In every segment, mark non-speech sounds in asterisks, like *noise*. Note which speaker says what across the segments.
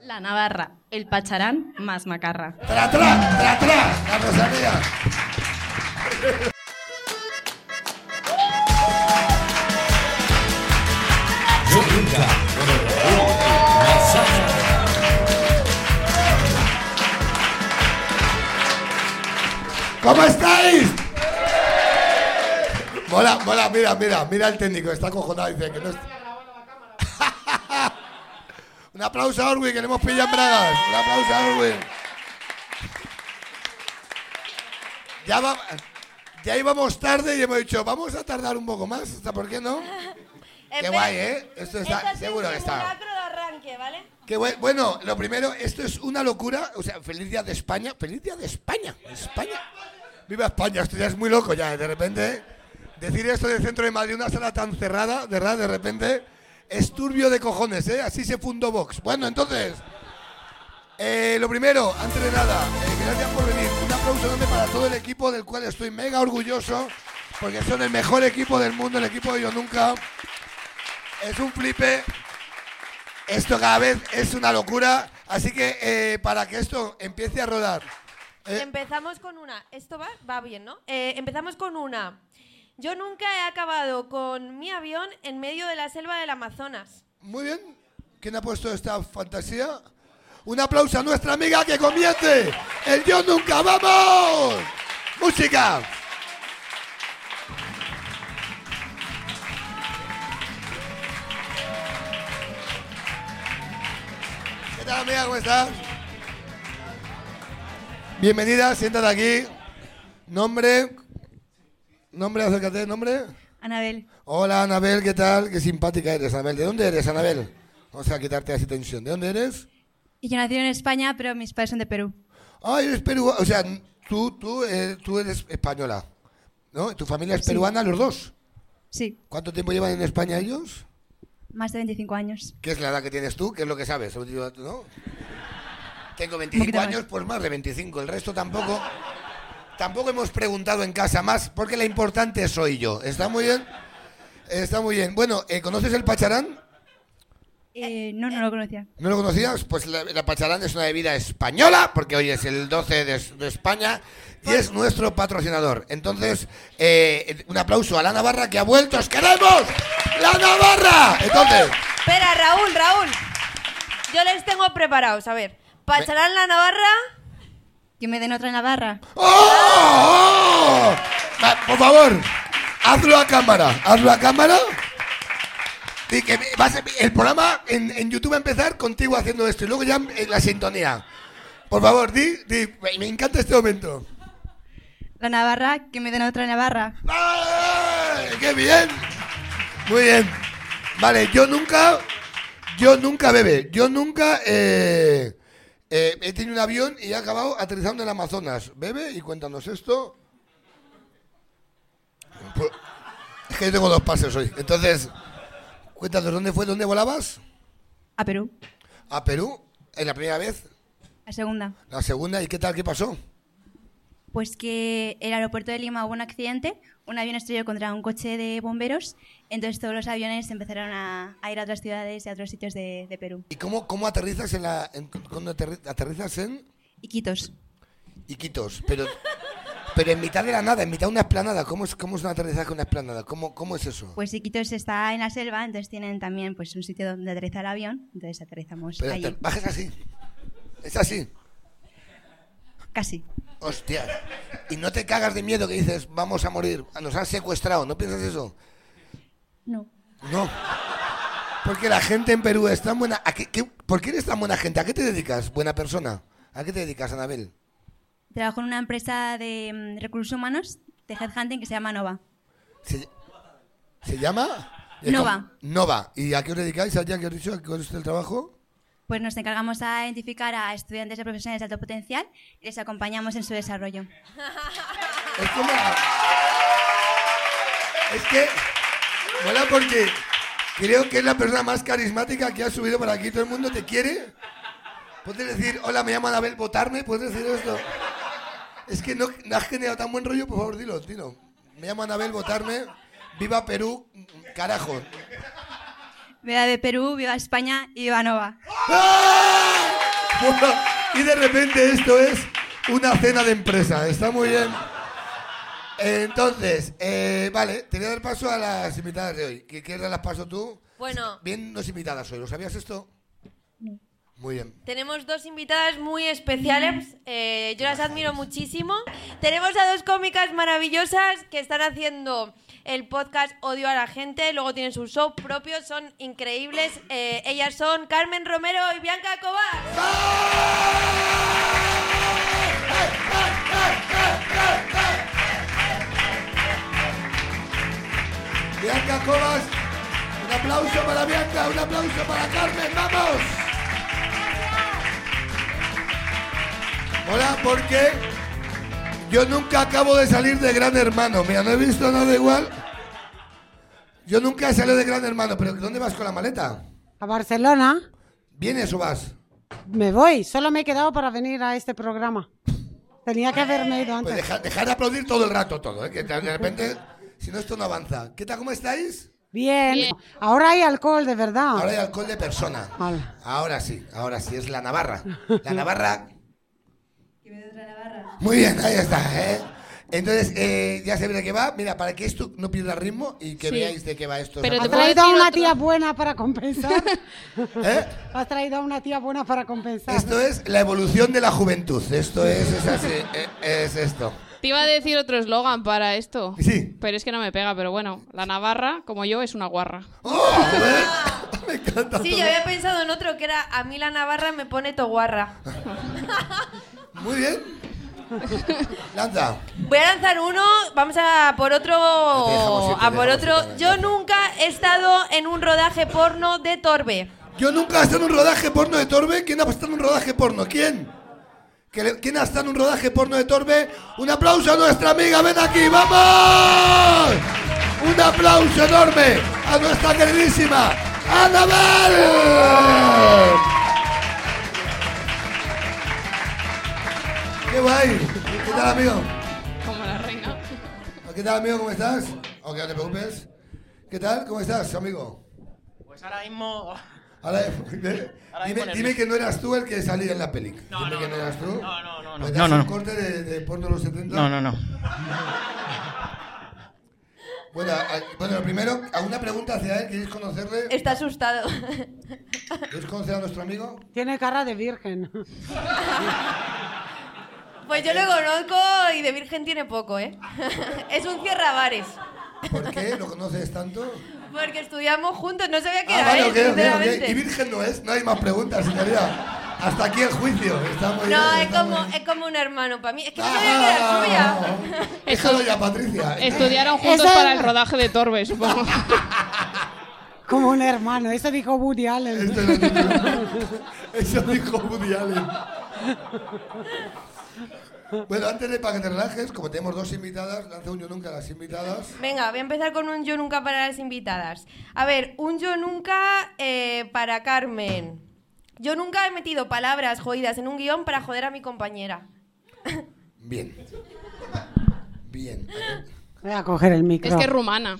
Speaker 1: La Navarra, el Pacharán más Macarra.
Speaker 2: ¡Tra, tra, tra, tra! ¡La Rosalía!
Speaker 3: Yo nunca con el reloj en la sala.
Speaker 2: ¿Cómo estáis? Mola, mola, mira, mira, mira el técnico, está cojonado, dice que no es- *laughs* Un aplauso a Orwin, que le hemos pillado en Bragas. Un aplauso a Orwin. Ya, va- ya íbamos tarde y hemos dicho, vamos a tardar un poco más, ¿hasta por qué no? Qué guay, ¿eh? Esto está, seguro que está.
Speaker 4: arranque, ¿vale?
Speaker 2: Qué bue- bueno, lo primero, esto es una locura. O sea, feliz día de España. Feliz día de España. España. Viva España. Esto ya es muy loco ya, de repente. ¿eh? Decir esto del centro de Madrid, una sala tan cerrada, de verdad, de repente, es turbio de cojones, ¿eh? Así se fundó Vox. Bueno, entonces, eh, lo primero, antes de nada, eh, gracias por venir. Un aplauso enorme para todo el equipo del cual estoy mega orgulloso, porque son el mejor equipo del mundo, el equipo de Yo Nunca. Es un flipe. Esto cada vez es una locura, así que eh, para que esto empiece a rodar. eh,
Speaker 4: Empezamos con una. Esto va, va bien, ¿no? Eh, empezamos con una. Yo nunca he acabado con mi avión en medio de la selva del Amazonas.
Speaker 2: muy bien, ¿quién ha puesto esta fantasía? Un aplauso a nuestra amiga que comience el Yo Nunca, ¡vamos! ¡Música! ¿Qué tal amiga, cómo estás? Bienvenida, siéntate aquí. Nombre, nombre, acércate, nombre.
Speaker 1: Anabel,
Speaker 2: Hola Anabel, ¿qué tal? Qué simpática eres, Anabel. ¿De dónde eres, Anabel? Vamos a quitarte así tensión. ¿De dónde eres?
Speaker 1: y yo nací en España, pero mis padres son de Perú.
Speaker 2: Ay, eres peruana. O sea, tú, tú, eh, tú eres española, ¿no? ¿Tu familia es peruana, los dos?
Speaker 1: Sí,
Speaker 2: ¿Cuánto tiempo llevan en España ellos?
Speaker 1: más de 25 años.
Speaker 2: ¿Qué es la edad que tienes tú? ¿Qué es lo que sabes? ¿No? Tengo
Speaker 1: Un
Speaker 2: 25
Speaker 1: poquito más.
Speaker 2: años, pues más de 25. El resto tampoco. Tampoco hemos preguntado en casa más, porque la importante soy yo. ¿Está muy bien? Está muy bien. Bueno, eh, ¿conoces el Pacharán?
Speaker 1: Eh, no, no lo conocía.
Speaker 2: ¿No lo conocías? Pues la, la Pacharán es una bebida española, porque hoy es el 12 de, de España, y es nuestro patrocinador. Entonces, eh, un aplauso a la Navarra que ha vuelto. ¡Os queremos! ¡La Navarra! Entonces,
Speaker 4: Espera, Raúl, Raúl. Yo les tengo preparados. A ver. Pacharán la Navarra.
Speaker 1: Que me den otra Navarra.
Speaker 2: ¡Oh! Va, Por favor, hazlo a cámara. Hazlo a cámara. Y que va a ser- el programa en, en YouTube va a empezar contigo haciendo esto y luego ya en la sintonía. Por favor, di, di. Me- Me encanta este momento.
Speaker 1: La Navarra, que me den otra Navarra.
Speaker 2: ¡Ay, Eh, ¡Qué bien! Muy bien. Vale, yo nunca, yo nunca bebé, yo nunca eh, eh, he tenido un avión y he acabado aterrizando en el Amazonas. Bebe y cuéntanos esto. Pues, Es que yo tengo dos pases hoy. Entonces, cuéntanos, ¿dónde fue? ¿Dónde volabas?
Speaker 1: A Perú,
Speaker 2: ¿A Perú? ¿En la primera vez?
Speaker 1: la segunda.
Speaker 2: ¿La segunda? ¿Y qué tal? ¿Qué pasó?
Speaker 1: Pues que el aeropuerto de Lima hubo un accidente, un avión estrelló contra un coche de bomberos, entonces todos los aviones empezaron a, a ir a otras ciudades y a otros sitios de, de Perú.
Speaker 2: ¿Y cómo, cómo aterrizas en la... en- cuando aterri- aterrizas en...?
Speaker 1: Iquitos.
Speaker 2: Iquitos, pero, pero en mitad de la nada, en mitad de una esplanada. ¿Cómo es, cómo es un aterrizaje en una esplanada? ¿Cómo, cómo es eso?
Speaker 1: Pues Iquitos está en la selva, entonces tienen también pues un sitio donde aterriza el avión, entonces aterrizamos
Speaker 2: Pero
Speaker 1: allí.
Speaker 2: te- bajas así. Es así.
Speaker 1: Casi.
Speaker 2: Hostia. Y no te cagas de miedo que dices, vamos a morir. Ah, Nos han secuestrado. ¿No piensas eso?
Speaker 1: No.
Speaker 2: No. Porque la gente en Perú es tan buena. ¿A qué- qué- ¿Por qué eres tan buena gente? ¿A qué te dedicas, buena persona? ¿A qué te dedicas, Anabel?
Speaker 1: Trabajo en una empresa de mm, recursos humanos de headhunting que se llama Nova.
Speaker 2: ¿Se, se llama?
Speaker 1: Nova.
Speaker 2: Nova. ¿Y a qué os dedicáis? ¿A qué has dicho? ¿A qué es el trabajo?
Speaker 1: Pues nos encargamos a identificar a estudiantes y profesionales de alto potencial y les acompañamos en su desarrollo.
Speaker 2: Es como. Es que. Mola porque creo que es la persona más carismática que ha subido por aquí. Todo el mundo te quiere. Puedes decir, hola, me llamo Anabel, votarme. Puedes decir esto. Es que no, no has generado tan buen rollo, por favor, dilo, dilo. Me llamo Anabel, votarme. Viva Perú, carajo.
Speaker 1: Viva de Perú, viva España y viva Nova.
Speaker 2: ¡Ah! Bueno, y de repente esto es una cena de empresa. Está muy bien. Entonces, eh, vale, te voy a dar paso a las invitadas de hoy. ¿Qui- ¿Quieres dar las paso tú?
Speaker 4: Bueno,
Speaker 2: Bien, nos invitadas hoy. ¿Lo sabías esto? Muy bien.
Speaker 4: tenemos dos invitadas muy especiales. eh, yo las admiro muchísimo. Tenemos a dos cómicas maravillosas que están haciendo el podcast Odio a la Gente. Luego tienen su show propio, son increíbles. Eh, ellas son Carmen Romero y Bianca Cobar.
Speaker 2: Bianca Cobas, un aplauso para Bianca, un aplauso para Carmen, vamos. Hola, porque yo nunca acabo de salir de Gran Hermano. Mira, no he visto nada igual. Yo nunca he salido de Gran Hermano, pero ¿dónde vas con la maleta?
Speaker 5: A Barcelona
Speaker 2: ¿Vienes o vas?
Speaker 5: me voy, solo me he quedado para venir a este programa. Tenía que haberme ido
Speaker 2: Pues
Speaker 5: antes.
Speaker 2: deja- dejar de aplaudir todo el rato, todo, ¿eh? que de repente, si no, esto no avanza. ¿Qué tal, cómo estáis?
Speaker 5: Bien, ahora hay alcohol, de
Speaker 2: eh, Ahora hay
Speaker 5: verdad.
Speaker 2: alcohol de persona.
Speaker 5: Hola.
Speaker 2: Ahora sí, ahora sí, es la Navarra. La
Speaker 6: *laughs*
Speaker 2: Navarra. Muy bien, ahí está. ¿eh? Entonces, eh, ya se ve de qué va. Mira, para que esto no pierda ritmo y que
Speaker 6: Sí.
Speaker 2: veáis de qué va esto.
Speaker 6: Pero
Speaker 5: ¿Has
Speaker 6: te
Speaker 5: traído a
Speaker 6: puedo decir
Speaker 5: una
Speaker 6: otro.
Speaker 5: tía buena para compensar?
Speaker 2: *laughs* ¿Eh?
Speaker 5: ¿Has traído a una tía buena para compensar?
Speaker 2: Esto es la evolución de la juventud. Esto es, es así, eh, es esto.
Speaker 6: Te iba a decir otro eslogan para esto.
Speaker 2: Sí.
Speaker 6: Pero es que no me pega, pero bueno, la Navarra, como yo, es una guarra.
Speaker 2: ¡Oh, joder! Me encanta.
Speaker 4: Sí,
Speaker 2: todo.
Speaker 4: yo había pensado en otro que era A mí la Navarra me pone toguarra.
Speaker 2: Muy bien. Lanza.
Speaker 4: Voy a lanzar uno, vamos a por otro,
Speaker 2: te dejamos ir, te
Speaker 4: a por
Speaker 2: dejamos ir,
Speaker 4: otro.
Speaker 2: Ana,
Speaker 4: Yo
Speaker 2: gracias.
Speaker 4: nunca he estado en un rodaje porno de Torbe.
Speaker 2: Yo nunca he estado en un rodaje porno de Torbe. ¿Quién ha estado en un rodaje porno? ¿Quién? ¿Que le- ¿Quién ha estado en un rodaje porno de Torbe? Un aplauso a nuestra amiga, ven aquí, vamos. Un aplauso enorme a nuestra queridísima Anabel. Qué guay. ¿Qué tal, amigo?
Speaker 6: Como la reina.
Speaker 2: ¿Qué tal, amigo? ¿Cómo estás? Aunque no te preocupes. ¿Qué tal? ¿Cómo estás, amigo?
Speaker 7: Pues ahora mismo.
Speaker 2: Ahora, dime,
Speaker 7: mismo
Speaker 2: dime que no eras tú el que salía en la película.
Speaker 7: No,
Speaker 2: dime
Speaker 7: no,
Speaker 2: que no
Speaker 7: no,
Speaker 2: eras tú.
Speaker 7: no, no, no, no.
Speaker 2: ¿Me
Speaker 7: No,
Speaker 2: das
Speaker 7: no,
Speaker 2: un
Speaker 7: no.
Speaker 2: corte de, de porno de los 70?
Speaker 7: No, no, no.
Speaker 2: Bueno, a- bueno, lo primero, a una pregunta hacia él. ¿Queréis conocerle?
Speaker 4: Está asustado.
Speaker 2: ¿Queréis conocer a nuestro amigo?
Speaker 5: Tiene cara de virgen.
Speaker 4: Pues yo lo conozco y de virgen tiene poco, ¿eh? *laughs* Es un cierrabares.
Speaker 2: ¿Por qué? ¿Lo conoces
Speaker 7: *laughs*
Speaker 2: tanto?
Speaker 4: Porque estudiamos juntos, no sabía que
Speaker 2: Ah,
Speaker 4: era
Speaker 2: vale,
Speaker 4: él,
Speaker 2: ok, ok, ok.
Speaker 4: sinceramente.
Speaker 2: Y virgen no es, no hay más preguntas, señoría. Hasta aquí el juicio. Está muy bien,
Speaker 4: No, es
Speaker 2: está
Speaker 4: como,
Speaker 2: muy bien.
Speaker 4: es como un hermano para mí. Es que no sabía que era
Speaker 2: Ah,
Speaker 4: suya. *laughs*
Speaker 2: Déjalo ya, Patricia.
Speaker 6: Estudiaron juntos
Speaker 5: Esa-
Speaker 6: para el rodaje de Torbe, supongo.
Speaker 5: *laughs* Como un hermano, eso dijo Woody
Speaker 2: Esto
Speaker 5: Allen.
Speaker 2: es lo que- Eso dijo Woody Allen. Bueno, antes de para que te relajes, como tenemos dos invitadas, lanza un yo nunca a las invitadas.
Speaker 4: Venga, voy a empezar con un yo nunca para las invitadas. A ver, un yo nunca eh, para Carmen. Yo nunca he metido palabras jodidas en un guión para joder a mi compañera.
Speaker 2: Bien. Bien.
Speaker 5: Voy a coger el micro.
Speaker 6: Es que
Speaker 5: *laughs*
Speaker 6: es rumana.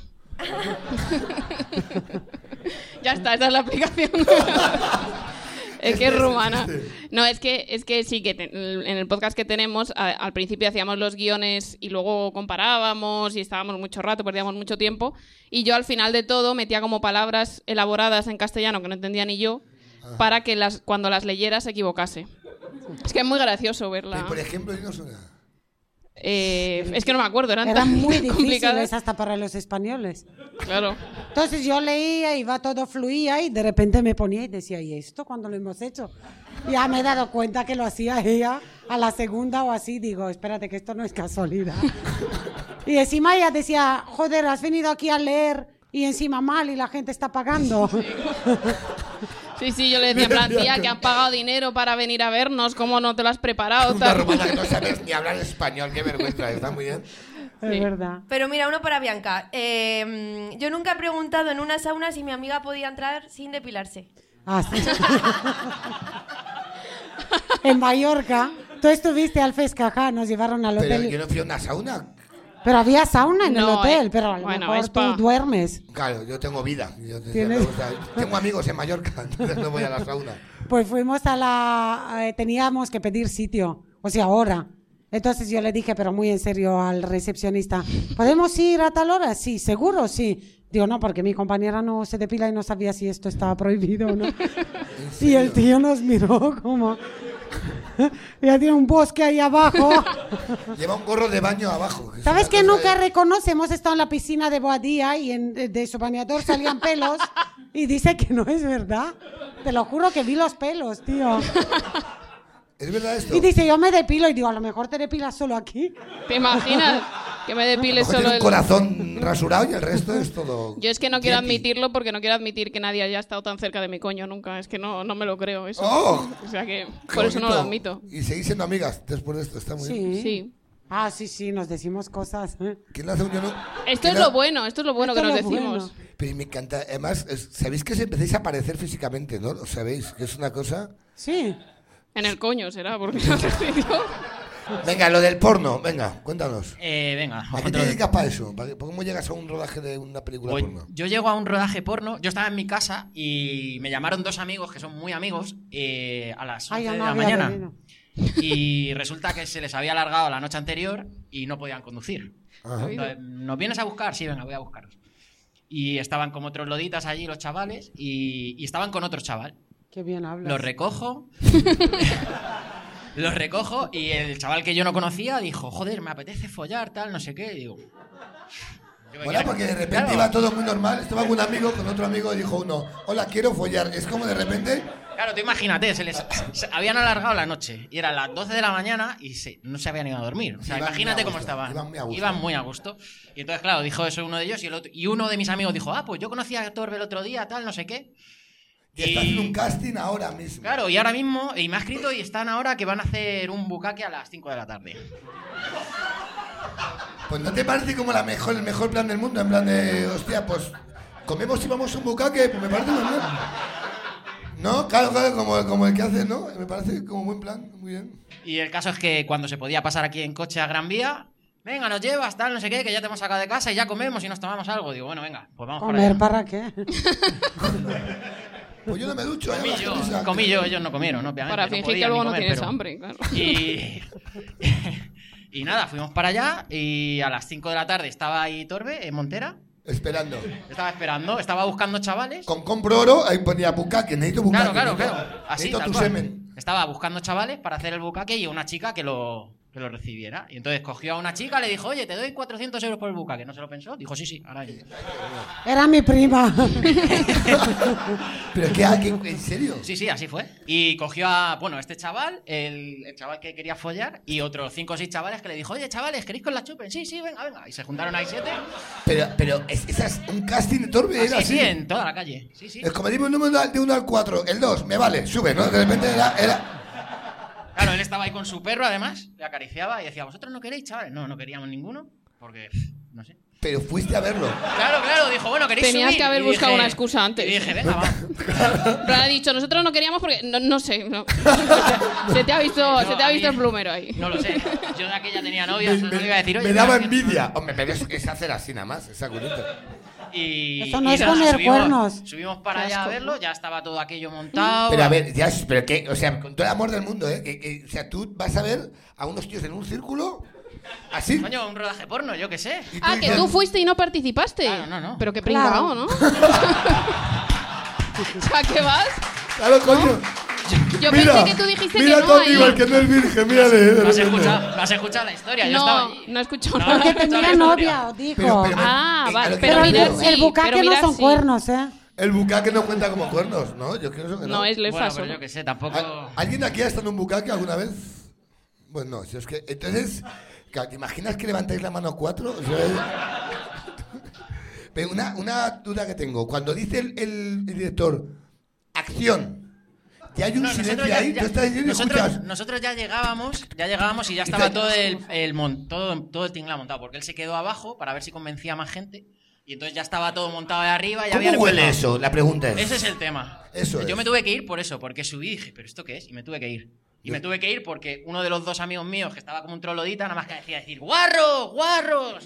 Speaker 6: ya está, esa es la
Speaker 5: *laughs*
Speaker 6: aplicación. es
Speaker 2: Este,
Speaker 6: que es rumana. No, es que, es que sí, que te- en el podcast que tenemos, a- al principio hacíamos los guiones y luego comparábamos y estábamos mucho rato, perdíamos mucho tiempo. Y yo al final de todo metía como palabras elaboradas en castellano que no entendía ni yo
Speaker 2: Ah.
Speaker 6: para que las, cuando las leyera se equivocase. Es que es muy gracioso verla.
Speaker 2: Pero, por ejemplo, dinos una.
Speaker 6: Eh, es que no me acuerdo, eran,
Speaker 5: Eran
Speaker 6: tan *laughs*
Speaker 5: muy
Speaker 6: complicadas.
Speaker 5: difíciles hasta para los españoles.
Speaker 6: Claro.
Speaker 5: Entonces yo leía, iba todo fluía y de repente me ponía y decía, ¿y esto cuándo lo hemos hecho? Ya me he dado cuenta que lo hacía ella a la segunda o así, digo, espérate que esto no es casualidad. y encima ella decía, joder, has venido aquí a leer y encima mal y la gente está
Speaker 2: *laughs*
Speaker 5: pagando.
Speaker 6: Sí, sí, yo le decía, en plan, tía, que han pagado dinero para venir a vernos, ¿cómo no te lo has preparado?
Speaker 2: Una
Speaker 6: Tal. *laughs*
Speaker 2: rumana que no sabes ni hablar español, qué vergüenza, está muy bien.
Speaker 5: es verdad.
Speaker 4: Pero mira, uno para Bianca. Eh, yo nunca he preguntado en una sauna si mi amiga podía entrar sin depilarse.
Speaker 5: Así. en Mallorca, tú estuviste al Fescajá, nos llevaron al
Speaker 2: Pero
Speaker 5: hotel.
Speaker 2: yo no fui a una sauna.
Speaker 5: Pero había sauna en el
Speaker 6: No,
Speaker 5: hotel,
Speaker 6: eh,
Speaker 5: pero a lo
Speaker 6: bueno,
Speaker 5: mejor
Speaker 6: es pa-
Speaker 5: tú duermes.
Speaker 2: Claro, yo tengo vida. yo-
Speaker 5: ¿Tienes?
Speaker 2: *laughs* tengo amigos en Mallorca, entonces no voy a la sauna.
Speaker 5: pues fuimos a la... eh, teníamos que pedir sitio, o sea, hora. Entonces yo le dije, pero muy en serio, al recepcionista, ¿podemos ir a tal hora? Sí, seguro, sí. Digo, no, porque mi compañera no se depila y no sabía si esto estaba prohibido o no. *laughs* y el tío nos miró como... *laughs* ya tiene un bosque ahí abajo.
Speaker 2: Lleva un gorro de baño abajo. que es
Speaker 5: ¿Sabes
Speaker 2: una
Speaker 5: que
Speaker 2: cosa
Speaker 5: nunca
Speaker 2: de-
Speaker 5: reconoce? Hemos estado en la piscina de Boadía y en- eh, de, de su bañador salían pelos y dice que no es verdad. Te lo juro que vi los pelos, tío.
Speaker 2: ¿Es verdad esto?
Speaker 5: Y dice, yo me depilo y digo, a lo mejor te depilas solo aquí.
Speaker 6: ¿Te imaginas que me
Speaker 2: A lo
Speaker 6: depile
Speaker 2: mejor
Speaker 6: solo
Speaker 2: tiene
Speaker 6: el...
Speaker 2: un corazón rasurado y el resto es todo...
Speaker 6: Yo es que no quiero
Speaker 2: Yeti.
Speaker 6: admitirlo porque no quiero admitir que nadie haya estado tan cerca de mi coño nunca. Es que no, no me lo creo eso.
Speaker 2: ¡Oh!
Speaker 6: O sea que
Speaker 2: Qué
Speaker 6: por eso no
Speaker 2: bonito.
Speaker 6: lo admito.
Speaker 2: Y seguís siendo amigas después de esto, está muy bien.
Speaker 5: Sí.
Speaker 6: Sí.
Speaker 5: Ah, sí, sí, nos decimos cosas. ¿eh?
Speaker 2: ¿Quién hace un yo no?
Speaker 6: Esto
Speaker 2: ¿Quién
Speaker 6: es
Speaker 2: la-
Speaker 6: lo bueno, esto es lo bueno
Speaker 5: Esto
Speaker 6: que nos
Speaker 5: es lo bueno.
Speaker 6: decimos.
Speaker 2: Pero me encanta. Además, es- sabéis que os empecéis a parecer físicamente, ¿no? Lo sabéis, que es una cosa...
Speaker 5: Sí.
Speaker 6: En el coño será, porque *laughs* no te estoy yo.
Speaker 2: Venga, lo del porno, venga, cuéntanos.
Speaker 7: Eh, venga,
Speaker 2: ¿A qué
Speaker 7: otro
Speaker 2: te
Speaker 7: de-
Speaker 2: dedicas para eso? ¿Para qué- ¿Cómo llegas a un rodaje de una película
Speaker 7: Pues
Speaker 2: porno?
Speaker 7: yo llego a un rodaje porno, yo estaba en mi casa y me llamaron dos amigos que son muy amigos eh, a las 11
Speaker 5: Ay, ya
Speaker 7: de
Speaker 5: no
Speaker 7: la
Speaker 5: había
Speaker 7: mañana.
Speaker 5: venido.
Speaker 7: Y resulta que se les había alargado la noche anterior y no podían conducir.
Speaker 2: Ajá.
Speaker 7: Entonces, ¿Nos vienes a buscar? Sí, venga, voy a buscaros. Y estaban como trogloditas allí los chavales y, y estaban con otro chaval.
Speaker 5: Qué bien hablas.
Speaker 7: Los recojo. los recojo y el chaval que yo no conocía dijo, joder, me apetece follar, tal, no sé qué. Y digo... yo me
Speaker 2: Bueno,
Speaker 7: quedé-
Speaker 2: porque de repente
Speaker 7: Claro.
Speaker 2: iba todo muy normal. Estaba con un amigo, con otro amigo, y dijo uno, hola, quiero follar. Es como de repente...
Speaker 7: Claro, tú imagínate, se les se habían alargado la noche y eran las 12 de la mañana y se- no se habían ido a dormir. O sea,
Speaker 2: Iban muy a
Speaker 7: imagínate cómo
Speaker 2: gusto,
Speaker 7: estaban.
Speaker 2: iban muy a gusto.
Speaker 7: muy a gusto. Y entonces, claro, dijo eso uno de ellos y, el otro- y uno de mis amigos dijo, ah, pues yo conocí a Torbe el otro día, tal, no sé qué.
Speaker 2: Y está haciendo un casting ahora mismo.
Speaker 7: Claro, y ahora mismo, y me ha escrito y están ahora que van a hacer un bucaque a las 5 de la tarde.
Speaker 2: Pues no te parece como la mejor, el mejor plan del mundo, en plan de, hostia, pues comemos y vamos a un bucaque, pues me parece muy bien. No, claro, claro, como, como el que hace, ¿no? Me parece como buen plan, muy bien.
Speaker 7: Y el caso es que cuando se podía pasar aquí en coche a Gran Vía, venga, nos llevas, tal, no sé qué, que ya te hemos sacado de casa y ya comemos y nos tomamos algo. Digo, bueno, venga, pues vamos para
Speaker 5: ¿Comer
Speaker 7: allá.
Speaker 5: para qué?
Speaker 2: Pues yo no me ducho,
Speaker 7: Comí
Speaker 2: ¿eh?
Speaker 7: yo, comí yo, ellos no comieron, obviamente.
Speaker 6: Para
Speaker 7: no
Speaker 6: fingir que
Speaker 7: podían ni
Speaker 6: luego no
Speaker 7: comer,
Speaker 6: tienes
Speaker 7: pero-
Speaker 6: hambre, claro.
Speaker 7: *laughs* Y, y nada, fuimos para allá y a las 5 de la tarde estaba ahí Torbe, en Montera.
Speaker 2: Esperando.
Speaker 7: Estaba esperando, estaba buscando chavales.
Speaker 2: Con compro oro, ahí ponía bucaque, necesito bucaque.
Speaker 7: Claro, claro,
Speaker 2: necesito-
Speaker 7: claro. Así,
Speaker 2: necesito
Speaker 7: tal
Speaker 2: tu
Speaker 7: cual.
Speaker 2: semen.
Speaker 7: Estaba buscando chavales para hacer el bucaque y una chica que lo, que lo recibiera. Y entonces cogió a una chica, le dijo, oye, te doy 400 euros por el bucaque. ¿No se lo pensó? Dijo, sí, sí, ahora mismo".
Speaker 5: Era mi prima.
Speaker 2: *laughs* Pero ¿qué hay? ¿En serio?
Speaker 7: Sí, sí, así fue. Y cogió a, bueno, este chaval, el, el chaval que quería follar, y otros cinco o seis chavales que le dijo, oye, chavales, ¿queréis con la chupen? Sí, sí, venga, venga. Y se juntaron ahí siete.
Speaker 2: Pero, pero es, esas- un casting de Torbe
Speaker 7: Así,
Speaker 2: era así.
Speaker 7: sí, en toda la calle. Sí, sí.
Speaker 2: Es como dimos un número de 1 al 4, el 2, me vale, sube, ¿no? De repente era... eh, era...
Speaker 7: Claro, él estaba ahí con su perro, además, le acariciaba y decía, ¿vosotros no queréis, chavales? No, no queríamos ninguno, porque, no sé.
Speaker 2: Pero fuiste a verlo.
Speaker 7: Claro, claro, dijo, bueno, queréis
Speaker 6: Tenías
Speaker 7: subir?
Speaker 6: que haber
Speaker 7: Y
Speaker 6: buscado
Speaker 7: dije-
Speaker 6: una excusa antes.
Speaker 7: Y dije, venga, va.
Speaker 6: Pero ha dicho, nosotros no queríamos porque. No, no sé.
Speaker 7: *laughs*
Speaker 6: no. se te ha visto,
Speaker 7: No,
Speaker 6: se te ha
Speaker 7: a
Speaker 6: visto
Speaker 7: mí-
Speaker 6: el plumero ahí.
Speaker 7: No lo sé. Yo de aquella tenía novia, o sea, no le iba a decir, oye.
Speaker 2: me daba
Speaker 7: mira, que-
Speaker 2: envidia. Hombre, pero es, es hacer así nada más, esa culita.
Speaker 7: Y,
Speaker 5: Eso no
Speaker 7: y
Speaker 5: es
Speaker 7: nada,
Speaker 5: poner
Speaker 7: subimos,
Speaker 5: cuernos.
Speaker 7: Subimos para
Speaker 6: Qué
Speaker 7: allá a
Speaker 6: asco.
Speaker 7: verlo, ya estaba todo aquello montado.
Speaker 2: Pero a ver, ya, es- pero que, o sea, con todo el amor del mundo, ¿eh? Que, que- o sea, tú vas a ver a unos tíos en un círculo, así.
Speaker 7: Coño, un rodaje porno, yo qué sé.
Speaker 2: y
Speaker 6: Ah, que
Speaker 2: dices,
Speaker 6: tú fuiste y no participaste.
Speaker 7: Claro, no, no.
Speaker 6: Pero qué
Speaker 5: Claro.
Speaker 6: pringao,
Speaker 7: *laughs*
Speaker 6: ¿no? o sea, ¿qué vas?
Speaker 2: Claro, coño.
Speaker 6: Yo pensé que tú dijiste
Speaker 2: mira
Speaker 6: que no.
Speaker 2: a tu amigo,
Speaker 6: ahí.
Speaker 2: el que no es virgen, mírale. de
Speaker 7: No has,
Speaker 2: repente.
Speaker 7: escuchado, no has escuchado la historia, yo estaba
Speaker 6: No,
Speaker 7: allí.
Speaker 6: no he escuchado
Speaker 7: No,
Speaker 5: Porque
Speaker 6: nada.
Speaker 5: tenía
Speaker 7: Historia.
Speaker 5: novia, dijo.
Speaker 2: Pero, pero,
Speaker 6: Ah,
Speaker 2: eh, a
Speaker 6: vale.
Speaker 2: lo que
Speaker 5: Pero
Speaker 6: Pero
Speaker 2: me
Speaker 5: el,
Speaker 6: mirar
Speaker 2: refiero,
Speaker 6: sí,
Speaker 5: el bucaque
Speaker 6: pero mirar
Speaker 5: no son
Speaker 6: sí.
Speaker 5: cuernos, ¿eh?
Speaker 2: El bucaque no cuenta como cuernos, ¿no? Yo creo que no.
Speaker 6: No es
Speaker 7: Bueno,
Speaker 6: lefaso.
Speaker 7: pero yo qué sé, tampoco...
Speaker 2: ¿Al- ¿Alguien de aquí ha estado en un bucaque alguna vez? Bueno, no, si es que. Entonces, claro, ¿te imaginas que levantáis la mano cuatro? O sea, es- *laughs* Pero una, una duda que tengo. Cuando dice el, el director, acción, ya hay un
Speaker 7: No,
Speaker 2: silencio
Speaker 7: nosotros ya-
Speaker 2: ahí,
Speaker 7: ya-
Speaker 2: tú estás ahí y
Speaker 7: nosotros,
Speaker 2: escuchas.
Speaker 7: nosotros ya llegábamos, ya llegábamos y ya estaba todo el, el mon- todo, todo el tinglado montado, porque él se quedó abajo para ver si convencía a más gente y entonces ya estaba todo montado de arriba y
Speaker 2: ¿Cómo
Speaker 7: había
Speaker 2: huele eso? La pregunta es.
Speaker 7: Ese es el tema.
Speaker 2: Eso
Speaker 7: Yo
Speaker 2: es.
Speaker 7: me tuve que ir por eso, porque subí y dije, pero esto qué es y me tuve que ir. Y me tuve que ir porque uno de los dos amigos míos, que estaba como un troglodita, nada más que decía decir ¡Guarros! ¡Guarros!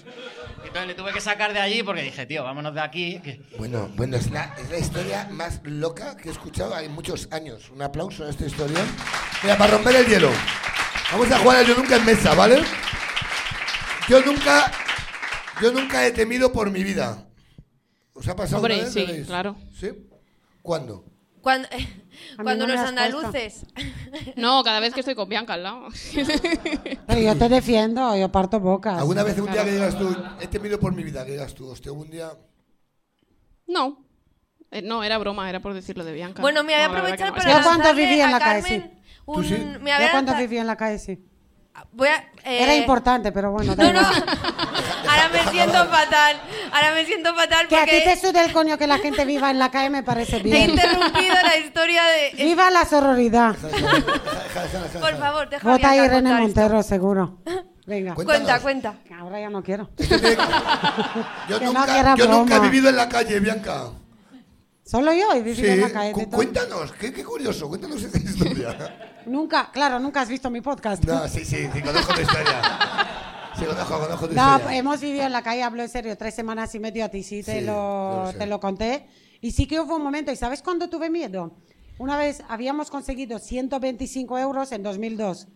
Speaker 7: Y entonces le tuve que sacar de allí porque dije, tío, vámonos de aquí. que-
Speaker 2: Bueno, bueno, es la, es la historia más loca que he escuchado en muchos años. Un aplauso a esta historia. Mira, para romper el hielo. Vamos a jugar al yo nunca en mesa, ¿vale? Yo nunca, yo nunca he temido por mi vida. ¿Os ha pasado
Speaker 6: Hombre,
Speaker 2: una vez?
Speaker 6: sí,
Speaker 2: ¿Sabéis?
Speaker 6: claro.
Speaker 2: ¿Sí? ¿Cuándo?
Speaker 4: Cuando,
Speaker 5: no
Speaker 4: cuando
Speaker 5: me
Speaker 4: los
Speaker 5: has puesto.
Speaker 4: andaluces.
Speaker 6: No, cada vez que estoy con Bianca al lado.
Speaker 7: *laughs*
Speaker 5: Pero yo te defiendo, yo parto bocas.
Speaker 2: ¿Alguna vez un día que digas tú, he temido por mi vida, que digas tú, hostia, un día...
Speaker 6: No. Eh, No, era broma, era por decirlo de Bianca.
Speaker 4: Bueno, me voy a
Speaker 6: No, la verdad
Speaker 4: aprovechar
Speaker 6: que no.
Speaker 4: para
Speaker 5: Yo cuando
Speaker 4: lanzarle
Speaker 5: viví en
Speaker 4: a
Speaker 5: la calle,
Speaker 4: Carmen
Speaker 2: ¿Tú sí?
Speaker 4: un- me voy a
Speaker 5: Yo cuando
Speaker 4: lanzar-
Speaker 5: vivía en la calle, sí.
Speaker 4: voy a, eh,
Speaker 5: Era importante, pero bueno. da
Speaker 4: No, no.
Speaker 5: igual.
Speaker 4: Ahora me siento fatal. Ahora me siento fatal
Speaker 5: Que a ti te
Speaker 4: porque
Speaker 5: sude el coño que la gente viva en la calle me parece
Speaker 4: te he
Speaker 5: bien.
Speaker 4: interrumpido la historia
Speaker 5: *laughs*
Speaker 4: de.
Speaker 5: Viva la sororidad.
Speaker 4: Por favor, deja a
Speaker 5: Vota ahí
Speaker 4: Bianca
Speaker 5: Irene
Speaker 4: contar
Speaker 5: Montero, seguro. Venga.
Speaker 4: esto. Cuenta,
Speaker 2: Cuéntanos.
Speaker 4: cuenta.
Speaker 5: Ahora ya no quiero.
Speaker 2: Yo,
Speaker 5: Que no, que
Speaker 2: nunca,
Speaker 5: era
Speaker 2: yo nunca
Speaker 5: broma.
Speaker 2: he vivido en la calle, Bianca.
Speaker 5: Solo yo he
Speaker 2: Sí,
Speaker 5: vivido en la calle. de
Speaker 2: cu-
Speaker 5: todo.
Speaker 2: cuéntanos, qué, qué curioso, cuéntanos *laughs* esta historia.
Speaker 5: Nunca, claro, nunca has visto mi podcast. *laughs*
Speaker 2: No, sí, sí, sí, conozco tu historia. Sí, conozco, conozco tu
Speaker 5: No, pues, eh,
Speaker 2: historia.
Speaker 5: hemos vivido en la calle, hablo en serio, tres semanas y media, a ti sí te,
Speaker 2: Sí, yo lo
Speaker 5: lo,
Speaker 2: sé.
Speaker 5: te lo conté. Y sí que hubo un momento, ¿y sabes cuándo tuve miedo? Una vez habíamos conseguido 125 euros en 2002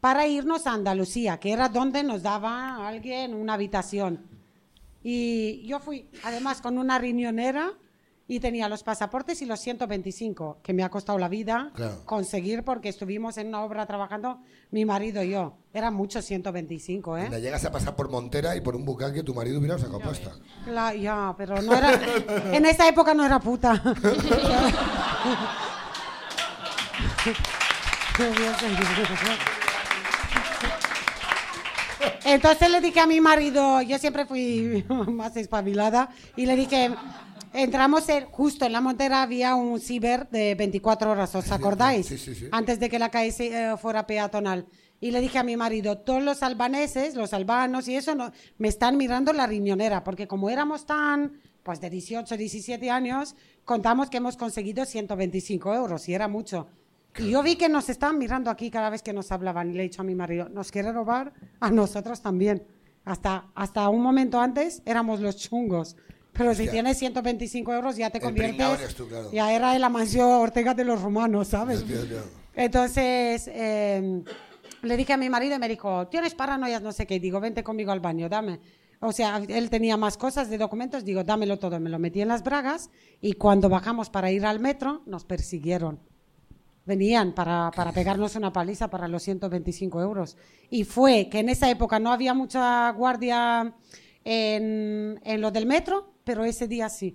Speaker 5: para irnos a Andalucía, que era donde nos daba alguien una habitación. Y yo fui, además, con una riñonera y tenía los pasaportes y los 125, que me ha costado la vida
Speaker 2: Claro.
Speaker 5: conseguir porque estuvimos en una obra trabajando mi marido y yo. Eran muchos 125, ¿eh?
Speaker 2: Anda, llegas a pasar por Montera y por un bucaque tu marido hubiera sacado pasta.
Speaker 5: La- ya, pero no era. En esa época no era puta. Entonces le dije a mi marido, yo siempre fui más espabilada, y le dije, entramos en- justo en la montera, había un ciber de 24 horas, ¿os acordáis?
Speaker 2: Sí, sí, sí.
Speaker 5: antes de que la calle se- eh, fuera peatonal. Y le dije a mi marido, todos los albaneses, los albanos y eso, no, me están mirando la riñonera, porque como éramos tan, pues de 18, 17 años, contamos que hemos conseguido 125 euros, y era mucho. Y yo vi que nos estaban mirando aquí cada vez que nos hablaban, y le he dicho a mi marido, nos quiere robar a nosotros también. Hasta, hasta un momento antes éramos los chungos. Pero si
Speaker 2: Hostia.
Speaker 5: tienes 125 euros ya te
Speaker 2: El pringao
Speaker 5: conviertes...
Speaker 2: eres tú, claro.
Speaker 5: Ya era de la mansión Ortega de los romanos, ¿sabes?
Speaker 2: Dios mío, Dios.
Speaker 5: Entonces eh, le dije a mi marido y me dijo, tienes paranoias, no sé qué. Y digo, vente conmigo al baño, dame. O sea, él tenía más cosas de documentos, digo, dámelo todo. Me lo metí en las bragas y cuando bajamos para ir al metro, nos persiguieron. Venían para, para pegarnos una paliza para los 125 euros. Y fue que en esa época no había mucha guardia en, en lo del metro, pero ese día sí.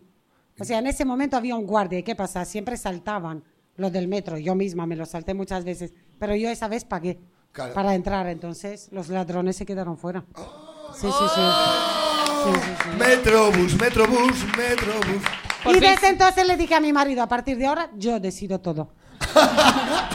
Speaker 5: O sea, en ese momento había un guardia. ¿Y qué pasa? Siempre saltaban los del metro. Yo misma me los salté muchas veces. Pero yo esa vez pagué
Speaker 2: Claro.
Speaker 5: para entrar. Entonces los ladrones se quedaron fuera. Sí, sí, sí. Sí, sí, sí.
Speaker 2: Metrobús, metrobús, metrobús.
Speaker 6: Por
Speaker 5: y
Speaker 6: fin.
Speaker 5: desde entonces le dije a mi marido, a partir de ahora yo decido todo.
Speaker 2: Está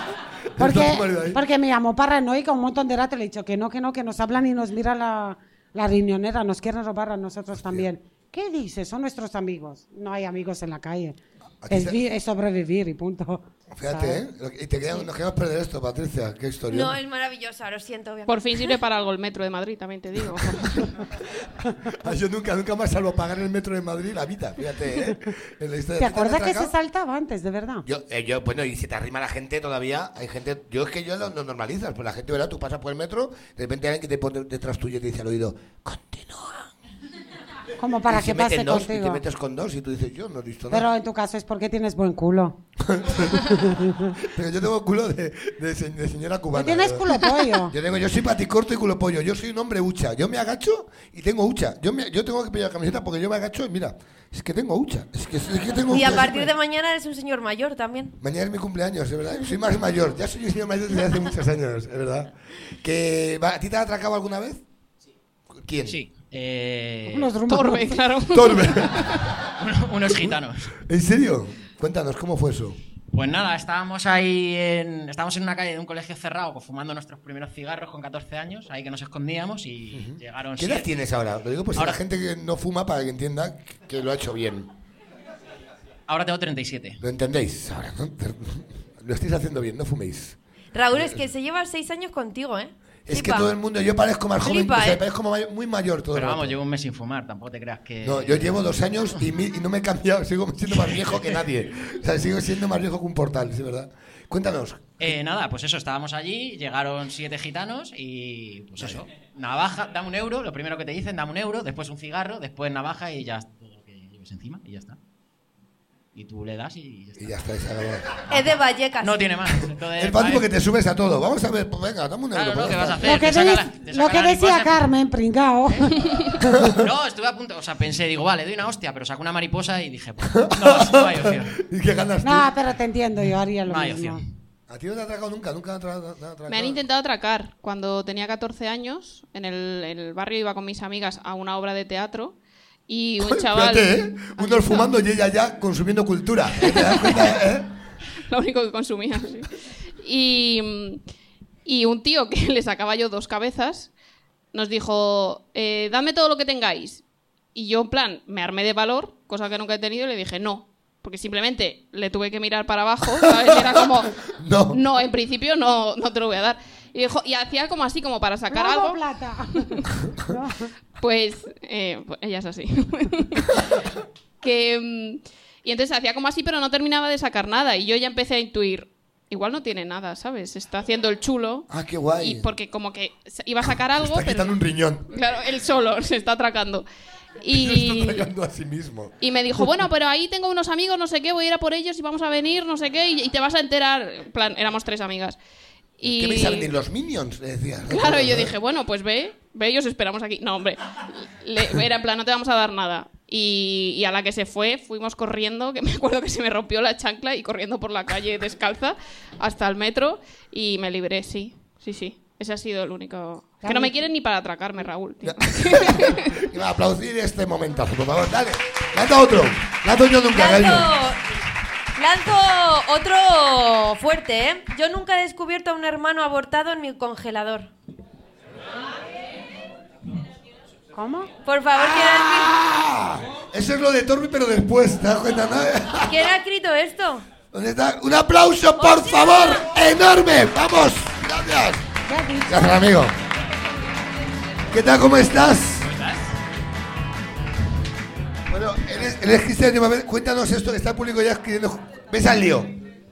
Speaker 5: Porque,
Speaker 2: tu marido ahí.
Speaker 5: porque me llamó paranoica un montón de rato y le he dicho que no, que no, que nos hablan y nos mira la, la riñonera, nos quieren robar a nosotros también. ¿Qué dices? Son nuestros amigos. No hay amigos en la calle.
Speaker 2: A ti
Speaker 5: Es,
Speaker 2: te-
Speaker 5: vi- es sobrevivir y punto.
Speaker 2: Fíjate, ¿eh? Lo que- Y te quedan, nos quedamos perder esto, Patricia. Qué historia.
Speaker 4: No, es maravillosa, lo siento. Bianca.
Speaker 6: Por fin sirve para algo el metro de Madrid, también te digo.
Speaker 2: Ah, Yo nunca, nunca más salvo pagar el metro de Madrid la vida. Fíjate, ¿eh? En la historia.
Speaker 5: ¿Te
Speaker 2: ¿A ti te
Speaker 5: acuerdas
Speaker 2: han
Speaker 5: que se
Speaker 2: atracado?
Speaker 5: saltaba antes, de verdad?
Speaker 2: Yo, eh, yo, bueno, y si te arrima la gente todavía, hay gente, yo es que yo lo, lo normalizas, pues la gente, ¿verdad? Tú pasas por el metro, de repente alguien que te pone detrás tuyo y te dice al oído, continúa.
Speaker 5: Como para
Speaker 2: y
Speaker 5: que
Speaker 2: se meten
Speaker 5: pase
Speaker 2: dos, Y te
Speaker 5: contigo.
Speaker 2: metes con dos y tú dices, yo no he visto
Speaker 5: Pero
Speaker 2: nada.
Speaker 5: en tu caso es porque tienes buen
Speaker 2: *laughs*
Speaker 5: culo.
Speaker 2: Pero yo tengo culo de, de se- de señora cubana.
Speaker 5: Tú tienes
Speaker 2: yo-
Speaker 5: culo pollo.
Speaker 2: *laughs* Yo tengo, yo soy paticorto y culo pollo, yo soy un hombre hucha, yo me agacho y tengo hucha. Yo, me- yo tengo que pillar camiseta porque yo me agacho y mira, es que tengo hucha, es que, es que tengo
Speaker 4: Y a
Speaker 2: hucha
Speaker 4: partir de
Speaker 2: siempre.
Speaker 4: mañana eres un señor mayor también.
Speaker 2: Mañana es mi cumpleaños, es verdad. Soy más mayor, ya soy un señor mayor desde hace muchos años, es verdad. Que, va, ¿A ti te han atracado alguna vez? ¿Quién?
Speaker 7: Sí. eh,
Speaker 5: Los rumanos.
Speaker 6: Torbe, *laughs* claro.
Speaker 2: Torbe.
Speaker 7: *laughs* unos gitanos.
Speaker 2: ¿En serio? Cuéntanos, ¿cómo fue eso?
Speaker 7: Pues nada, estábamos ahí en, estábamos en una calle de un colegio cerrado pues, fumando nuestros primeros cigarros con 14 años, ahí que nos escondíamos y llegaron
Speaker 2: ¿Qué edad
Speaker 7: siete-
Speaker 2: tienes ahora? Lo digo pues
Speaker 7: Ahora-
Speaker 2: la gente que no fuma para que entienda que lo ha hecho bien.
Speaker 7: Ahora tengo 37.
Speaker 2: ¿Lo entendéis? Ahora, ¿no? Lo estáis haciendo bien, no fuméis. Eh,
Speaker 4: Raúl, es que se lleva seis años contigo, ¿eh?
Speaker 2: Es que
Speaker 4: Flipa.
Speaker 2: todo el mundo, yo parezco más joven,
Speaker 4: Flipa,
Speaker 2: o sea,
Speaker 4: ¿eh?
Speaker 2: parezco ma- muy mayor todo el
Speaker 7: Pero vamos, eh,
Speaker 2: rato.
Speaker 7: llevo un mes sin fumar, tampoco te creas que.
Speaker 2: No, yo llevo dos años y, mi- y no me he cambiado, sigo siendo más viejo que nadie. O sea, sigo siendo más viejo que un portal, es verdad. Cuéntanos,
Speaker 7: Eh, nada, pues eso, estábamos allí, llegaron siete gitanos y pues eso, navaja, dame un euro, lo primero que te dicen, dame un euro, después un cigarro, después navaja y ya todo lo que
Speaker 8: Pues
Speaker 7: lleves encima y ya está. Y tú le das y ya está.
Speaker 2: y ya está, se acabó.
Speaker 4: Es de Vallecas.
Speaker 7: No tiene más.
Speaker 2: *laughs*
Speaker 7: Entonces,
Speaker 2: El pánico que
Speaker 7: vale.
Speaker 2: te subes a todo. Vamos a ver, pues venga, dame un euro.
Speaker 7: Eh, Claro, ¿no?
Speaker 2: pues
Speaker 7: ¿Qué
Speaker 2: ya
Speaker 7: vas
Speaker 5: Lo que,
Speaker 2: está.
Speaker 7: a hacer? Te saca
Speaker 5: de-
Speaker 7: la- te saca
Speaker 5: lo que
Speaker 7: la
Speaker 5: decía
Speaker 7: mariposa.
Speaker 5: Carmen, pringao.
Speaker 6: ¿Eh?
Speaker 2: *laughs*
Speaker 7: No, estuve a punto, o sea, pensé, digo, vale, doy una hostia, pero saco una mariposa y dije, pues, no, no hay opción.
Speaker 2: *laughs* ¿Y qué ganas tú?
Speaker 5: No, pero te entiendo, yo haría lo
Speaker 7: No hay
Speaker 5: mismo.
Speaker 7: opción.
Speaker 2: A ti no te ha atracado nunca, nunca te ha atracado. te ha atracado.
Speaker 6: Me han intentado atracar. Cuando tenía 14 años, en el, en el barrio iba con mis amigas a una obra de teatro y un chaval...
Speaker 2: Fíjate, ¿eh?
Speaker 6: Aquí
Speaker 2: Unos
Speaker 6: está.
Speaker 2: fumando y ella ya
Speaker 6: *laughs*
Speaker 2: consumiendo cultura. ¿Te das cuenta, eh?
Speaker 6: Lo único que consumía. sí. Y, y un tío que *laughs* le sacaba yo dos cabezas nos dijo, eh, dame todo lo que tengáis. Y yo, en plan, me armé de valor, cosa que nunca he tenido, y le dije no. Porque simplemente le tuve que mirar para abajo, ¿sabes? Y Era como,
Speaker 2: No.
Speaker 6: no, en principio no, no te lo voy a dar. Y, dijo, y hacía como así, como para sacar
Speaker 5: Robo
Speaker 6: algo.
Speaker 2: *laughs*
Speaker 5: plata.
Speaker 6: Pues eh, pues ella es así. *laughs* que, mm, y entonces hacía como así, pero no terminaba de sacar nada. Y yo ya empecé a intuir, igual no tiene nada, ¿sabes? Está haciendo el chulo.
Speaker 2: Ah, qué guay.
Speaker 6: Y porque como que se- iba a sacar
Speaker 2: *laughs* Se
Speaker 6: algo,
Speaker 2: está
Speaker 6: pero...
Speaker 2: quitando un riñón.
Speaker 6: Claro, él solo se está atracando.
Speaker 2: *laughs* Se está
Speaker 6: Y,
Speaker 2: tragando a sí mismo.
Speaker 6: y me dijo, bueno, pero ahí tengo unos amigos, no sé qué, voy a ir a por ellos y vamos a venir, no sé qué, y, y te vas a enterar. En plan, éramos tres amigas. Y...
Speaker 2: ¿Qué vais a venir los minions? Le decía.
Speaker 6: Claro, yo dije, bueno, pues ve, ve y os esperamos aquí. No, hombre, le- era en plan, no te vamos a dar nada. Y, y a la que se fue, fuimos corriendo, que *laughs* me acuerdo que se me rompió la chancla y corriendo por la calle descalza hasta el metro y me libré, sí, sí, sí. Ese ha sido el único... Que no me quieren ni para atracarme, Raúl. tío.
Speaker 2: Iba a aplaudir este momentazo, por favor, dale. Lanza otro. Lanza yo nunca, gallo.
Speaker 4: Lanzo, lanzo otro fuerte, ¿eh? Yo nunca he descubierto a un hermano abortado en mi congelador.
Speaker 5: ¿Cómo?
Speaker 4: Por favor, ¿quién ha,
Speaker 2: Ah, eso es lo de Torbi, pero después, ¿te das cuenta? no? *laughs*
Speaker 4: escri- quién ha escrito esto?
Speaker 2: ¿Dónde está? ¡Un aplauso, por favor! ¡Enorme! ¡Vamos! ¡Gracias! Gracias, amigo. ¿Qué tal? ¿Cómo estás? Bueno,
Speaker 9: eh,
Speaker 2: eres, eres Cristian Llamamed. Cuéntanos esto, que está el público ya escribiendo. ¿Ves al lío?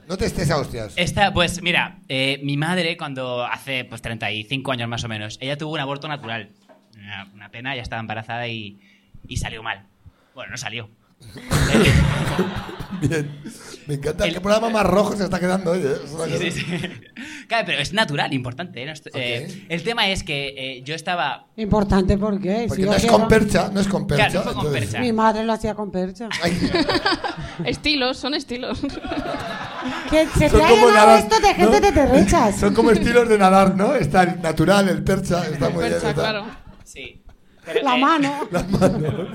Speaker 2: No te estés a hostias.
Speaker 8: Esta, pues mira, eh, mi madre cuando hace pues 35 años más o menos, ella tuvo un aborto natural. Una, una pena, ya estaba embarazada y, y salió mal. Bueno, no salió.
Speaker 2: Bien. Me encanta.
Speaker 8: El-
Speaker 2: ¿Qué programa más rojo se está quedando hoy? eh?
Speaker 8: *laughs* Sí, sí, sí. Claro, pero es natural, importante. ¿eh? No est- eh,
Speaker 2: Ok.
Speaker 8: el tema es que eh, yo estaba...
Speaker 5: Importante porque.
Speaker 2: Porque
Speaker 5: si yo
Speaker 2: no es
Speaker 5: quiero-
Speaker 2: con percha, no es con percha.
Speaker 8: Claro, no fue con
Speaker 2: entonces-
Speaker 8: percha.
Speaker 5: Mi madre lo hacía con percha.
Speaker 2: Ay,
Speaker 6: *laughs* estilos, son
Speaker 2: *laughs*
Speaker 6: estilos.
Speaker 5: Que se
Speaker 2: son
Speaker 5: te ha
Speaker 2: como
Speaker 5: llenado
Speaker 2: nadas-
Speaker 5: esto de gente
Speaker 2: ¿no?
Speaker 5: de derechas.
Speaker 2: Son como estilos de nadar, ¿no? Está el natural, el percha, está muy
Speaker 6: Percha,
Speaker 2: bien. está-
Speaker 6: claro.
Speaker 8: Sí. eh,
Speaker 5: La
Speaker 2: *laughs*
Speaker 5: mano.
Speaker 2: Las manos.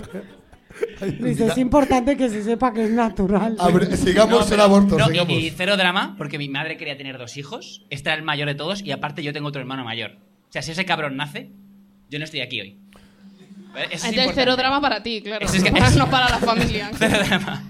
Speaker 2: Ay,
Speaker 5: Dice, es importante que se sepa que es natural.
Speaker 2: Abre- sigamos
Speaker 8: No,
Speaker 2: el
Speaker 8: pero-
Speaker 2: aborto,
Speaker 8: no, y-
Speaker 2: sigamos.
Speaker 8: y, cero drama, porque mi madre quería tener dos hijos, este era el mayor de todos, y aparte yo tengo otro hermano mayor. O sea, si ese cabrón nace, yo no estoy aquí hoy. ¿Vale? Eso es
Speaker 6: Entonces, cero
Speaker 8: importante.
Speaker 6: drama para ti, claro.
Speaker 8: Eso es que-
Speaker 6: Para- *laughs* no para
Speaker 8: *laughs*
Speaker 6: la familia.
Speaker 8: Cero drama.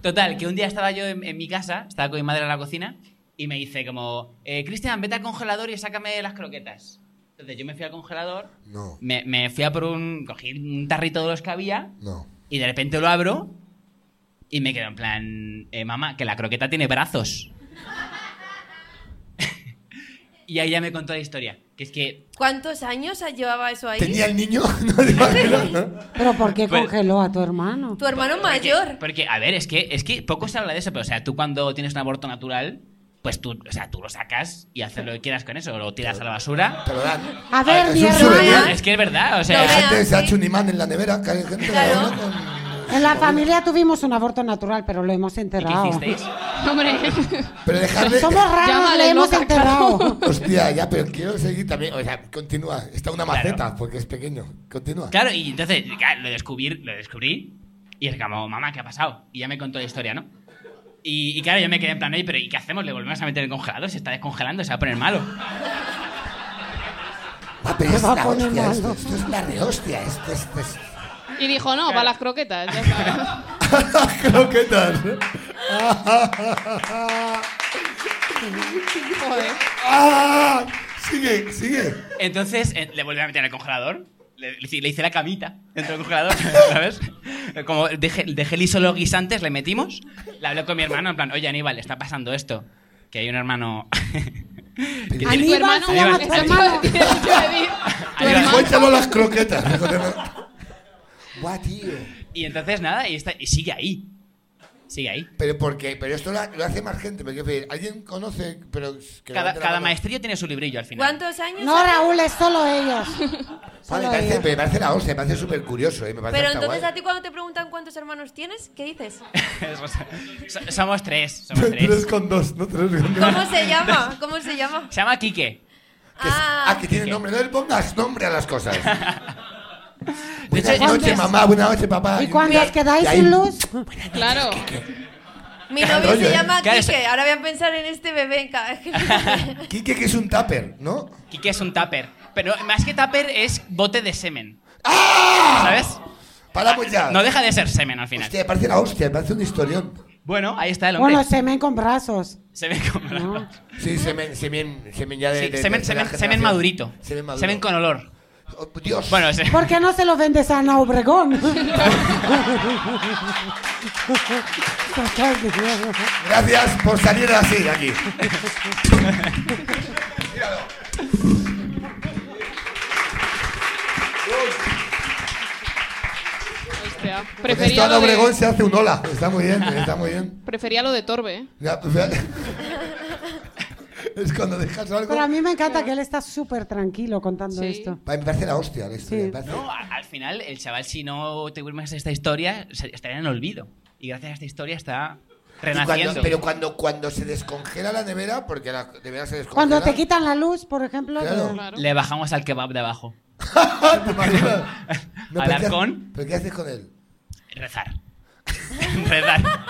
Speaker 8: Total, que un día estaba yo en, en mi casa, estaba con mi madre en la cocina, y me dice como, eh, Cristian, vete al congelador y sácame las croquetas. Entonces yo me fui al congelador,
Speaker 2: No,
Speaker 8: me, me fui a por un, cogí un tarrito de los que había,
Speaker 2: no.
Speaker 8: y de repente lo abro y me quedo en plan, eh, mamá, que la croqueta tiene brazos. *laughs* y ahí ya me contó la historia, que es que
Speaker 4: ¿Cuántos años llevaba eso ahí?
Speaker 2: ¿Tenía el niño? *laughs* No te imaginas, ¿no?
Speaker 5: Pero ¿por qué
Speaker 8: Pues-
Speaker 5: congeló a tu hermano?
Speaker 4: Tu hermano mayor.
Speaker 8: porque a ver, es que es que poco se habla de eso, pero o sea, tú cuando tienes un aborto natural, pues tú, o sea, tú lo sacas y haces lo que quieras con eso, lo tiras a la basura.
Speaker 2: Pero dan.
Speaker 5: A ver,
Speaker 2: Ah, es
Speaker 5: mi
Speaker 2: un souvenir.
Speaker 5: hermana.
Speaker 8: Es que es verdad, o
Speaker 2: Hay
Speaker 4: No,
Speaker 8: sea,
Speaker 4: vea.
Speaker 2: gente que se ha
Speaker 4: sí.
Speaker 2: hecho un imán en la nevera. que hay gente que
Speaker 4: Claro.
Speaker 2: ahora con-
Speaker 5: En la familia tuvimos un aborto natural, pero lo hemos
Speaker 8: ¿y ¿qué
Speaker 5: enterrado.
Speaker 8: hicisteis?
Speaker 6: Hombre,
Speaker 2: Pero dejarle.
Speaker 5: Somos raros, lo
Speaker 6: Llámale
Speaker 5: hemos
Speaker 6: loca,
Speaker 5: enterrado.
Speaker 2: Hostia, ya, pero quiero seguir también. O sea, continúa. Está una maceta porque es pequeño. Continúa.
Speaker 8: Claro, y entonces claro, lo, descubrí, lo descubrí y es como, mamá, ¿qué ha pasado? Y ya me contó la historia, ¿no? Y, y claro, yo me quedé en plan, oye, pero ¿y qué hacemos? ¿Le volvemos a meter en el congelador? Se está descongelando, se va a poner malo.
Speaker 2: Ah, pero
Speaker 5: Me
Speaker 2: es
Speaker 5: va a
Speaker 2: la
Speaker 5: poner
Speaker 2: hostia.
Speaker 5: malo.
Speaker 2: Esto, esto es la rehostia. Esto, esto *laughs* es.
Speaker 6: y dijo, no, para las croquetas. ya
Speaker 2: *laughs*
Speaker 6: está.
Speaker 2: Croquetas.
Speaker 6: Joder.
Speaker 2: ¡Ah! Sigue, sigue.
Speaker 8: Entonces eh, le volví a meter en el congelador. Le, le hice- le hice la camita dentro del congelador, *laughs* ¿sabes? Como dejé, dejé liso los guisantes, le metimos. Le hablé con mi hermano en plan, oye Aníbal, está pasando esto. Que hay un hermano... *laughs* que tiene-
Speaker 6: Tu
Speaker 5: Aníbal
Speaker 6: hermano.
Speaker 5: se llama tu
Speaker 6: Exacto,
Speaker 4: *laughs*
Speaker 5: hermano.
Speaker 6: te iba a
Speaker 8: *laughs*
Speaker 6: decir. Tu
Speaker 8: Aníbal.
Speaker 6: hermano.
Speaker 2: Cuéntalo las croquetas. Buah, tío.
Speaker 8: Y entonces nada, y, está, *laughs* y sigue ahí. Sigue ahí.
Speaker 2: Pero porque, pero esto la- lo, hace más gente, pero quiero decir, alguien conoce, pero es que
Speaker 8: Cada,
Speaker 2: levante la
Speaker 8: cada
Speaker 2: mano.
Speaker 8: maestrillo tiene su librillo al final.
Speaker 4: ¿Cuántos años?
Speaker 5: No, Raúl, es solo ellos.
Speaker 2: Ah, me,
Speaker 5: Solo
Speaker 2: parece,
Speaker 5: ellos.
Speaker 2: me parece la hostia, me parece súper curioso, eh, me parece
Speaker 4: Pero
Speaker 2: hasta
Speaker 4: entonces
Speaker 2: guay.
Speaker 4: a ti cuando te preguntan cuántos hermanos tienes, ¿qué dices?
Speaker 8: So- somos tres, somos tres.
Speaker 2: con dos, no tres con dos.
Speaker 4: ¿Cómo se llama? ¿Cómo se llama?
Speaker 8: Se llama Quique.
Speaker 2: Que es- ah,
Speaker 4: Ah,
Speaker 2: que tiene nombre, no le pongas nombre a las
Speaker 8: *laughs*
Speaker 2: cosas.
Speaker 8: hecho,
Speaker 2: Buenas
Speaker 8: ya-
Speaker 2: noches, mamá, buenas noches, papá.
Speaker 5: Y cuando os quedáis
Speaker 2: y ahí-
Speaker 5: sin luz,
Speaker 6: Claro.
Speaker 4: mi
Speaker 2: Qué
Speaker 4: novio
Speaker 2: rollo,
Speaker 4: se
Speaker 2: ¿eh?
Speaker 4: llama
Speaker 8: Claro,
Speaker 4: Quique.
Speaker 8: eso-
Speaker 4: Ahora voy a pensar en este bebé en *laughs* cada vez que
Speaker 2: *laughs* Quique, que es un tupper, ¿no?
Speaker 8: Quique es un tupper. Pero más que tupper es bote de semen.
Speaker 2: ¡Ah!
Speaker 8: ¿Sabes?
Speaker 2: Paramos ya.
Speaker 8: No deja de ser semen al final.
Speaker 2: Hostia, me parece la hostia, me parece un historión.
Speaker 8: Bueno, ahí está el hombre.
Speaker 5: bueno, semen con brazos.
Speaker 8: Se ve como la-
Speaker 5: No.
Speaker 2: Sí, semen, semen, semen ya de.
Speaker 8: Sí,
Speaker 2: de- de
Speaker 8: semen,
Speaker 2: tercera
Speaker 8: semen, semen
Speaker 2: generación.
Speaker 8: madurito.
Speaker 2: Semen maduro.
Speaker 8: con olor.
Speaker 2: Oh, Dios.
Speaker 6: *laughs*
Speaker 8: Bueno, se-
Speaker 5: ¿Por qué no se lo vendes a Ana Obregón?
Speaker 2: Gracias por salir así de aquí.
Speaker 6: Hostia.
Speaker 2: Con esto
Speaker 6: Prefería
Speaker 2: Ana
Speaker 6: lo,
Speaker 2: Obregón
Speaker 6: de,
Speaker 2: se hace un hola. Está muy bien, está muy bien.
Speaker 6: prefería lo de Torbe. ¿eh?
Speaker 2: Ya, o sea, es cuando dejas algo.
Speaker 5: Pero a mí me encanta que él está súper tranquilo contando
Speaker 6: Sí.
Speaker 5: esto.
Speaker 2: Va, Me parece la hostia la
Speaker 5: Sí.
Speaker 2: historia, me parece-
Speaker 8: no, a- al final, el chaval, si no te vuelves a esta historia, se- estaría en olvido. Y gracias a esta historia está
Speaker 2: Y cuando-
Speaker 8: renaciendo.
Speaker 2: pero cuando, cuando se descongela la nevera, porque la nevera se descongela.
Speaker 5: Cuando te quitan la luz, por ejemplo.
Speaker 2: Claro.
Speaker 5: de-
Speaker 6: Claro.
Speaker 8: Le bajamos al kebab de abajo.
Speaker 2: *laughs* ¿Te imaginas? No, pero ¿qué haces-
Speaker 8: Alarcón.
Speaker 2: ¿Pero qué haces con él?
Speaker 8: Rezar. Rezar. *laughs*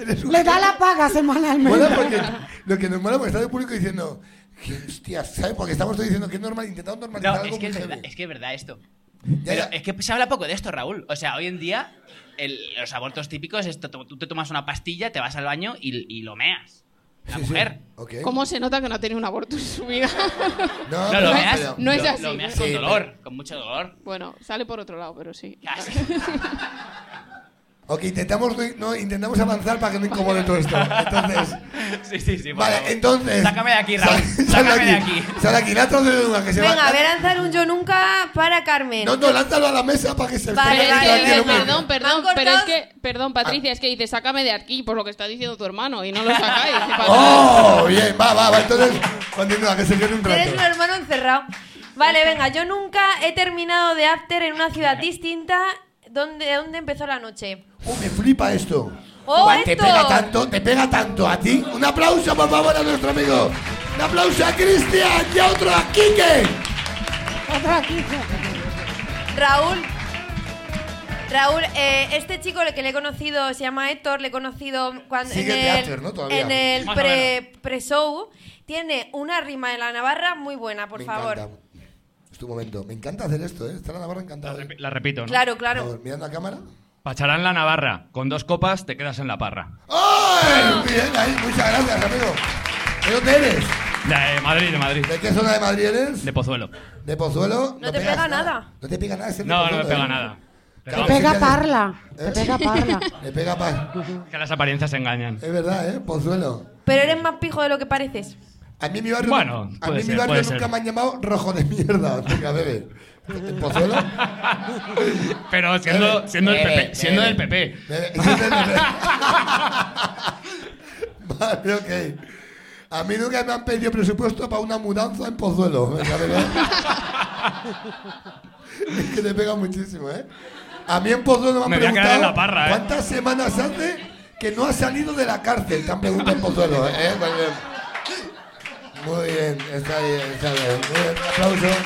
Speaker 2: *laughs*
Speaker 5: Le da la paga semanalmente.
Speaker 2: Mola porque lo que nos mola porque está el público diciendo, "Qué hostia, ¿sabes? Porque estamos todos diciendo que es normal, intentando normalizar
Speaker 8: No,
Speaker 2: algo
Speaker 8: es que
Speaker 2: muy
Speaker 8: es
Speaker 2: heavy.
Speaker 8: verdad, es que es verdad esto.
Speaker 2: Ya,
Speaker 8: Pero
Speaker 2: ya.
Speaker 8: es que se habla poco de esto, Raúl. O sea, hoy en día, el- los abortos típicos es to- tú te tomas una pastilla, te vas al baño y, y lo meas. La
Speaker 2: Sí, sí.
Speaker 8: mujer.
Speaker 2: Ok.
Speaker 6: ¿Cómo se nota que no ha tenido un aborto en su vida?
Speaker 2: *laughs* No,
Speaker 8: No, lo
Speaker 2: pero-
Speaker 8: meas,
Speaker 2: pero-
Speaker 6: no es
Speaker 8: lo-
Speaker 6: así,
Speaker 8: Lo
Speaker 6: ¿no?
Speaker 8: meas
Speaker 2: Sí,
Speaker 8: con
Speaker 2: pero-
Speaker 8: dolor, con mucho dolor.
Speaker 6: Bueno, sale por otro lado, pero sí. *laughs*
Speaker 8: Casi.
Speaker 2: Ok, intentamos, no- no, intentamos avanzar para que no incomode todo esto. Entonces,
Speaker 8: *laughs* Sí, sí, sí. por favor.
Speaker 2: vale, entonces.
Speaker 8: Sácame de aquí, Raúl.
Speaker 2: Sal-
Speaker 8: Sácame de aquí.
Speaker 2: Sal de aquí, lánzalo de una que se
Speaker 4: Venga,
Speaker 2: va.
Speaker 4: a ver, lanzar un yo nunca para Carmen.
Speaker 2: No,
Speaker 4: *laughs*
Speaker 2: no, lánzalo a la mesa para que se
Speaker 4: Vale,
Speaker 2: se-
Speaker 6: Pero,
Speaker 4: vale,
Speaker 2: se-
Speaker 6: es que-
Speaker 2: se-
Speaker 4: vale,
Speaker 2: se-
Speaker 6: perdón,
Speaker 4: Me han
Speaker 6: perdón, pero es
Speaker 4: cortado.
Speaker 6: que, perdón, Patricia,
Speaker 2: Ah.
Speaker 6: es que dice, sácame de aquí por lo que está diciendo tu hermano y
Speaker 2: *laughs*
Speaker 6: no lo sacáis.
Speaker 2: ¡Oh! Bien, va, va, va. Entonces, continúa, que se quede un
Speaker 4: Eres un
Speaker 2: rato.
Speaker 4: hermano encerrado. Vale, venga, yo nunca he terminado de after en una ciudad distinta. ¿Dónde, dónde empezó la noche?
Speaker 2: Uh, me flipa esto.
Speaker 4: ¡Oh,
Speaker 2: Guau, Te
Speaker 4: esto!
Speaker 2: pega tanto, te pega tanto a ti. Un aplauso, por favor, a nuestro amigo. Un aplauso a Cristian y a otro a Quique.
Speaker 5: Otro aquí.
Speaker 4: Raúl. Raúl, eh, este chico que le he conocido se llama Héctor, le he conocido cuando
Speaker 2: Sigue
Speaker 4: en
Speaker 2: de
Speaker 4: el,
Speaker 2: after, ¿no? Todavía.
Speaker 4: en el
Speaker 8: Más o
Speaker 4: pre, pre-show. Tiene una rima de la Navarra muy buena, por
Speaker 2: me
Speaker 4: favor.
Speaker 2: encanta. Es tu momento. Me encanta hacer esto, ¿eh? Está la Navarra encantada. ¿eh?
Speaker 10: La repito, ¿no?
Speaker 4: Claro,
Speaker 2: Por
Speaker 4: claro.
Speaker 2: favor, mirando a cámara.
Speaker 10: Pacharán la Navarra. Con dos copas te quedas en la parra.
Speaker 2: ¡Ay! Bien, ahí. Muchas gracias, amigo. ¿De dónde eres?
Speaker 10: De Madrid, de Madrid.
Speaker 2: ¿De qué zona de Madrid eres?
Speaker 10: De Pozuelo.
Speaker 2: ¿De Pozuelo?
Speaker 4: No te
Speaker 2: pegas
Speaker 4: pega nada.
Speaker 2: No te pega nada. es el de
Speaker 10: No, no me
Speaker 2: Pozuelo,
Speaker 10: pega
Speaker 2: ¿eh?
Speaker 10: nada.
Speaker 5: Te
Speaker 2: Claro,
Speaker 5: pega
Speaker 2: sí,
Speaker 5: parla. Te
Speaker 2: ¿Eh?
Speaker 5: pega
Speaker 2: *laughs*
Speaker 5: parla.
Speaker 2: Le pega pa-
Speaker 10: Que las apariencias engañan.
Speaker 2: Es verdad, ¿eh? Pozuelo.
Speaker 4: Pero eres más pijo de lo que pareces.
Speaker 2: A mí en mi barrio,
Speaker 10: Bueno,
Speaker 2: a mí
Speaker 10: puede
Speaker 2: en mi
Speaker 10: ser,
Speaker 2: barrio
Speaker 10: puede
Speaker 2: nunca
Speaker 10: ser.
Speaker 2: me han llamado rojo de mierda. Venga, bebe. ¿En Pozuelo?
Speaker 10: Pero siendo, siendo del
Speaker 2: Bebe,
Speaker 10: PP. Siendo del
Speaker 2: bebe.
Speaker 10: PP.
Speaker 2: Bebe. Siendo del PP. vale, ok. A mí nunca me han pedido presupuesto para una mudanza en Pozuelo. ¿eh? Venga, bebe. *laughs* es que te pega muchísimo, ¿eh? A mí en Pozuelo me han
Speaker 10: Me voy a
Speaker 2: preguntado
Speaker 10: quedar en la parra, ¿eh?
Speaker 2: cuántas semanas hace que no ha salido de la cárcel. Te han preguntado en Pozuelo, ¿eh? Muy bien. Muy bien, está bien, está bien. Muy bien, un eh, aplauso.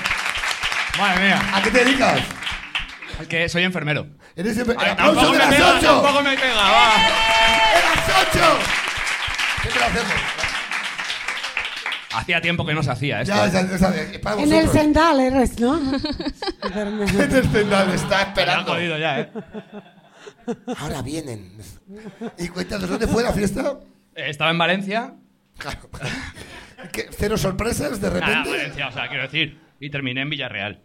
Speaker 10: Madre mía.
Speaker 2: ¿A qué te dedicas?
Speaker 10: Es que soy enfermero.
Speaker 2: Eres el...
Speaker 10: Ay,
Speaker 2: ¡Aplauso de
Speaker 10: me
Speaker 2: las
Speaker 10: pega,
Speaker 2: ocho!
Speaker 10: tampoco me pega, va.
Speaker 2: ¡De las ocho! Siempre lo hacemos.
Speaker 10: Hacía tiempo que no se hacía esto. ¿eh?
Speaker 2: Ya, ya, ya sabes. es Para
Speaker 5: En el
Speaker 2: vosotros.
Speaker 5: sendal eres,
Speaker 2: *laughs*
Speaker 5: ¿no?
Speaker 2: En el central está
Speaker 10: Me han
Speaker 2: esperando.
Speaker 10: jodido ya, ¿eh?
Speaker 2: Ahora vienen. Y cuéntanos, ¿dónde fue la fiesta?
Speaker 10: Eh, Estaba en Valencia *laughs*
Speaker 2: Claro. ¿Qué? ¿Cero sorpresas de
Speaker 10: Nada,
Speaker 2: repente?
Speaker 10: Valencia, o sea, quiero decir. Y terminé en Villarreal.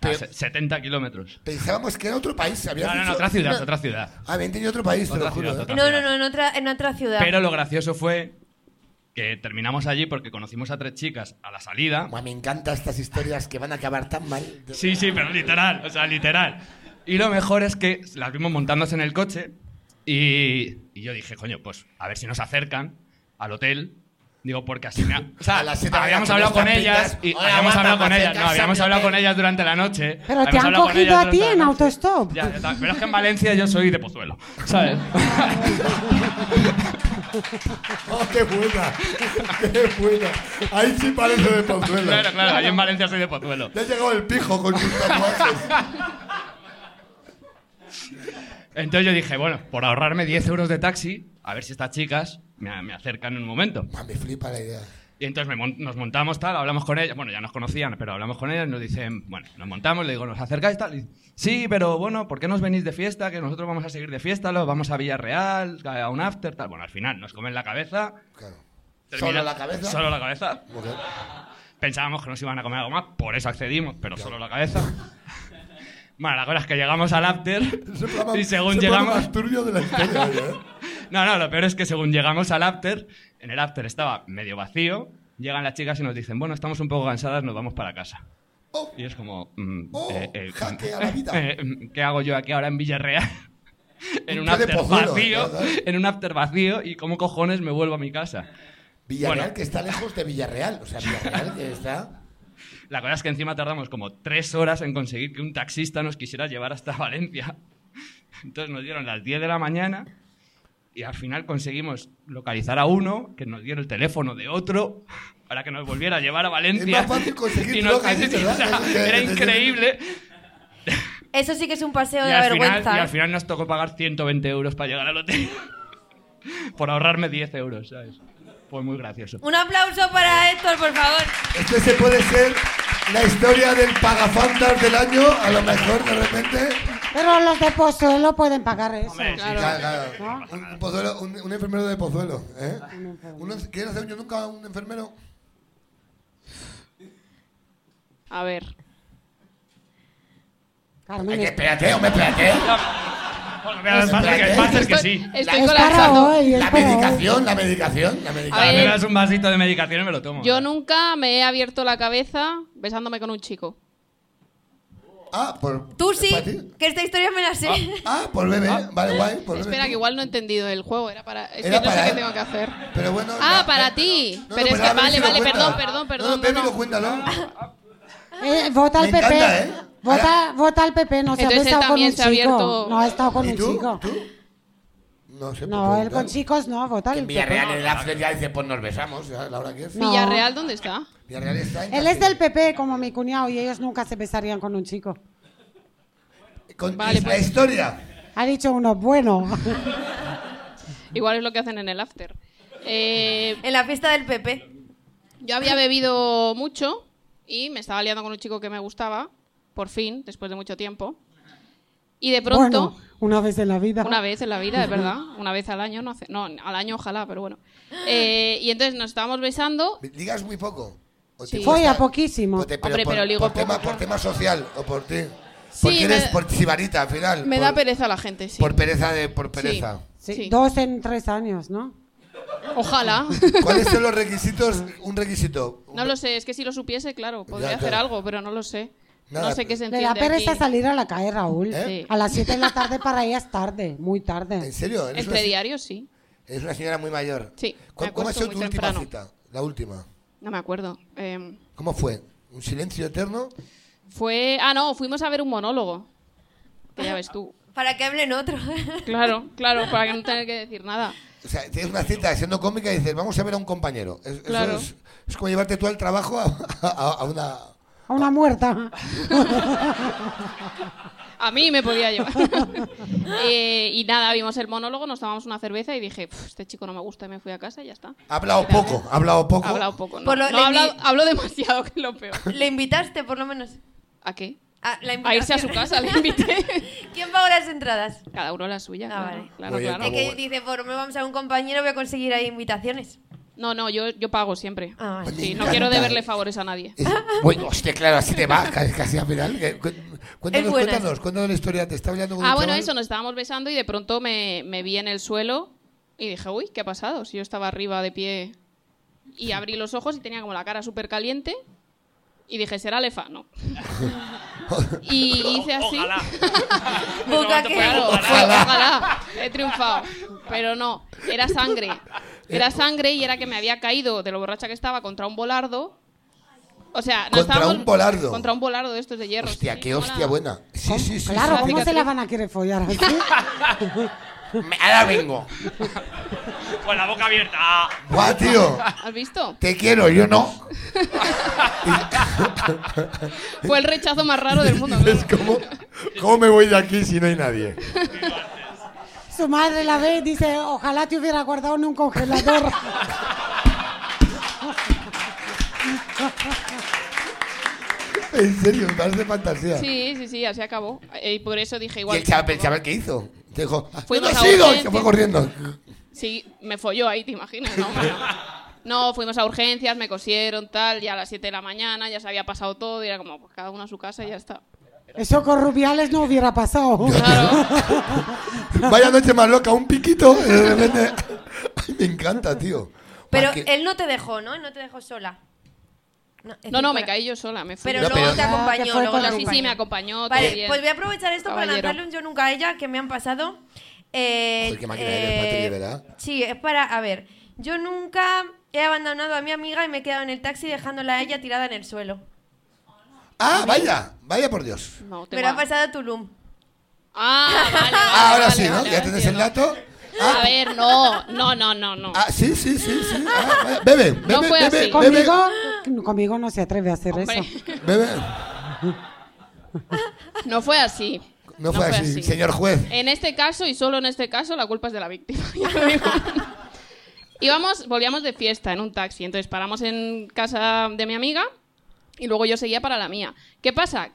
Speaker 10: A se- 70 kilómetros.
Speaker 2: Pensábamos que era otro país. habías
Speaker 10: No, no, no,
Speaker 2: dicho-
Speaker 10: otra ciudad, otra ciudad.
Speaker 2: Ah, bien, tenía otro país, te
Speaker 10: Otra
Speaker 2: lo juro.
Speaker 10: ciudad,
Speaker 2: ¿eh?
Speaker 10: otra
Speaker 4: No, no, no, en otra, en otra ciudad.
Speaker 10: Pero lo gracioso fue que terminamos allí porque conocimos a tres chicas a la salida.
Speaker 2: Buah, me encantan estas historias que van a acabar tan mal.
Speaker 10: Sí, sí, pero literal, o sea, literal. Y lo mejor es que las vimos montándose en el coche y, y yo dije, coño, pues a ver si nos acercan al hotel. Digo, porque así me ha- O sea,
Speaker 2: A las siete de la
Speaker 10: habíamos
Speaker 2: noche
Speaker 10: hablado
Speaker 2: con
Speaker 10: con ellas
Speaker 2: estampitas.
Speaker 10: y
Speaker 2: Hola,
Speaker 10: habíamos
Speaker 2: guapa,
Speaker 10: hablado con
Speaker 2: me
Speaker 10: ellas, no,
Speaker 2: acercas a
Speaker 10: habíamos
Speaker 2: mi
Speaker 10: hablado con
Speaker 2: hotel.
Speaker 10: ellas durante la noche.
Speaker 5: Pero te
Speaker 10: habíamos
Speaker 5: han
Speaker 10: hablado con
Speaker 5: cogido
Speaker 10: ellas
Speaker 5: a ti
Speaker 10: durante
Speaker 5: en
Speaker 10: la noche.
Speaker 5: autostop.
Speaker 10: Ya, ya está. pero es que en Valencia yo soy de Pozuelo, ¿sabes?
Speaker 2: ¡Oh, qué buena! ¡Qué buena! Ahí sí parece de Pozuelo.
Speaker 10: claro, claro, yo en Valencia soy de Pozuelo.
Speaker 2: Le ha llegado el pijo con sus tatuajes.
Speaker 10: Entonces yo dije, bueno, por ahorrarme 10 euros de taxi, a ver si estas chicas me, me acercan en un momento.
Speaker 2: Buah, me flipa la idea.
Speaker 10: Y entonces me mon- nos montamos tal, hablamos con ellas, bueno, ya nos conocían, pero hablamos con ellas, nos dicen, bueno, nos montamos, le digo, ¿nos acercáis tal? Y, sí, pero bueno, ¿por qué nos venís de fiesta? Que nosotros vamos a seguir de fiesta, los vamos a Villarreal, a un after, tal. Bueno, al final nos comen la cabeza.
Speaker 2: Claro.
Speaker 10: termina-
Speaker 2: ¿Solo la cabeza?
Speaker 10: Solo la cabeza.
Speaker 2: Muy bien.
Speaker 10: Pensábamos que nos iban a comer algo más, por eso accedimos, pero solo la cabeza. Bueno, la cosa es que llegamos al after
Speaker 2: Es el programa-
Speaker 10: y según
Speaker 2: es el programa
Speaker 10: llegamos...
Speaker 2: más turbio de la historia. ¿eh?
Speaker 10: *laughs* No, no, lo peor es que según llegamos al after, en el after estaba medio vacío, llegan las chicas y nos dicen, bueno, estamos un poco cansadas, nos vamos para casa.
Speaker 2: Oh.
Speaker 10: Y es como, mm,
Speaker 2: Oh,
Speaker 10: eh, eh,
Speaker 2: jaque
Speaker 10: *laughs*
Speaker 2: a la vida.
Speaker 10: eh, mm, ¿qué hago yo aquí ahora en Villarreal? *laughs* en un
Speaker 2: Qué de
Speaker 10: after
Speaker 2: pozuelo,
Speaker 10: vacío,
Speaker 2: ¿verdad?
Speaker 10: en un after vacío, y cómo cojones me vuelvo a mi casa.
Speaker 2: Villarreal,
Speaker 10: Bueno.
Speaker 2: que está lejos de Villarreal. O sea, Villarreal que está...
Speaker 10: La cosa es que encima tardamos como tres horas en conseguir que un taxista nos quisiera llevar hasta Valencia. *laughs* Entonces nos dieron las 10 de la mañana y al final conseguimos localizar a uno, que nos dieron el teléfono de otro *laughs* para que nos volviera a llevar a Valencia.
Speaker 2: Es más fácil conseguir
Speaker 10: *laughs* nos-
Speaker 2: drogas, ¿eh? ¿Verdad? *laughs*
Speaker 10: o sea, Era increíble.
Speaker 4: Eso sí que es un
Speaker 10: Y
Speaker 4: paseo de la
Speaker 10: al, final,
Speaker 4: vergüenza.
Speaker 10: y
Speaker 6: ¿eh?
Speaker 10: al final nos tocó pagar 120 euros para llegar al hotel. *laughs* Por ahorrarme 10 euros, ¿sabes? Fue muy gracioso.
Speaker 4: Un aplauso para Héctor, por favor.
Speaker 2: Este se puede ser la historia del pagafantas del año, a lo mejor de repente.
Speaker 5: Pero los de Pozuelo pueden pagar eso.
Speaker 10: Hombre, sí.
Speaker 2: Claro, claro. Un, un pozuelo- un- un enfermero de Pozuelo. ¿eh? Uno- ¿Quieres hacer un yo nunca a un enfermero?
Speaker 6: A ver.
Speaker 5: Carmen,
Speaker 2: Ay, que espérate, hombre, espérate.
Speaker 10: Bueno, voy a dar- va a ser que- va a ser que sí.
Speaker 6: Estoy
Speaker 5: es para
Speaker 6: colapsando.
Speaker 5: hoy, es
Speaker 2: La
Speaker 5: para hoy.
Speaker 2: medicación, la medicación, la medicación.
Speaker 6: A
Speaker 10: Me
Speaker 6: ver.
Speaker 10: das un vasito de medicación y me lo tomo.
Speaker 6: Yo nunca me he abierto la cabeza besándome con un chico.
Speaker 2: Ah, por.
Speaker 4: Tú
Speaker 2: ¿es para
Speaker 4: sí,
Speaker 2: ti?
Speaker 4: que esta historia me la sé. *laughs*
Speaker 2: Ah, por bebé. Vale, guay. Por bebé.
Speaker 6: Espera, que igual no he entendido el juego. Era para. Es
Speaker 2: Era
Speaker 6: que no sé
Speaker 2: para
Speaker 6: qué
Speaker 2: él.
Speaker 6: tengo que hacer.
Speaker 2: Pero bueno.
Speaker 6: Ah,
Speaker 2: la-
Speaker 6: para
Speaker 2: la-
Speaker 6: ti.
Speaker 2: No, no,
Speaker 6: pero es que.
Speaker 2: a ver
Speaker 6: Vale,
Speaker 2: si lo
Speaker 6: vale,
Speaker 2: cuenta.
Speaker 6: perdón, perdón, perdón.
Speaker 2: No, no, Pepi,
Speaker 6: no, no.
Speaker 2: lo cuéntalo.
Speaker 5: Eh, vota
Speaker 2: Me
Speaker 5: al PP.
Speaker 2: encanta, ¿eh?
Speaker 5: Vota, vota al PP, no se ha
Speaker 6: Entonces él
Speaker 5: besado con
Speaker 6: también
Speaker 5: un
Speaker 6: se ha abierto-
Speaker 5: chico. No ha estado con
Speaker 2: ¿Y
Speaker 5: un
Speaker 2: tú?
Speaker 5: chico.
Speaker 2: ¿Tú? No
Speaker 5: No,
Speaker 2: sé. pues,
Speaker 5: él con
Speaker 2: preguntar.
Speaker 5: chicos no, vota al
Speaker 2: Que en
Speaker 5: PP.
Speaker 2: Villarreal en el after ya dice, pues nos besamos, ya, la hora que es.
Speaker 5: No.
Speaker 6: Villarreal, ¿dónde está?
Speaker 2: Villarreal está en
Speaker 5: Él es
Speaker 2: Cáceres.
Speaker 5: del PP como mi cuñado y ellos nunca se besarían con un chico.
Speaker 2: Con
Speaker 6: Vale,
Speaker 2: es la
Speaker 6: pues.
Speaker 2: historia.
Speaker 5: Ha dicho uno, bueno.
Speaker 6: Igual es lo que hacen en el after. Eh,
Speaker 4: En la fiesta del PP.
Speaker 6: yo había bebido mucho y me estaba liando con un chico que me gustaba, por fin, después de mucho tiempo. Y de pronto,
Speaker 5: Bueno, una vez en la vida.
Speaker 6: una vez en la vida, es verdad, una vez al año, no hace, no, al año ojalá, pero bueno. Eh, y entonces nos estábamos besando
Speaker 2: Ligas muy poco. O te
Speaker 6: Sí.
Speaker 5: Fue
Speaker 2: cuesta-
Speaker 5: a poquísimo.
Speaker 2: o te-
Speaker 6: Hombre, pero ligo
Speaker 2: por
Speaker 6: poco,
Speaker 2: Tema,
Speaker 6: claro.
Speaker 2: Por tema social o por ti.
Speaker 6: Sí,
Speaker 2: Porque
Speaker 6: me
Speaker 2: eres
Speaker 6: da-
Speaker 2: por sibarita al final.
Speaker 6: Me
Speaker 2: por,
Speaker 6: da pereza la gente, sí.
Speaker 2: Por pereza de. Por pereza.
Speaker 5: Sí,
Speaker 6: Sí.
Speaker 5: Dos en tres años, ¿no?
Speaker 6: *laughs* Ojalá.
Speaker 2: ¿Cuáles son los requisitos? Un requisito.
Speaker 6: No lo sé, es que si lo supiese, claro, podría
Speaker 2: Ya,
Speaker 6: hacer
Speaker 2: claro.
Speaker 6: algo, pero no lo sé.
Speaker 2: Nada,
Speaker 6: no sé qué se
Speaker 5: Le
Speaker 6: entiende
Speaker 5: da pereza
Speaker 6: aquí.
Speaker 5: salir a la calle, Raúl.
Speaker 2: ¿Eh?
Speaker 6: Sí.
Speaker 5: A las 7 de la tarde para ella es tarde, muy
Speaker 2: ¿En
Speaker 5: tarde.
Speaker 2: serio? Eres una,
Speaker 6: Entre diarios, sí.
Speaker 2: eres una señora muy mayor.
Speaker 6: Sí, me
Speaker 2: ¿Cu- ¿Cómo ha
Speaker 6: acuesto
Speaker 2: sido
Speaker 6: muy
Speaker 2: tu última
Speaker 6: temprano.
Speaker 2: cita? La última.
Speaker 6: No me acuerdo. Eh,
Speaker 2: ¿Cómo fue? ¿Un silencio eterno?
Speaker 6: fue... Ah, no, fuimos a ver un monólogo. Que ya ves tú.
Speaker 4: Para que hablen otro.
Speaker 6: Claro, claro, para que no tener que decir nada.
Speaker 2: O sea, tienes una cita siendo cómica y dices, vamos a ver a un compañero. Es, eso
Speaker 6: Claro.
Speaker 2: es, es como llevarte tú al trabajo a, a- a una...
Speaker 5: A una muerta.
Speaker 6: A mí me podía llevar. *laughs* Eh, y nada, vimos el monólogo, nos tomamos una cerveza y dije, "Pf, este chico no me gusta y me fui a casa y ya está.
Speaker 2: Ha hablado poco, ha hablado poco.
Speaker 6: Ha hablado poco, ¿no?
Speaker 4: Por lo-
Speaker 6: No,
Speaker 4: le
Speaker 6: ha hablado-
Speaker 4: di-
Speaker 6: habló demasiado, que es lo peor.
Speaker 4: Le invitaste, por lo menos.
Speaker 6: ¿A qué?
Speaker 4: A, Ah, la
Speaker 6: A irse a
Speaker 4: invitación.
Speaker 6: su casa, le invité.
Speaker 4: *laughs* ¿Quién pagó las entradas?
Speaker 6: Cada uno la suya.
Speaker 4: Ah,
Speaker 6: claro,
Speaker 4: vale.
Speaker 6: claro,
Speaker 2: Oye,
Speaker 6: claro.
Speaker 4: Es
Speaker 2: ¿cómo?
Speaker 4: que dice, por me vamos a un compañero, voy a conseguir ahí invitaciones.
Speaker 6: No, no, yo, yo pago siempre.
Speaker 4: Ah, vale.
Speaker 6: Sí,
Speaker 2: Me
Speaker 6: no quiero
Speaker 2: encanta.
Speaker 6: deberle favores a nadie.
Speaker 2: Es- bueno, hostia, claro, así te vas casi, casi al final. Que- cu- Cuéntanos,
Speaker 4: Es buena.
Speaker 2: cuéntanos, cuéntanos la historia. Te está hablando con
Speaker 6: Ah,
Speaker 2: un
Speaker 6: bueno,
Speaker 2: chaval.
Speaker 6: eso, nos estábamos besando y de pronto me, me vi en el suelo y dije, uy, ¿qué ha pasado? Si yo estaba arriba de pie y abrí los ojos y tenía como la cara súper caliente y dije, será
Speaker 2: *laughs*
Speaker 6: Lefano. y hice así. *laughs*
Speaker 10: Ojalá.
Speaker 4: Bucaque.
Speaker 6: Claro,
Speaker 10: Ojalá.
Speaker 6: fue, ojalá, he triunfado. Pero no, era sangre. Era sangre y era que me había caído de lo borracha que estaba contra un volardo. O sea, no
Speaker 2: Contra
Speaker 6: estábamos-
Speaker 2: un volardo.
Speaker 6: Contra un volardo de estos de hierro.
Speaker 2: Hostia,
Speaker 6: sí,
Speaker 2: qué
Speaker 6: mola.
Speaker 2: hostia buena. Sí, sí, sí.
Speaker 5: Claro, ¿cómo
Speaker 6: sí.
Speaker 5: se
Speaker 6: Cicatriz.
Speaker 5: la van a querer follar así?
Speaker 6: *laughs*
Speaker 2: Me- Ahora *laughs* vengo.
Speaker 10: Con la boca abierta.
Speaker 2: Buah, tío.
Speaker 6: ¿Has visto?
Speaker 2: Te quiero, yo no.
Speaker 6: Fue el rechazo más raro del mundo. claro.
Speaker 2: Es como, ¿cómo me voy de aquí si no hay nadie?
Speaker 5: Su madre la ve y dice, ojalá te hubiera guardado en un congelador.
Speaker 2: En serio, me parece fantasía.
Speaker 6: Sí, sí, sí, así acabó. Eh, Y por eso dije
Speaker 2: ¿Y
Speaker 6: igual.
Speaker 2: el chaval, el chaval qué hizo? Te dijo, ¡Yo no
Speaker 6: Fuimos a
Speaker 2: he sido! Y se
Speaker 6: urgencias.
Speaker 2: fue corriendo. *laughs*
Speaker 6: Sí, me folló ahí, te imaginas. No, Hombre, no. No, fuimos a urgencias, me cosieron, tal, ya a las 7 de la mañana, ya se había pasado todo y era como, pues cada uno a su casa y ya está.
Speaker 5: Eso con Rubiales no hubiera pasado.
Speaker 6: Claro,
Speaker 2: Vaya noche más loca, un piquito. y de repente... Ay, me encanta, tío.
Speaker 4: Pero
Speaker 2: Buah,
Speaker 6: eh,
Speaker 2: que-
Speaker 4: él no te dejó, ¿no? Él no te dejó sola. es
Speaker 6: no, no, me
Speaker 4: decir,
Speaker 6: caí yo sola, me fui.
Speaker 4: Pero
Speaker 2: No,
Speaker 4: luego
Speaker 2: pero-
Speaker 4: te
Speaker 5: Ah, que
Speaker 4: acompañó.
Speaker 5: fue
Speaker 4: luego
Speaker 5: con
Speaker 4: te
Speaker 5: la-
Speaker 6: sí, sí, me acompañó. todo
Speaker 4: Vale,
Speaker 6: bien.
Speaker 4: pues voy a aprovechar esto
Speaker 6: Caballero.
Speaker 4: para lanzarle un yo nunca a ella que me han pasado. Eh,
Speaker 2: Joder, qué máquina eres, Patri, de verdad.
Speaker 4: Sí, es para, a ver, yo nunca he abandonado a mi amiga y me he quedado en el taxi dejándola a ella tirada en el suelo.
Speaker 2: Ah, vaya, vaya por Dios.
Speaker 6: No,
Speaker 4: Me lo
Speaker 6: tengo-
Speaker 4: ha pasado Tulum.
Speaker 6: Ah, vale, vale,
Speaker 2: Ah, ahora
Speaker 6: vale,
Speaker 2: sí, ¿no?
Speaker 6: vale,
Speaker 2: Ya
Speaker 6: ahora
Speaker 2: tienes
Speaker 6: sí,
Speaker 2: el
Speaker 6: ¿no?
Speaker 2: dato.
Speaker 6: A
Speaker 2: Ah,
Speaker 6: ver, no, no, no, no, no.
Speaker 2: ah, sí, sí, sí, sí. Ah, vaya. Bebe, bebe,
Speaker 6: No fue
Speaker 2: bebe,
Speaker 6: así.
Speaker 2: bebe.
Speaker 5: Conmigo, conmigo no se atreve a hacer
Speaker 6: Hombre,
Speaker 5: eso.
Speaker 2: Bebe.
Speaker 6: no fue así.
Speaker 2: No fue así, señor juez.
Speaker 6: En este caso, y solo en este caso, la culpa es de la víctima. *laughs* ya lo digo. Íbamos, volvíamos de fiesta en un taxi, entonces paramos en casa de mi amiga y luego yo seguía para la mía. ¿Qué pasa?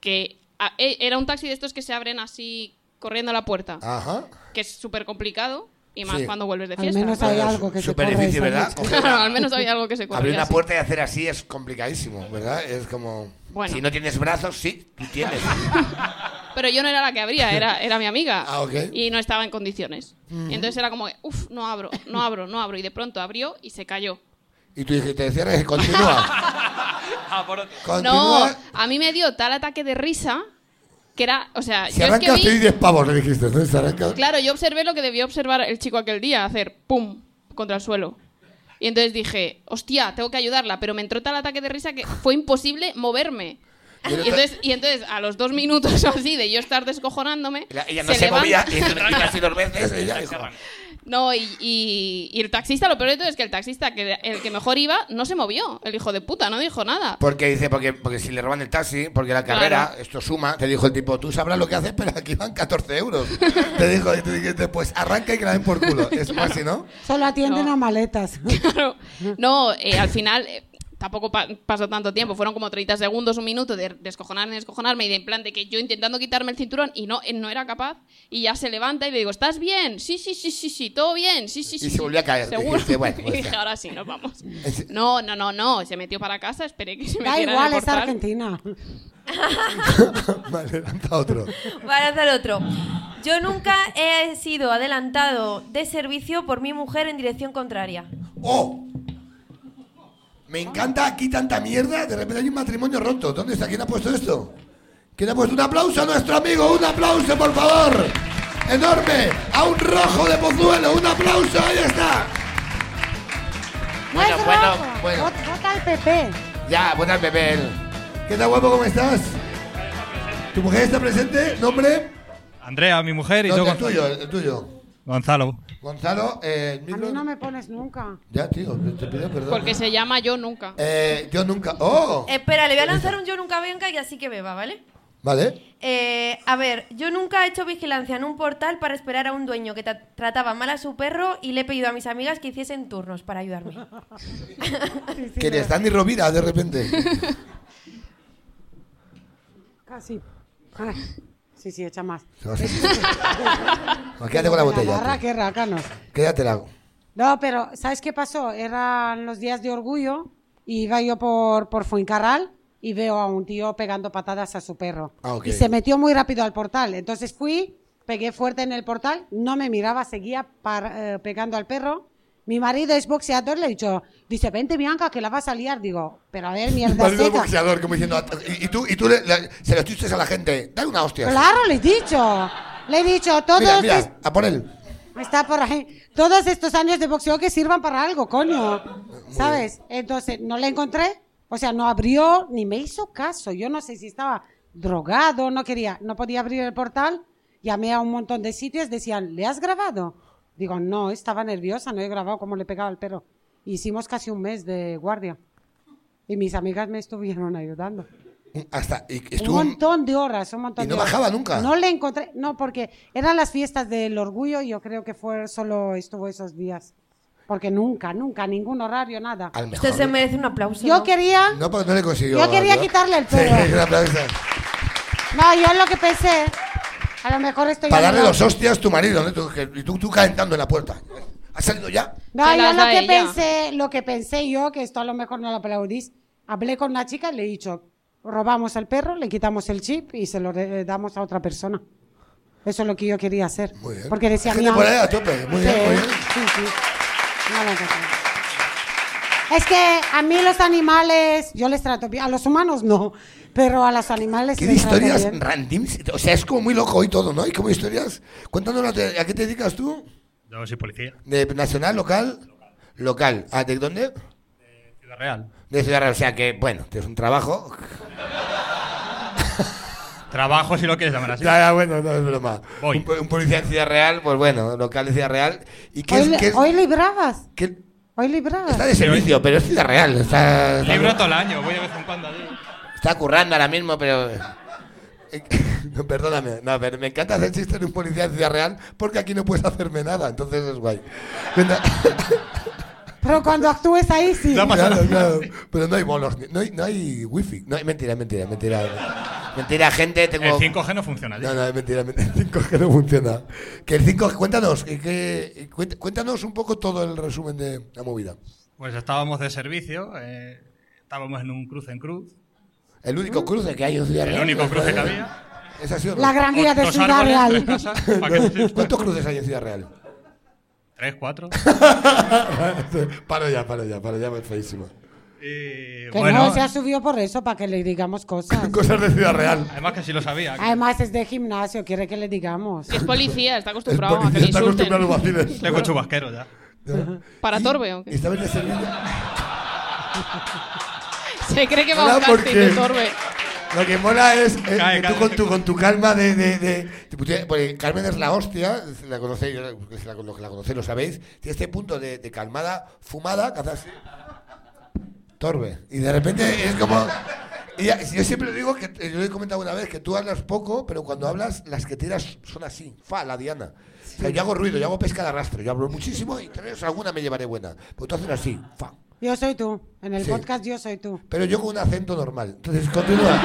Speaker 6: Que a- e- era un taxi de estos que se abren así corriendo a la puerta,
Speaker 2: Ajá.
Speaker 6: que es súper complicado y más
Speaker 2: Sí.
Speaker 6: cuando vuelves de
Speaker 5: Al
Speaker 6: fiesta.
Speaker 5: menos hay algo que se
Speaker 2: Súper
Speaker 5: corra
Speaker 2: difícil,
Speaker 5: esa
Speaker 2: ¿verdad?
Speaker 5: noche.
Speaker 2: Coger
Speaker 6: Claro,
Speaker 2: una-
Speaker 6: al menos había algo que se corría.
Speaker 2: Abrir una
Speaker 6: así.
Speaker 2: puerta y hacer así es complicadísimo, ¿verdad? Es como...
Speaker 6: Bueno.
Speaker 2: Si no tienes brazos, sí, tú tienes.
Speaker 6: Pero yo no era la que abría,
Speaker 2: *laughs*
Speaker 6: era, era mi amiga.
Speaker 2: Ah, ok.
Speaker 6: Y no estaba en condiciones. Entonces era como, uff, no abro, no abro, no abro. Y de pronto abrió y se cayó.
Speaker 2: Y tú dijiste, cierres y *laughs* continúa.
Speaker 6: No,
Speaker 10: Ah,
Speaker 2: continúa.
Speaker 6: a mí me dio tal ataque de risa que era, o sea,
Speaker 2: Si
Speaker 6: yo es que
Speaker 2: arrancas,
Speaker 6: vi-
Speaker 2: te doy 10 pavos, le dijiste, ¿no? Si arrancas...
Speaker 6: claro, yo observé lo que debió observar el chico aquel día, hacer pum contra el suelo. Y entonces dije, hostia, tengo que ayudarla, pero me entró tal ataque de risa que fue imposible moverme. Y
Speaker 2: Pero-
Speaker 6: entonces, y entonces, a los dos minutos *laughs* o así de yo estar descojonándome,
Speaker 2: La- Ella no se,
Speaker 6: levanta-
Speaker 2: movía y se casi dos veces. y ya dijo,
Speaker 6: No, y, y- y el taxista, lo peor de todo es que el taxista, que el que mejor iba, no se movió. El hijo de puta no dijo nada.
Speaker 2: Porque dice, porque, porque si le roban el taxi, porque la carrera,
Speaker 6: Claro.
Speaker 2: esto suma, te dijo el tipo, tú sabrás lo que haces, pero aquí van
Speaker 6: *laughs*
Speaker 2: 14 euros. te dijo, y tú dijiste, pues arranca y que la den por culo. Es más, si no. *laughs*
Speaker 5: Solo atienden
Speaker 6: No.
Speaker 5: a
Speaker 6: *laughs*
Speaker 5: maletas.
Speaker 6: Claro. No, eh, al final eh, tampoco pa- pasó tanto tiempo. Fueron como 30 segundos, un minuto de descojonarme, descojonarme y de en plan de que yo intentando quitarme el cinturón y no, eh, no era capaz. Y ya se levanta y le digo, ¿estás bien? Sí, sí, sí, sí, sí, todo bien. Sí, sí, sí.
Speaker 2: se
Speaker 6: sí.
Speaker 2: volvió a caer.
Speaker 6: Seguro. *laughs*
Speaker 2: Dijiste, bueno, pues
Speaker 6: y dije,
Speaker 2: ya.
Speaker 6: ahora sí, nos vamos.
Speaker 2: Es-
Speaker 6: No, no, no, no. Se metió para casa, esperé que se
Speaker 5: Da
Speaker 6: metiera en
Speaker 5: igual,
Speaker 6: el
Speaker 5: es
Speaker 6: portal.
Speaker 5: Argentina.
Speaker 2: vale, lanza otro.
Speaker 4: Va a lanzar otro. Yo nunca he sido adelantado de servicio por mi mujer en dirección contraria.
Speaker 2: ¡Oh! Me encanta aquí tanta mierda, de repente hay un matrimonio roto. ¿Dónde está? ¿Quién ha puesto esto? ¿Quién ha puesto? Un aplauso a nuestro amigo, un aplauso, por favor. Enorme, a un rojo de Pozuelo, un aplauso, ahí está.
Speaker 5: no
Speaker 2: Bueno,
Speaker 5: es
Speaker 2: bueno,
Speaker 5: rojo.
Speaker 2: bueno.
Speaker 5: Vot- Vota al PP.
Speaker 2: Ya, buenas bebé. ¿Qué tal, guapo? ¿Cómo estás? ¿Tu mujer está presente? ¿Nombre?
Speaker 11: Andrea, mi mujer, y
Speaker 2: No,
Speaker 11: yo
Speaker 2: el
Speaker 11: Gonzalo.
Speaker 2: tuyo, el tuyo.
Speaker 11: Gonzalo.
Speaker 2: Gonzalo, eh, el
Speaker 5: A
Speaker 2: micro-
Speaker 5: mí no me pones nunca.
Speaker 2: Ya, tío, te pido perdón.
Speaker 6: Porque se llama yo nunca.
Speaker 2: Eh, yo nunca... ¡Oh!
Speaker 4: Espera, le voy a lanzar un yo nunca venga y así que beba, ¿vale?
Speaker 2: Vale.
Speaker 4: Eh, a ver, yo nunca he hecho vigilancia en un portal para esperar a un dueño que tra- trataba mal a su perro y le he pedido a mis amigas que hiciesen turnos para
Speaker 2: *laughs*
Speaker 4: ayudarme.
Speaker 2: que eres Dani Rovira,
Speaker 5: *laughs*
Speaker 2: de repente.
Speaker 5: Casi. Ay, Sí, sí, echa más.
Speaker 2: *laughs* No, quédate con la
Speaker 5: La
Speaker 2: botella.
Speaker 5: barra
Speaker 2: tío.
Speaker 5: que rácanos.
Speaker 2: Quédatela.
Speaker 5: No, pero ¿sabes qué pasó? Eran los días de orgullo y iba yo por, por Fuencarral y veo a un tío pegando patadas a su perro.
Speaker 2: Ah, ok.
Speaker 5: Y se metió muy rápido al portal. Entonces fui, pegué fuerte en el portal, no me miraba, seguía par- eh, pegando al perro. Mi marido es boxeador, le he dicho, dice, vente Bianca, que la vas a liar. Digo, pero a ver, mierda
Speaker 2: *laughs* Marido
Speaker 5: seca.
Speaker 2: boxeador, como diciendo. Y, y tú, y tú le- le- se lo chuches a la gente. Dale una hostia.
Speaker 5: Claro, le he dicho. Le he dicho, todos
Speaker 2: Mira,
Speaker 5: es-
Speaker 2: mira, a por él.
Speaker 5: Está por ahí. Todos estos años de boxeo que sirvan para algo, coño. ¿Sabes? Entonces, no le encontré. O sea, no abrió ni me hizo caso. Yo no sé si estaba drogado, no quería, no podía abrir el portal. Llamé a un montón de sitios, decían, ¿le has grabado? Digo, no, estaba nerviosa, no he grabado cómo le pegaba el perro. Hicimos casi un mes de guardia. Y mis amigas me estuvieron ayudando.
Speaker 2: Hasta. Y
Speaker 5: Un
Speaker 2: estuvo.
Speaker 5: montón de horas, un montón
Speaker 2: Y no
Speaker 5: de horas.
Speaker 2: bajaba nunca.
Speaker 5: No le encontré, no, porque eran las fiestas del orgullo y yo creo que fue solo estuvo esos días. Porque nunca, nunca, ningún horario, nada.
Speaker 2: Al mejor.
Speaker 4: Usted se merece un aplauso.
Speaker 5: Yo
Speaker 4: ¿no?
Speaker 5: quería,
Speaker 2: No, porque no le consiguió.
Speaker 5: Yo quería
Speaker 2: ¿no?
Speaker 5: quitarle el pelo.
Speaker 2: Sí, *laughs* un aplauso.
Speaker 5: no, yo lo que pensé, a lo mejor estoy...
Speaker 2: Para darle
Speaker 5: hablando-
Speaker 2: los hostias a tu marido, ¿no? Tú, que- y tú, tú calentando en la puerta. ¿Has salido ya?
Speaker 5: No,
Speaker 6: Se
Speaker 5: yo
Speaker 6: las
Speaker 5: lo
Speaker 6: da
Speaker 5: que
Speaker 6: ella.
Speaker 5: pensé, lo que pensé yo, que esto a lo mejor no lo aplaudís, hablé con una chica y le he dicho, robamos al perro, le quitamos el chip y se lo re- damos a otra persona. Eso es lo que yo quería hacer.
Speaker 2: Muy bien.
Speaker 5: Porque decía,
Speaker 2: Hay gente
Speaker 5: mira,
Speaker 2: por ahí a tope. Muy bien,
Speaker 5: Sí,
Speaker 2: muy bien.
Speaker 5: sí, sí. No lo encontré. Es que a mí los animales, yo les trato bien, a los humanos no, pero a los animales
Speaker 2: ¿Qué de
Speaker 5: les trato
Speaker 2: historias
Speaker 5: bien.
Speaker 2: random? O sea, es como muy loco hoy todo, ¿no? Hay como historias. Cuéntanos, ¿a qué te dedicas tú?
Speaker 11: Yo soy policía.
Speaker 2: ¿De nacional, local? Local. Ah, ¿De dónde?
Speaker 11: Ciudad Real.
Speaker 2: De Ciudad Real. O sea que, bueno, es un trabajo.
Speaker 11: *laughs* Trabajo si lo quieres
Speaker 2: *laughs*
Speaker 11: llamar así.
Speaker 2: Ya, ya, bueno, no es broma.
Speaker 11: Voy.
Speaker 2: Un, po- un policía en Ciudad Real, pues bueno, local de Ciudad Real. ¿Y qué
Speaker 5: Hoy,
Speaker 2: es,
Speaker 5: li-
Speaker 2: qué es-
Speaker 5: hoy librabas,
Speaker 2: qué-
Speaker 5: hoy librabas.
Speaker 2: Está de servicio, pero es Ciudad Real. Está, está-
Speaker 11: Libro todo el año, voy de vez en cuando allí.
Speaker 2: está currando ahora mismo, pero. eh, *laughs* No, perdóname, no, pero me encanta hacer chistes de un policía en Ciudad Real porque aquí no puedes hacerme nada, entonces es guay.
Speaker 11: *laughs*
Speaker 2: Venga.
Speaker 5: Pero cuando actúes ahí sí.
Speaker 2: Claro, claro. Pero no hay bolos, ni- no hay, no hay wifi. No, hay- mentira, mentira, mentira. Mentira, gente,
Speaker 11: El
Speaker 2: tengo.
Speaker 11: 5G no funciona allí.
Speaker 2: No, no, es mentira, es mentira. *laughs* El 5G no funciona. Que el 5G, cuéntanos, eh, que- cuént- cuéntanos un poco todo el resumen de la movida.
Speaker 11: Pues estábamos de servicio, eh, estábamos en un cruce en cruz.
Speaker 2: El único cruce que hay en Ciudad
Speaker 11: El
Speaker 2: Real.
Speaker 11: único cruce que había.
Speaker 2: Esa ha sido.
Speaker 5: La gran vía de
Speaker 11: Dos
Speaker 5: Ciudad
Speaker 11: árboles,
Speaker 5: Real.
Speaker 11: tres
Speaker 5: *laughs*
Speaker 11: casas, ¿para qué decir?
Speaker 2: ¿Cuántos cruces hay en Ciudad Real?
Speaker 11: Tres, cuatro.
Speaker 2: *laughs* paro ya, paro ya, paro ya, es feísimo.
Speaker 11: Y,
Speaker 5: Que
Speaker 11: Eh, bueno,
Speaker 5: no se ha subido por eso, para que le digamos cosas.
Speaker 2: *laughs* Cosas de Ciudad Real.
Speaker 11: además que sí lo sabía.
Speaker 5: Además es de gimnasio, quiere que le digamos.
Speaker 6: Es policía, está
Speaker 2: El
Speaker 6: acostumbrado a que
Speaker 2: policía
Speaker 6: le
Speaker 2: está acostumbrado a los
Speaker 6: insulten.
Speaker 2: vaciles.
Speaker 11: Tengo chubasquero ya.
Speaker 6: Para
Speaker 2: Y-
Speaker 6: Torbe, ¿o qué?
Speaker 2: Y estabais de servicio.
Speaker 6: *laughs* Se cree que va a un
Speaker 2: Ahora, ¿por
Speaker 6: casting de
Speaker 2: qué?
Speaker 6: Torbe.
Speaker 2: Lo que mola es eh,
Speaker 11: Cae,
Speaker 2: que tú
Speaker 11: cae.
Speaker 2: con tu, con tu calma de... de, de- te putea- porque Carmen es la hostia, la conocéis, si la, lo que la conocéis lo sabéis, tiene este punto de, de calmada, fumada, que hace así, torbe. Y de repente es como... y ya- yo siempre digo que, eh, yo lo he comentado una vez, que tú hablas poco, pero cuando hablas, las que tiras son así, fa, la diana. O sea, yo hago ruido, yo hago pesca de arrastre, yo hablo muchísimo y tres alguna me llevaré buena. Pero tú haces así, fa.
Speaker 5: Yo soy tú. En el
Speaker 2: Sí.
Speaker 5: podcast yo soy tú.
Speaker 2: Pero yo con un acento normal. Entonces, continúa.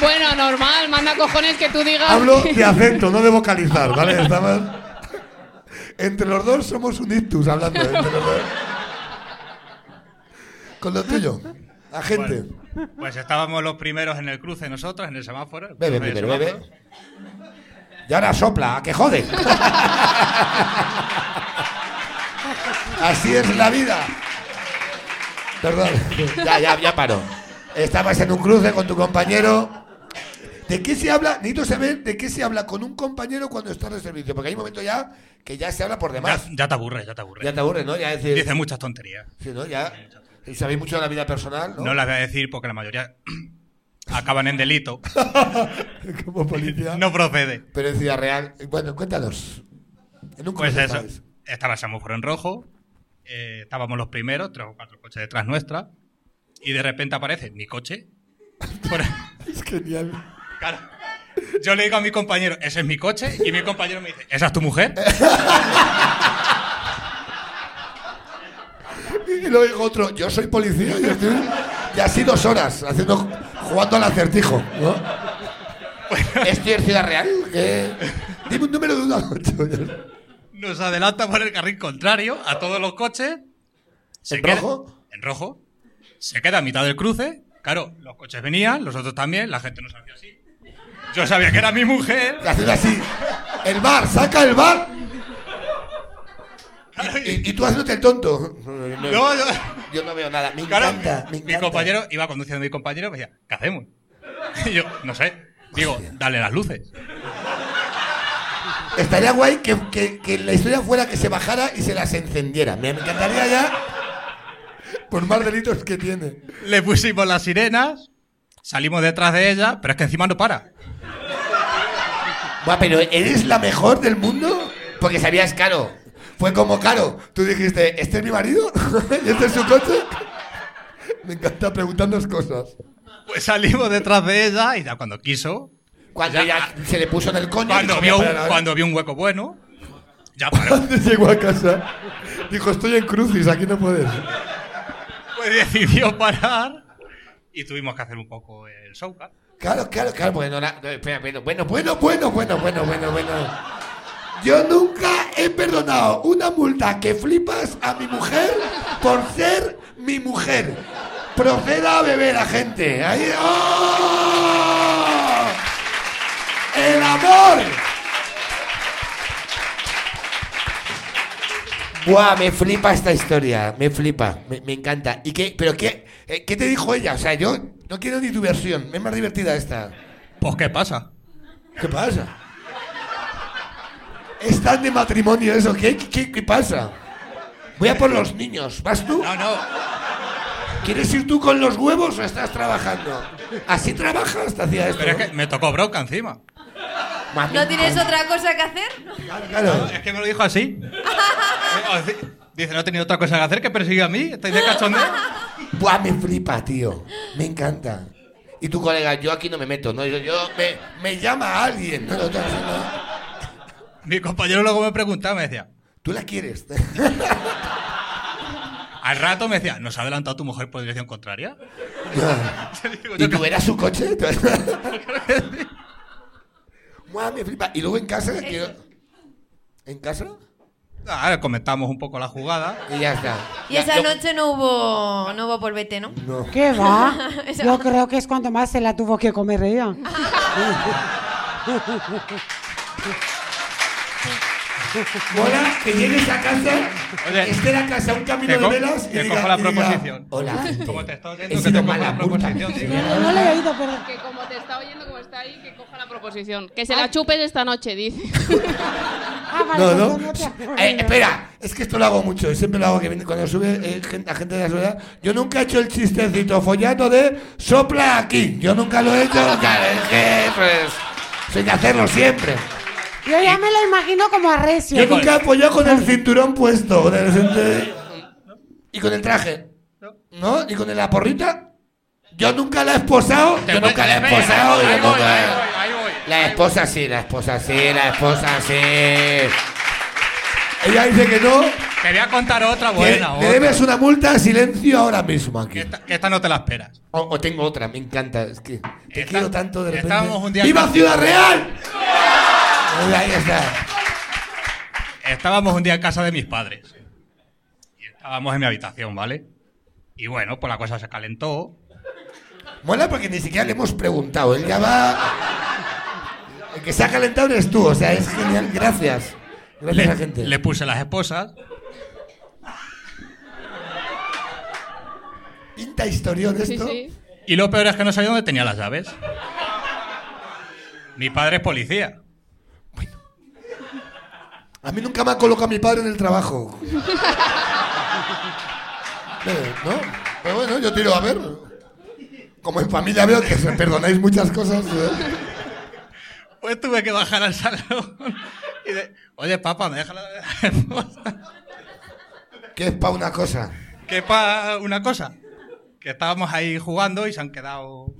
Speaker 6: Bueno, normal, manda cojones que tú digas.
Speaker 2: Hablo de acento, no de vocalizar, ¿vale? Estamos... Entre los dos somos un ictus hablando. ¿eh? entre los dos. Con lo tuyo, agente.
Speaker 11: Bueno, pues estábamos los primeros en el cruce nosotros, en el semáforo. el
Speaker 2: Bebe,
Speaker 11: cruce de
Speaker 2: bebe, bebe.
Speaker 11: semáforos.
Speaker 2: Y ahora sopla, ¿a que
Speaker 11: *laughs*
Speaker 2: jode? *laughs* Así es la vida. Perdón, *laughs* ya, ya, ya paro. Estabas en un cruce con tu compañero. ¿De qué se habla? Necesito saber de qué se habla con un compañero cuando estás de servicio, porque hay un momento ya que ya se habla por demás.
Speaker 11: Ya, ya te aburre, ya te aburre.
Speaker 2: Ya te aburre, ¿no? Ya decir,
Speaker 11: Dice muchas tonterías.
Speaker 2: sí, ¿no? Ya y sabéis mucho de la vida personal, ¿no?
Speaker 11: No las voy a decir porque la mayoría *clears throat* acaban en delito.
Speaker 2: *laughs* Como policía.
Speaker 11: No procede.
Speaker 2: Pero en Ciudad Real. Bueno, cuéntanos. En un
Speaker 11: Pues
Speaker 2: cruce
Speaker 11: eso.
Speaker 2: estabais.
Speaker 11: Estaba el semáforo en rojo. eh, estábamos los primeros, tres o cuatro coches detrás nuestra. Y de repente aparece
Speaker 2: *laughs*
Speaker 11: mi coche. Por-
Speaker 2: Es genial.
Speaker 11: claro. Yo le digo a mi compañero, ese es mi coche. Y mi compañero me dice, ¿esa es
Speaker 2: *laughs*
Speaker 11: tu mujer?
Speaker 2: Y luego dijo otro, yo soy policía. Y, estoy, y así dos horas, haciendo, jugando al acertijo. ¿no? ¿Estoy en Ciudad Real? ¿Qué? Dime un número de 1 a 8.
Speaker 11: Nos adelanta por el carril contrario a todos los coches.
Speaker 2: ¿En
Speaker 11: queda-
Speaker 2: rojo?
Speaker 11: En rojo. Se queda a mitad del cruce. Claro, los coches venían, los otros también, la gente no sabía así. Yo sabía que era mi mujer.
Speaker 2: Te hacen así. El bar, saca el bar. Y, y- y tú haciéndote el tonto. No,
Speaker 11: No, yo-
Speaker 2: Yo no veo nada. Me
Speaker 11: Claro,
Speaker 2: encanta. me
Speaker 11: mi
Speaker 2: encanta.
Speaker 11: compañero iba conduciendo mi compañero y me decía, ¿qué hacemos? Y yo, no sé. Digo, dale las luces.
Speaker 2: Estaría guay que, que- que la historia fuera que se bajara y se las encendiera. Me encantaría ya. Por más delitos que tiene.
Speaker 11: Le pusimos las sirenas, salimos detrás de ella, pero es que encima no para.
Speaker 2: Buah, pero ¿eres la mejor del mundo? Porque sabías caro. Fue como caro. Tú dijiste, ¿este es mi marido? *laughs* ¿Y este es su coche? Me encanta preguntarnos cosas. *laughs*
Speaker 11: Pues salimos detrás de ella y ya cuando quiso,
Speaker 2: Cuando ya, se le puso en el coño.
Speaker 11: cuando
Speaker 2: dijo,
Speaker 11: vio,
Speaker 2: "Voy a
Speaker 11: un,
Speaker 2: parar ahora".
Speaker 11: cuando vio un hueco bueno, ya
Speaker 2: *laughs*
Speaker 11: paró.
Speaker 2: Cuando llegó a casa, dijo, estoy en crucis, aquí no puedes.
Speaker 11: Pues decidió parar y tuvimos que hacer un poco el show. claro.
Speaker 2: Claro, claro, claro, bueno, la- no, espera, bueno, bueno, bueno, bueno, bueno, bueno, bueno, bueno. Yo nunca he perdonado una multa que flipas a mi mujer por ser mi mujer. Proceda a beber a gente. Ahí, ¡oh! ¡El amor! Buah, me flipa esta historia, me flipa, me, me encanta. ¿Y qué, pero qué, eh, qué te dijo ella? O sea, yo no quiero ni tu versión, es más divertida esta.
Speaker 11: Pues ¿qué pasa?
Speaker 2: ¿Qué pasa? Es tan de matrimonio eso. ¿Qué, qué, qué pasa? Voy a por los niños. ¿Vas tú?
Speaker 11: No, no,
Speaker 2: ¿Quieres ir tú con los huevos o estás trabajando? Así trabajas, te hacía esto.
Speaker 11: pero es que me tocó broca encima.
Speaker 2: Mami,
Speaker 4: ¿No tienes
Speaker 2: mami.
Speaker 4: otra cosa que hacer?
Speaker 2: Claro.
Speaker 11: Es que me lo dijo así. Dice, no he tenido otra cosa que hacer que perseguir a mí, estáis de cachondeo.
Speaker 2: Buah, me flipa, tío. Me encanta. Y tu colega, yo aquí no me meto, ¿no? Yo, yo- me, me llama alguien. No, no, no, no.
Speaker 11: Mi compañero luego me preguntaba, me decía,
Speaker 2: Tú la quieres.
Speaker 11: *laughs* al rato me decía, ¿nos ha adelantado tu mujer por dirección contraria? Digo,
Speaker 2: ¿Y
Speaker 11: *laughs* yo,
Speaker 2: tú eras su
Speaker 11: *laughs*
Speaker 2: coche? Buah, me flipa. Y luego en casa... quiero- ¿En casa?
Speaker 11: Ahora comentamos un poco la jugada.
Speaker 2: Y ya está.
Speaker 4: Y
Speaker 2: Ya,
Speaker 4: esa
Speaker 2: lo-
Speaker 4: noche no hubo, no hubo polvete, ¿no?
Speaker 2: No.
Speaker 5: ¿Qué va? Yo creo que es cuando más se la tuvo que comer ella.
Speaker 2: Mola que llegues a casa,
Speaker 11: Oye,
Speaker 2: esté la casa un camino
Speaker 11: te co-
Speaker 2: de velas y
Speaker 11: te
Speaker 2: diga-
Speaker 11: cojo la
Speaker 2: y diga,
Speaker 11: proposición.
Speaker 2: Hola. gente,
Speaker 11: Como te estoy oyendo,
Speaker 2: he
Speaker 11: que
Speaker 2: sido
Speaker 11: te cojo
Speaker 2: mala
Speaker 11: la
Speaker 2: puta.
Speaker 11: proposición, tío.
Speaker 5: No, no le he oído, pero...
Speaker 6: Que como te está oyendo, como está ahí, que coja la proposición. Que se la chupes esta noche, dice.
Speaker 5: *laughs* Ah, vale,
Speaker 2: No,
Speaker 5: pues
Speaker 2: no.
Speaker 5: no te acuerdas.
Speaker 2: Eh, espera, es que esto lo hago mucho. Siempre lo hago que viene- cuando sube eh, gente, la gente de la ciudad. Yo nunca he hecho el chistecito follando de sopla aquí. Yo nunca lo he hecho.
Speaker 11: *laughs*
Speaker 2: Claro, es que pues, soy de hacerlo siempre.
Speaker 5: Yo ya me lo imagino como
Speaker 2: Yo
Speaker 5: arrecio.
Speaker 2: nunca he apoyado con el cinturón puesto. con el cinte- Y con el traje. ¿No? ¿Y con la porrita? Yo nunca la he esposado. Yo nunca la he esposado. y yo
Speaker 11: Ahí voy,
Speaker 2: nunca-
Speaker 11: ahí voy, ahí voy.
Speaker 2: La esposa sí, la esposa sí, la esposa sí. Ella dice que no.
Speaker 11: Quería contar otra
Speaker 2: que
Speaker 11: buena.
Speaker 2: le
Speaker 11: otra.
Speaker 2: debes una multa, silencio ahora mismo
Speaker 11: Que
Speaker 2: aquí.
Speaker 11: esta, que esta no te la esperas.
Speaker 2: O, o tengo otra, me encanta. Es que te
Speaker 11: Está-
Speaker 2: quiero tanto de repente.
Speaker 11: estábamos un día en
Speaker 2: ¡Viva
Speaker 11: Cáceres!
Speaker 2: Ciudad Real! Ahí está.
Speaker 11: Estábamos un día en casa de mis padres. Y estábamos en mi habitación, ¿vale? Y bueno, pues la cosa se calentó.
Speaker 2: Mola porque ni siquiera le hemos preguntado. Él ya va. El que se ha calentado eres tú, o sea, es genial. Gracias. Gracias a la
Speaker 11: Le,
Speaker 2: gente.
Speaker 11: le puse las esposas.
Speaker 2: Pinta historión
Speaker 6: Sí,
Speaker 2: esto.
Speaker 6: sí.
Speaker 11: Y lo peor es que no sabía dónde tenía las llaves. Mi padre es policía.
Speaker 2: A mí nunca me ha colocado mi padre en el trabajo. Pero, Eh, ¿No? Pero bueno, yo tiro a ver. Como en familia veo que se perdonáis muchas cosas. ¿eh?
Speaker 11: Pues tuve que bajar al salón y de, oye papá, me deja la la esposa.
Speaker 2: *laughs* Que es pa' una cosa.
Speaker 11: Que pa una cosa, que estábamos ahí jugando y se han quedado.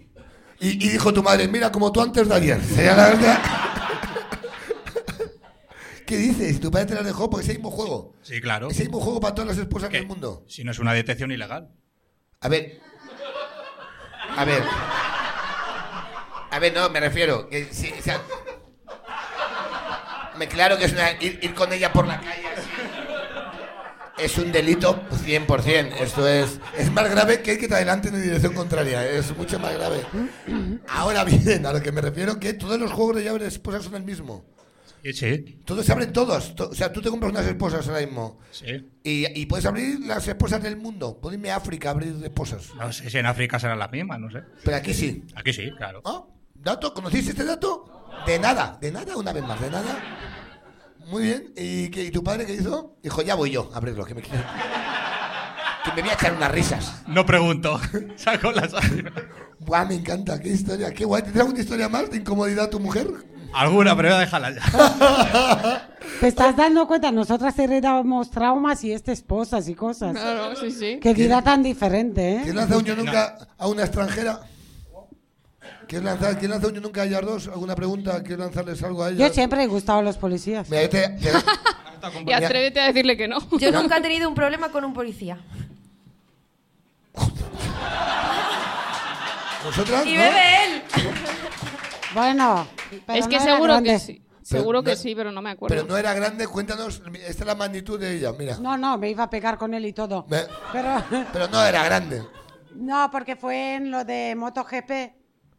Speaker 2: Y, y dijo tu madre, mira, como tú antes de ayer. *laughs* Sería la verdad. ¿Qué dices? ¿Tu padre te la dejó? Porque es el mismo juego.
Speaker 11: Sí, claro.
Speaker 2: Ese mismo juego para todas las esposas
Speaker 11: Que-
Speaker 2: del mundo.
Speaker 11: Si no es una detención ilegal.
Speaker 2: A ver. A ver. A ver, no, me refiero. Que, si- o sea, Me, claro que es una, ir, ir con ella por la calle así. Es un delito 100%. Esto es, es más grave que el que te adelante en dirección contraria. ¿eh? Es mucho más grave. Ahora bien, a lo que me refiero, que todos los juegos de llaves de esposas son el mismo.
Speaker 11: Sí, sí.
Speaker 2: Todos se abren todos. To- o sea, tú te compras unas esposas ahora mismo.
Speaker 11: Sí.
Speaker 2: Y, y puedes abrir las esposas del mundo. Puedes irme a África a abrir esposas.
Speaker 11: No sé si en África serán las mismas, no sé.
Speaker 2: Pero aquí sí.
Speaker 11: Aquí sí, claro.
Speaker 2: ¿Ah? ¿Dato? ¿Conociste este dato? De nada, de nada, una vez más, de nada. Muy bien. ¿Y, qué- y tu padre qué hizo? Dijo, ya voy yo a abrirlo, que me, que me voy a echar unas risas.
Speaker 11: No pregunto. *laughs* Saco las
Speaker 2: *laughs*
Speaker 11: *laughs*
Speaker 2: Buah, me encanta, qué historia, qué guay. ¿Tienes alguna historia más de incomodidad tu mujer?
Speaker 11: Alguna, pero voy a dejarla ya.
Speaker 5: ¿Te estás dando cuenta? Nosotras heredamos traumas y este esposas y cosas.
Speaker 6: Claro, sí, sí.
Speaker 5: Qué vida tan diferente, ¿eh?
Speaker 2: ¿Quién lanza un yo nunca a una extranjera? ¿Quién lanza, quién lanza un yo nunca a ellas dos? ¿Alguna pregunta? ¿Quieres lanzarles algo a ellas?
Speaker 5: Yo siempre he gustado a los policías.
Speaker 2: Mira, este, yo te- te-
Speaker 6: Y atrévete a decirle que no.
Speaker 4: Yo nunca
Speaker 6: *laughs*
Speaker 4: he tenido un problema con un policía.
Speaker 2: ¿Vosotras?
Speaker 4: Y
Speaker 2: no?
Speaker 4: bebe él.
Speaker 5: Bueno, pero
Speaker 6: es que
Speaker 5: no era
Speaker 6: seguro que
Speaker 5: grande.
Speaker 6: sí. Seguro
Speaker 2: no-
Speaker 6: que sí, pero no me acuerdo.
Speaker 2: Pero no era grande, cuéntanos, esta es la magnitud de ella, mira.
Speaker 5: No, no, me iba a pegar con él y todo.
Speaker 2: Me-
Speaker 5: Pero
Speaker 2: Pero no era grande.
Speaker 5: no, porque fue en lo de MotoGP,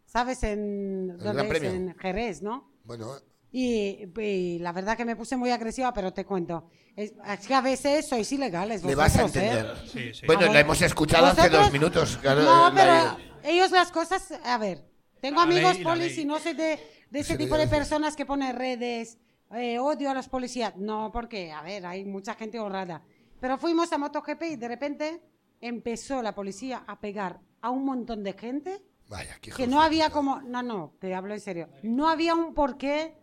Speaker 5: ¿sabes? En,
Speaker 2: Gran
Speaker 5: ¿dónde es?
Speaker 2: Premio.
Speaker 5: en Jerez, ¿no?
Speaker 2: Bueno,
Speaker 5: Y, y la verdad que me puse muy agresiva, pero te cuento. Es, es que a veces sois ilegales.
Speaker 2: le vas a
Speaker 5: vosotros, ¿eh?
Speaker 2: entender.
Speaker 11: Sí, sí.
Speaker 2: Bueno,
Speaker 5: Vamos.
Speaker 2: la hemos escuchado hace
Speaker 5: ¿Vosotros?
Speaker 2: dos minutos. claro,
Speaker 5: no,
Speaker 2: eh,
Speaker 5: pero
Speaker 2: la-
Speaker 5: ellos las cosas, a ver, tengo
Speaker 11: La
Speaker 5: amigos
Speaker 11: ley, la
Speaker 5: polis
Speaker 11: ley.
Speaker 5: y no sé de, de ese
Speaker 2: Sí,
Speaker 5: tipo de
Speaker 2: sí.
Speaker 5: personas que ponen redes, eh, odio a los policías. No, porque, a ver, hay mucha gente honrada. Pero fuimos a MotoGP y de repente empezó la policía a pegar a un montón de gente
Speaker 2: Vaya, qué hijo
Speaker 5: que
Speaker 2: de
Speaker 5: no
Speaker 2: puta.
Speaker 5: había como, no, no, te hablo en serio, no había un porqué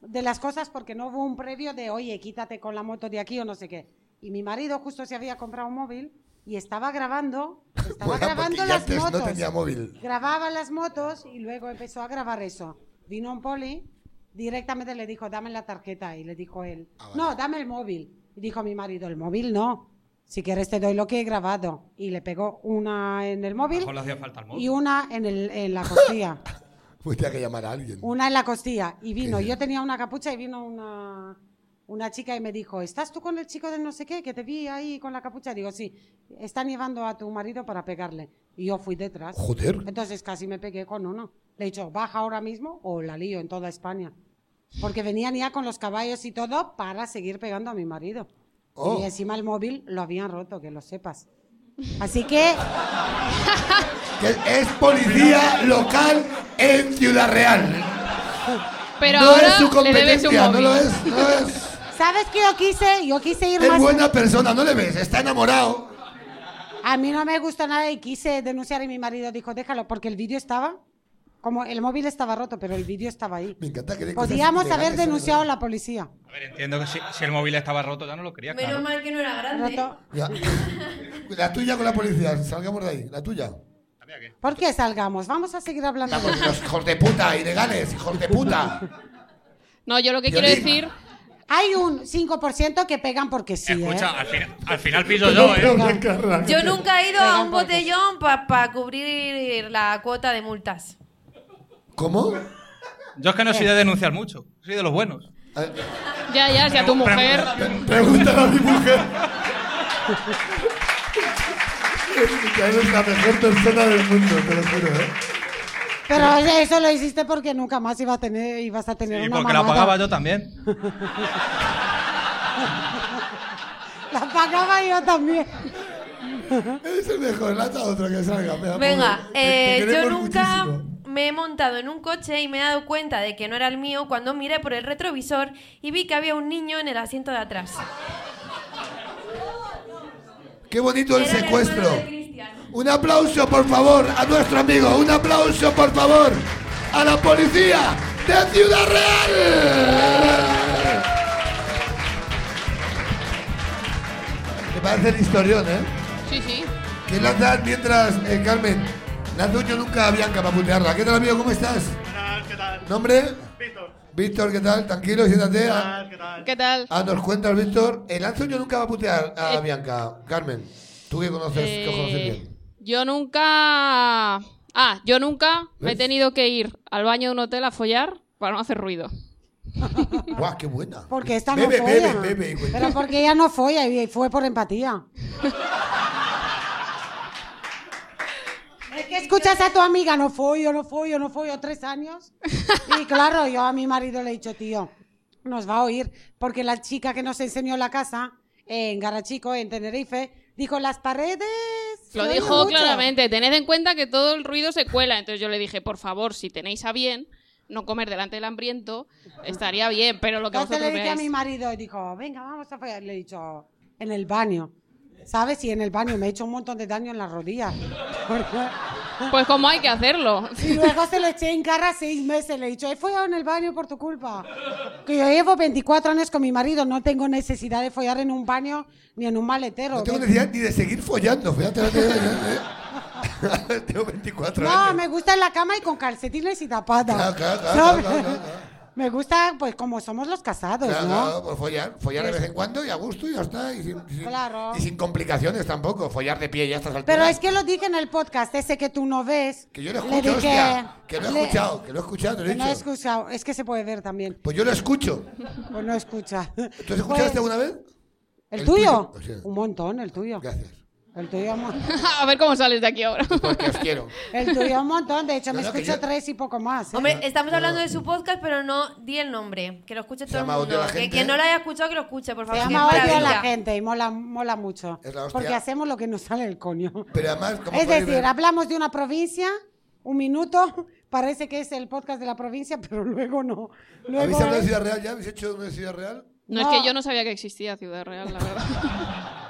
Speaker 5: de las cosas porque no hubo un previo de, oye, quítate con la moto de aquí o no sé qué. Y mi marido justo se había comprado un móvil y estaba grabando, estaba
Speaker 2: Bueno,
Speaker 5: grabando
Speaker 2: porque ya
Speaker 5: las
Speaker 2: antes
Speaker 5: motos.
Speaker 2: no tenía móvil.
Speaker 5: Grababa las motos y luego empezó a grabar eso. Vino un poli, directamente le dijo, dame la tarjeta. Y le dijo él,
Speaker 2: Ah, vale.
Speaker 5: no, dame el móvil. Y dijo mi marido, el móvil no. Si quieres te doy lo que he grabado. Y le pegó una en el móvil
Speaker 11: Mejor le hacía falta el móvil.
Speaker 5: y una en, el, en la costilla.
Speaker 2: *laughs* Pues tenía que llamar a alguien.
Speaker 5: una en la costilla. Y vino, yo tenía una capucha y vino una, una chica y me dijo, ¿estás tú con el chico de no sé qué? Que te vi ahí con la capucha. Digo, sí, están llevando a tu marido para pegarle. Y yo fui detrás.
Speaker 2: Joder.
Speaker 5: Entonces casi me pegué con uno. Le he dicho, baja ahora mismo o la lío en toda España. Porque venían ya con los caballos y todo para seguir pegando a mi marido.
Speaker 2: Oh.
Speaker 5: Y encima el móvil lo habían roto, que lo sepas. Así que
Speaker 2: Que es policía local en Ciudad Real.
Speaker 6: Pero
Speaker 2: no
Speaker 6: ahora
Speaker 2: es su
Speaker 6: le debes un
Speaker 2: competencia, no
Speaker 6: móvil.
Speaker 2: lo es, no es.
Speaker 5: ¿Sabes qué yo quise? Yo quise ir
Speaker 2: Es
Speaker 5: más.
Speaker 2: buena persona, no le ves, está enamorado.
Speaker 5: A mí no me gustó nada y quise denunciar y mi marido dijo, déjalo, porque el vídeo estaba. Como el móvil estaba roto, pero el vídeo estaba ahí.
Speaker 2: Me encanta que le
Speaker 5: Podíamos
Speaker 2: cosas
Speaker 5: haber
Speaker 2: ilegales,
Speaker 5: denunciado a la policía.
Speaker 11: A ver, entiendo que si, si el móvil estaba roto ya no lo quería,
Speaker 4: Menos
Speaker 11: claro.
Speaker 4: mal que no era grande.
Speaker 5: Roto.
Speaker 2: Ya. La tuya con la policía, salgamos de ahí, la tuya.
Speaker 11: Había que-
Speaker 5: ¿Por qué salgamos? Vamos a seguir hablando.
Speaker 2: Vamos, los hijos de puta, ilegales, hijos de puta.
Speaker 6: No, yo lo que quiero
Speaker 2: Violín.
Speaker 6: decir
Speaker 5: Hay un 5% que pegan porque sí, ¿eh?
Speaker 11: Escucha, al, fina- al final pillo yo, ¿eh?
Speaker 4: Yo nunca he ido a
Speaker 5: Venga,
Speaker 4: un
Speaker 5: por Dios.
Speaker 4: botellón para cubrir la cuota de multas.
Speaker 2: ¿Cómo?
Speaker 11: Yo es que no soy de denunciar mucho. Soy de los buenos.
Speaker 6: *laughs*
Speaker 2: Eh,
Speaker 6: Ya, ya, si a tu mujer.
Speaker 2: Pre- Pregúntale a mi mujer. Que eres la mejor persona del mundo, te lo juro, ¿eh?
Speaker 5: Pero eso lo hiciste porque nunca más iba a tener, ibas a tener
Speaker 11: Y
Speaker 5: una
Speaker 11: porque la
Speaker 5: mamada.
Speaker 11: pagaba yo también.
Speaker 5: *laughs* La pagaba yo también.
Speaker 2: Es el mejor, lanza otro que salga. Venga,
Speaker 4: Venga,
Speaker 2: pobre. Ah, pues, Te-
Speaker 4: eh,
Speaker 2: te
Speaker 4: yo
Speaker 2: queremos
Speaker 4: nunca
Speaker 2: muchísimo.
Speaker 4: me he montado en un coche y me he dado cuenta de que no era el mío cuando miré por el retrovisor y vi que había un niño en el asiento de atrás.
Speaker 2: Qué bonito el
Speaker 4: Era el
Speaker 2: secuestro.
Speaker 4: hermano de Cristian.
Speaker 2: Un aplauso, por favor, a nuestro amigo. Un aplauso, por favor, a la policía de Ciudad Real. Me parece el historión, ¿eh?
Speaker 6: Sí, sí.
Speaker 2: Que lanzan mientras, eh, Carmen, lanza un yo nunca a Bianca para putearla. ¿Qué tal, amigo? ¿Cómo estás?
Speaker 9: ¿Qué tal?
Speaker 2: ¿Nombre?
Speaker 9: Víctor.
Speaker 2: Víctor, ¿qué tal? Tranquilo, siéntate.
Speaker 9: ¿Qué
Speaker 2: Ah,
Speaker 9: tal? ¿Qué tal?
Speaker 6: ¿Qué tal?
Speaker 2: ah, nos cuentas, Víctor. El lanzo yo nunca va a putear a
Speaker 6: Eh.
Speaker 2: Bianca. Carmen, tú que conoces, que conoces
Speaker 6: Eh,
Speaker 2: bien.
Speaker 6: yo nunca. Ah, yo nunca me he
Speaker 2: ¿Ves?
Speaker 6: tenido que ir al baño de un hotel a follar para no hacer ruido.
Speaker 2: Guau, qué buena.
Speaker 5: Porque esta
Speaker 2: Bebe,
Speaker 5: no
Speaker 2: bebe,
Speaker 5: folla.
Speaker 2: bebe, hijo de-
Speaker 5: Pero porque ella no folla y fue por empatía. es que escuchas a tu amiga, no follo, no follo, no follo, tres años. Y claro, yo a mi marido le he dicho, tío, nos va a oír. Porque la chica que nos enseñó la casa en Garachico, en Tenerife, dijo, las paredes... se
Speaker 6: Lo
Speaker 5: oyen
Speaker 6: dijo
Speaker 5: mucho".
Speaker 6: claramente, tened en cuenta que todo el ruido se cuela. Entonces yo le dije, por favor, si tenéis a bien no comer delante del hambriento, estaría bien, pero lo que
Speaker 5: Entonces
Speaker 6: vosotros
Speaker 5: le dije a
Speaker 6: veáis...
Speaker 5: mi marido, dijo, venga, vamos a follar. Le he dicho, en el baño. ¿Sabes? Y en el baño me he hecho un montón de daño en las rodillas.
Speaker 6: Pues como hay que hacerlo. *laughs*
Speaker 5: Y luego se lo eché en cara seis meses. Le he dicho, he follado en el baño por tu culpa. Que yo llevo 24 años con mi marido. No tengo necesidad de follar en un baño ni en un maletero.
Speaker 2: No tengo necesidad ni de seguir follando. Fíjate, no tengo- eh. *laughs* tengo 24
Speaker 5: No,
Speaker 2: años.
Speaker 5: me gusta en la cama y con calcetines y tapada.
Speaker 2: Claro, claro, claro,
Speaker 5: ¿Sabes?
Speaker 2: claro, claro,
Speaker 5: Me gusta, pues, como somos los casados,
Speaker 2: Claro,
Speaker 5: ¿no?
Speaker 2: claro, pues follar, follar de vez en cuando y a gusto y ya está. Y sin, sin-
Speaker 5: Claro.
Speaker 2: y sin complicaciones tampoco. Follar de pie ya a estas alturas.
Speaker 5: Pero es que lo dije en el podcast ese que tú no ves.
Speaker 2: Que yo lo escucho, hostia. Que lo he
Speaker 5: le-
Speaker 2: escuchado, que lo he escuchado, te lo he
Speaker 5: que no he
Speaker 2: dicho.
Speaker 5: escuchado. Es que se puede ver también.
Speaker 2: Pues yo lo escucho.
Speaker 5: Pues no escucha. Pues,
Speaker 2: ¿Tú escuchaste alguna vez?
Speaker 5: ¿El,
Speaker 2: el
Speaker 5: tuyo?
Speaker 2: tuyo? Sí.
Speaker 5: Un montón, el tuyo.
Speaker 2: Gracias. Pues
Speaker 5: El tuyo, un mon-
Speaker 6: a ver cómo sales de aquí ahora.
Speaker 2: Porque os quiero.
Speaker 5: el tuyo un montón. De hecho,
Speaker 2: No,
Speaker 5: me
Speaker 2: no, que
Speaker 5: escucho
Speaker 2: yo-
Speaker 5: tres y poco más. ¿eh?
Speaker 4: Hombre, estamos hablando de su podcast, pero no di el nombre. Que lo escuche todo el
Speaker 2: llama Odio a
Speaker 4: mundo.
Speaker 2: la
Speaker 4: Que
Speaker 2: gente.
Speaker 4: quien no lo haya escuchado, que lo escuche, por
Speaker 5: Se
Speaker 4: favor.
Speaker 5: llama
Speaker 4: que es
Speaker 5: odio a la
Speaker 4: maravilla.
Speaker 5: gente y mola, mola mucho.
Speaker 2: Es la hostia.
Speaker 5: Porque hacemos lo que nos sale el coño.
Speaker 2: Pero además, como
Speaker 5: Es
Speaker 2: podéis
Speaker 5: decir,
Speaker 2: ver,
Speaker 5: hablamos de una provincia, un minuto, *laughs* parece que es el podcast de la provincia, pero luego no. Luego
Speaker 2: ¿habéis hablado de
Speaker 5: es-
Speaker 2: Ciudad Real ya? ¿Habéis hecho una de Ciudad Real?
Speaker 6: No, es que yo no sabía que existía Ciudad Real, la verdad. *laughs*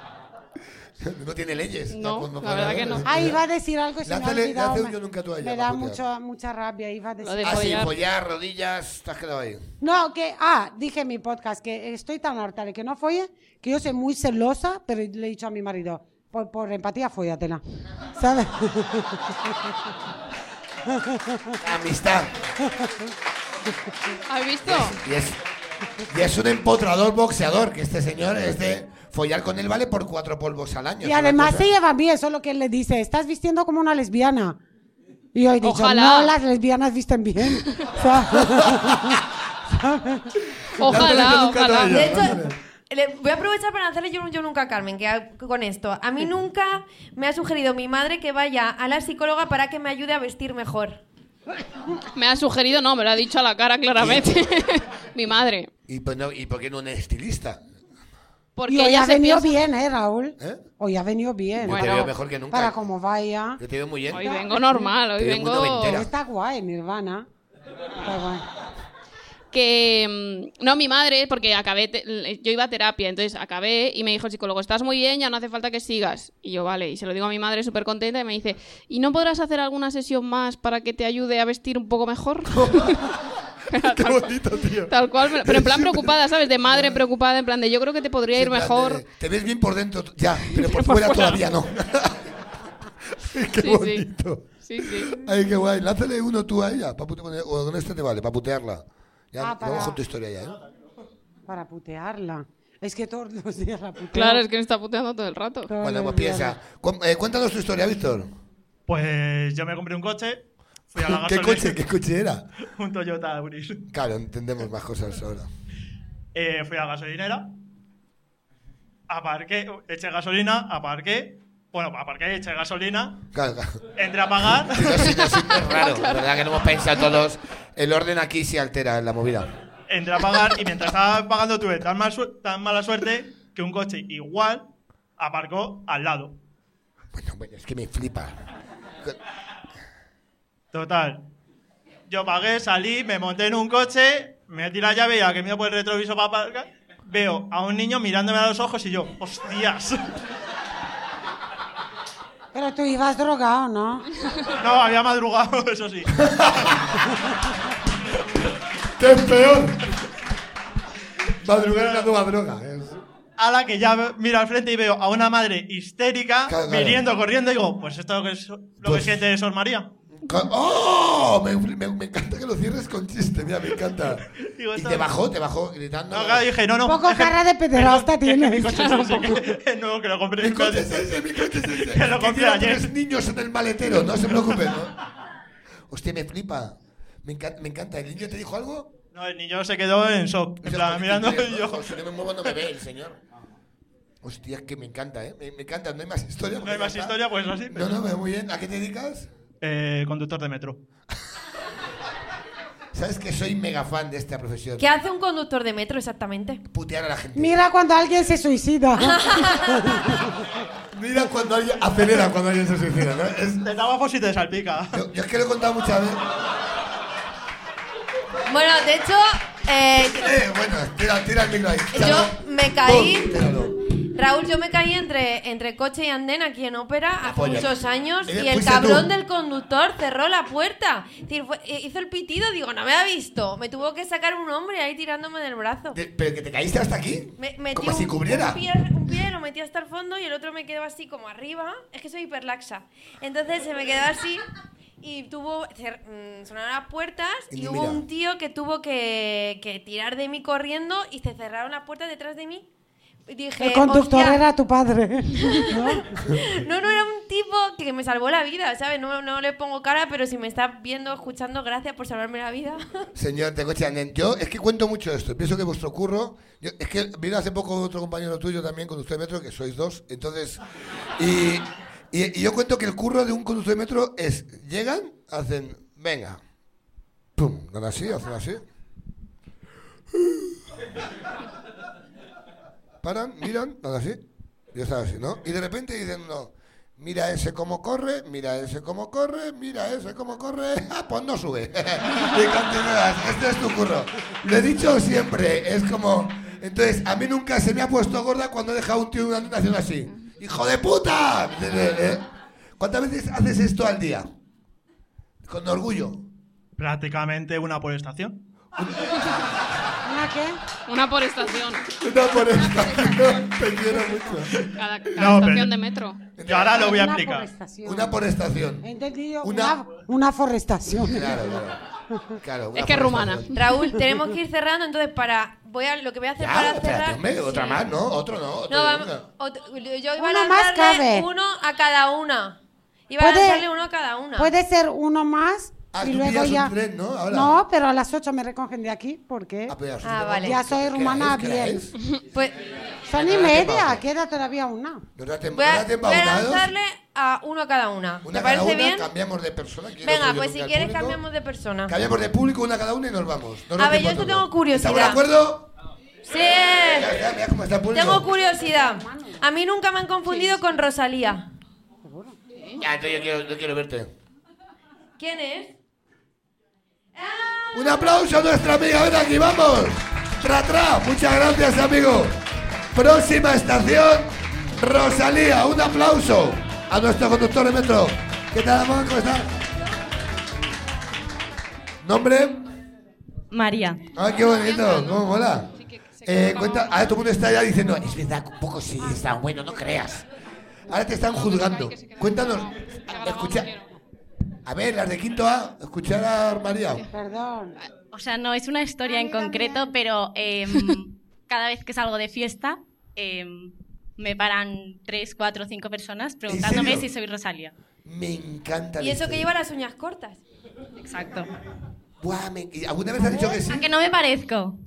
Speaker 2: No tiene leyes.
Speaker 6: No,
Speaker 2: pues
Speaker 6: la
Speaker 2: puede
Speaker 6: verdad
Speaker 2: haber
Speaker 6: que no.
Speaker 2: leyes.
Speaker 5: Ah, iba a decir algo y se me ha
Speaker 2: Lánzale-
Speaker 5: olvidado.
Speaker 2: lánzale
Speaker 5: me-
Speaker 2: un yo nunca tú a ella,
Speaker 5: me
Speaker 2: para
Speaker 5: da
Speaker 2: follar.
Speaker 5: mucha, mucha rabia, iba a decir.
Speaker 6: de
Speaker 2: Ah, sí,
Speaker 6: follar.
Speaker 2: follar, rodillas, te has quedado ahí.
Speaker 5: No, que, ah, dije en mi podcast que estoy tan harta de que no folle, que yo soy muy celosa, pero le he dicho a mi marido, por, por empatía, follatela. *laughs* ¿Sabes?
Speaker 2: Amistad.
Speaker 6: ¿Has visto?
Speaker 2: Y es, y es un empotrador boxeador, que este señor es de follar con él vale por cuatro polvos al año.
Speaker 5: Y
Speaker 2: es una
Speaker 5: además
Speaker 2: cosa-
Speaker 5: se llevan bien, eso es lo que él le dice, estás vistiendo como una lesbiana. Y yo he dicho,
Speaker 6: Ojalá.
Speaker 5: no, las lesbianas visten bien. *laughs* O sea,
Speaker 6: Ojalá, ojalá.
Speaker 4: De hecho, le- voy a aprovechar para hacerle yo un yo nunca a Carmen, que a- con esto. A mí nunca me ha sugerido mi madre que vaya a la psicóloga para que me ayude a vestir mejor.
Speaker 6: Me ha sugerido, no, me lo ha dicho a la cara claramente. *laughs* mi madre.
Speaker 2: ¿Y, pues no- ¿Y por qué no un estilista?
Speaker 6: Porque
Speaker 5: y hoy
Speaker 6: ella
Speaker 5: ha
Speaker 6: se
Speaker 5: venido
Speaker 6: piensa-
Speaker 5: bien, ¿eh, Raúl?
Speaker 2: ¿Eh?
Speaker 5: Hoy ha venido bien.
Speaker 2: Yo te
Speaker 6: Bueno.
Speaker 2: veo mejor que nunca.
Speaker 5: para como vaya.
Speaker 2: Yo te veo muy bien.
Speaker 6: Hoy vengo normal, hoy
Speaker 2: Te veo muy noventera.
Speaker 6: vengo...
Speaker 5: Está guay, Nirvana. Está guay.
Speaker 6: que mm, no mi madre porque acabé te- yo iba a terapia entonces acabé y me dijo el psicólogo estás muy bien ya no hace falta que sigas y yo vale y se lo digo a mi madre súper contenta y me dice y no podrás hacer alguna sesión más para que te ayude a vestir un poco
Speaker 2: *laughs*
Speaker 6: mejor
Speaker 2: Qué bonito, tío.
Speaker 6: tal cual me- pero en plan preocupada sabes de madre preocupada en plan de yo creo que te podría ir
Speaker 2: En plan de,
Speaker 6: mejor
Speaker 2: Te ves bien por dentro, ya,
Speaker 6: Pero
Speaker 2: pero por
Speaker 6: *laughs* por
Speaker 2: fuera
Speaker 6: fuera.
Speaker 2: todavía no. *laughs* qué
Speaker 6: Sí, sí.
Speaker 2: bonito.
Speaker 6: sí sí
Speaker 2: Ay, qué guay. Lázale uno tú a ella. pa' pute- o con este te vale, para putearla. Ya,
Speaker 5: Ah,
Speaker 2: vamos
Speaker 5: para-
Speaker 2: con tu historia ya. ¿eh?
Speaker 5: Para putearla. Es que todos los días la puteo.
Speaker 6: claro es que me está puteando todo el rato
Speaker 5: Todos
Speaker 2: Bueno,
Speaker 5: los
Speaker 2: pues
Speaker 5: días la-
Speaker 2: piensa. Cu- eh, cuéntanos tu historia, Víctor.
Speaker 9: Pues yo me compré un coche, fui a la
Speaker 2: ¿Qué
Speaker 9: gasolina,
Speaker 2: coche, qué coche era?
Speaker 9: *laughs* un Toyota Auris.
Speaker 2: Claro, entendemos más cosas ahora.
Speaker 9: Eh, fui a la gasolinera, aparqué, eché gasolina, aparqué, bueno, aparqué, eché gasolina,
Speaker 2: Claro, claro.
Speaker 9: entré a pagar. *laughs*
Speaker 2: Sí, no, *laughs* sí, es raro, la verdad que no hemos pensado todos. El orden aquí se altera en la movida.
Speaker 9: entré a pagar y mientras estaba pagando tuve tan, mal su- tan mala suerte que un coche igual aparcó al lado.
Speaker 2: Bueno, bueno, es que me flipa.
Speaker 9: Total. Yo pagué, salí, me monté en un coche, metí la llave y a que miro por el retrovisor para aparcar, veo a un niño mirándome a los ojos y yo, hostias.
Speaker 5: Pero tú ibas drogado, ¿no?
Speaker 9: No, había madrugado, *laughs* eso sí.
Speaker 2: ¡Qué peor! Madrugar es la nueva droga. ¿eh?
Speaker 9: A la que ya miro al frente y veo a una madre histérica,
Speaker 2: Claro, claro.
Speaker 9: viniendo, corriendo, y digo, pues esto es lo que, es- lo
Speaker 2: Pues-
Speaker 9: que siente Sor María.
Speaker 2: Con- ¡Oh! Me, me- me encanta que lo cierres con chiste, mira, me encanta.
Speaker 9: Digo,
Speaker 2: *laughs* y
Speaker 9: esto-
Speaker 2: te bajó, te bajó gritando.
Speaker 9: No, claro, dije, no, no.
Speaker 5: Un poco
Speaker 9: es que-
Speaker 5: cara de pederasta
Speaker 9: perdón, es que mi
Speaker 5: tienes,
Speaker 9: coche es
Speaker 5: claro,
Speaker 9: ese,
Speaker 5: un poco.
Speaker 9: que- *laughs* no, que lo compré
Speaker 2: mi
Speaker 9: en
Speaker 2: coche es
Speaker 9: coche.
Speaker 2: ese, mi coche es ese.
Speaker 9: *laughs* Que lo
Speaker 2: Que
Speaker 9: compré
Speaker 2: lleva
Speaker 9: ayer.
Speaker 2: tres niños en el maletero, no se preocupen, ¿no? Hostia, me flipa. Me encanta, me encanta. ¿El niño te dijo algo?
Speaker 9: No, el niño se quedó en shock. En plan, mirando y yo.
Speaker 2: Si no me muevo, no me ve el señor. Hostia, es que me encanta, ¿eh? Me, me encanta. No hay más historia.
Speaker 9: No hay más historia, pues así.
Speaker 2: No, no, pero muy bien. ¿A qué te dedicas?
Speaker 9: Eh, conductor de metro.
Speaker 2: Sabes que soy mega fan de esta profesión.
Speaker 4: ¿Qué hace un conductor de metro exactamente?
Speaker 2: Putear a la gente.
Speaker 5: Mira cuando alguien se suicida.
Speaker 2: Mira cuando alguien acelera cuando alguien se suicida, ¿no? Es-
Speaker 9: Te da abajo si te salpica.
Speaker 2: yo, yo es que lo he contado muchas veces.
Speaker 4: *laughs* Bueno, de hecho, eh,
Speaker 2: Eh, bueno, tira, tira el micro ahí.
Speaker 4: yo me caí.
Speaker 2: Tíralo.
Speaker 4: Raúl, yo me caí entre, entre coche y andén aquí en ópera hace
Speaker 2: polla.
Speaker 4: muchos años
Speaker 2: Eh,
Speaker 4: y el
Speaker 2: fuiste
Speaker 4: cabrón
Speaker 2: tú.
Speaker 4: del conductor cerró la puerta. Es decir, fue- eh, hizo el pitido, digo, no me ha visto. Me tuvo que sacar un hombre ahí tirándome del brazo.
Speaker 2: De- ¿Pero que te caíste hasta aquí?
Speaker 4: Me, metí
Speaker 2: Como
Speaker 4: un,
Speaker 2: si cubriera.
Speaker 4: Un pie, un pie, lo metí hasta el fondo y el otro me quedó así como arriba. Es que soy hiperlaxa. Entonces se me quedó así y tuvo. cer- mm, Sonaron las puertas y,
Speaker 2: Y
Speaker 4: hubo
Speaker 2: mira.
Speaker 4: un tío que tuvo que, que tirar de mí corriendo y se cerraron las puertas detrás de mí. Y Dije,
Speaker 12: Eh,
Speaker 5: El conductor
Speaker 4: "Hostia".
Speaker 5: era tu padre. ¿no?
Speaker 4: No, no, era un tipo que me salvó la vida, ¿sabes? No, no le pongo cara, pero si me está viendo, escuchando, gracias por salvarme la vida.
Speaker 2: Señor de coche andén. Yo es que cuento mucho esto. Pienso que vuestro curro. yo- es que vino hace poco otro compañero tuyo también, conductor de metro, que sois dos. Entonces. Y, y- y yo cuento que el curro de un conductor de metro es. Llegan, hacen. Venga. Pum. Hacen así, hacen así. Paran, miran, hacen así. Y están así, ¿no? Y de repente dicen, no. Mira ese cómo corre, mira ese cómo corre, mira ese cómo corre. *laughs* Ah, pues no sube. y continúas. Este es tu curro. Lo he dicho siempre. Es como. Entonces, a mí nunca se me ha puesto gorda cuando he dejado un tío en una tentación así. ¡Hijo de puta! ¿Eh? ¿Cuántas veces haces esto al día? Con orgullo.
Speaker 9: Prácticamente una por
Speaker 2: *laughs*
Speaker 9: estación.
Speaker 5: ¿Una qué?
Speaker 6: Una por estación.
Speaker 2: No por esta. Te quiero mucho.
Speaker 6: Cada, cada
Speaker 9: No, pero-
Speaker 6: estación de metro.
Speaker 9: Yo ahora lo voy a
Speaker 5: Una
Speaker 9: aplicar.
Speaker 5: forestación.
Speaker 2: Una por estación.
Speaker 5: He entendido.
Speaker 2: Una-
Speaker 5: Una, una forestación.
Speaker 2: Claro, claro. Claro, una
Speaker 6: Es que es
Speaker 2: por
Speaker 6: rumana.
Speaker 2: estación.
Speaker 4: Raúl, tenemos que ir cerrando, entonces para voy a, lo que voy a hacer
Speaker 2: Ya,
Speaker 4: para
Speaker 2: espérate,
Speaker 4: cerrar.
Speaker 2: hombre, otra
Speaker 4: Sí.
Speaker 2: más, ¿no? Otro no. Otro
Speaker 4: No,
Speaker 2: de
Speaker 4: vamos.
Speaker 2: una.
Speaker 4: otro- yo iba a
Speaker 5: Uno más
Speaker 4: lanzarle
Speaker 5: cabe.
Speaker 4: uno a cada una. Iba a
Speaker 5: Puede-
Speaker 4: lanzarle uno a cada una.
Speaker 5: Puede ser uno más
Speaker 2: Ah,
Speaker 5: y
Speaker 2: tú
Speaker 5: luego
Speaker 2: pillas un
Speaker 5: ya.
Speaker 2: tren, ¿no? Ahora.
Speaker 5: No, pero a las 8 me recogen de aquí porque
Speaker 2: Ah, pero ya
Speaker 4: Ah,
Speaker 2: son-
Speaker 4: vale.
Speaker 5: Ya soy
Speaker 2: ¿Qué
Speaker 5: rumana
Speaker 2: hora es? ¿Qué hora
Speaker 5: bien.
Speaker 2: es?
Speaker 4: Pues
Speaker 5: son
Speaker 2: Espérate,
Speaker 5: y media,
Speaker 2: Paula.
Speaker 5: queda todavía una.
Speaker 2: Nos da tiempo-
Speaker 4: voy
Speaker 2: nos
Speaker 4: a,
Speaker 2: da tiempo
Speaker 4: voy a
Speaker 2: abonados.
Speaker 4: lanzarle a uno a cada una.
Speaker 2: Una
Speaker 4: ¿Te
Speaker 2: cada
Speaker 4: parece
Speaker 2: una,
Speaker 4: bien?
Speaker 2: Cambiamos de persona. quiero
Speaker 4: Venga,
Speaker 2: que
Speaker 4: pues
Speaker 2: yo
Speaker 4: si
Speaker 2: cambie al
Speaker 4: quieres
Speaker 2: público.
Speaker 4: cambiamos de persona.
Speaker 2: Cambiamos de público una cada una y nos vamos. No
Speaker 4: A ver,
Speaker 2: nos da
Speaker 4: yo
Speaker 2: tiempo
Speaker 4: esto
Speaker 2: a todo.
Speaker 4: tengo curiosidad.
Speaker 2: ¿Estamos de acuerdo?
Speaker 4: Sí.
Speaker 2: Ya, ya, mira cómo está el público.
Speaker 4: Tengo curiosidad. A mí nunca me han confundido con Rosalía.
Speaker 2: Ya, entonces yo quiero, yo quiero verte.
Speaker 4: ¿Quién es?
Speaker 2: Un aplauso a nuestra amiga. Ven aquí, vamos. Tra, tra. Muchas gracias, amigo. Próxima estación, Rosalía. Un aplauso a nuestro conductor de metro. ¿Qué tal, amor? ¿Cómo estás? ¿Nombre?
Speaker 12: María.
Speaker 2: Ah, qué bonito, cómo mola. Eh, cuenta, ahora todo el mundo está ya diciendo, es verdad, un poco sí, está bueno, no creas. Ahora te están juzgando. Cuéntanos, escucha, a ver, las de quinto A, escuchar a María.
Speaker 5: Perdón.
Speaker 12: O sea, no es una historia en concreto,
Speaker 2: *laughs*
Speaker 12: pero em, cada vez que salgo de fiesta em, me paran tres, cuatro, cinco personas preguntándome
Speaker 2: serio?
Speaker 12: si soy Rosalía.
Speaker 2: Me encanta. la
Speaker 4: Y eso que
Speaker 2: historia.
Speaker 4: lleva las uñas cortas.
Speaker 12: Exacto.
Speaker 2: Buah, me- ¿y ¿Alguna vez has dicho que sí?
Speaker 12: ¿A que no me parezco?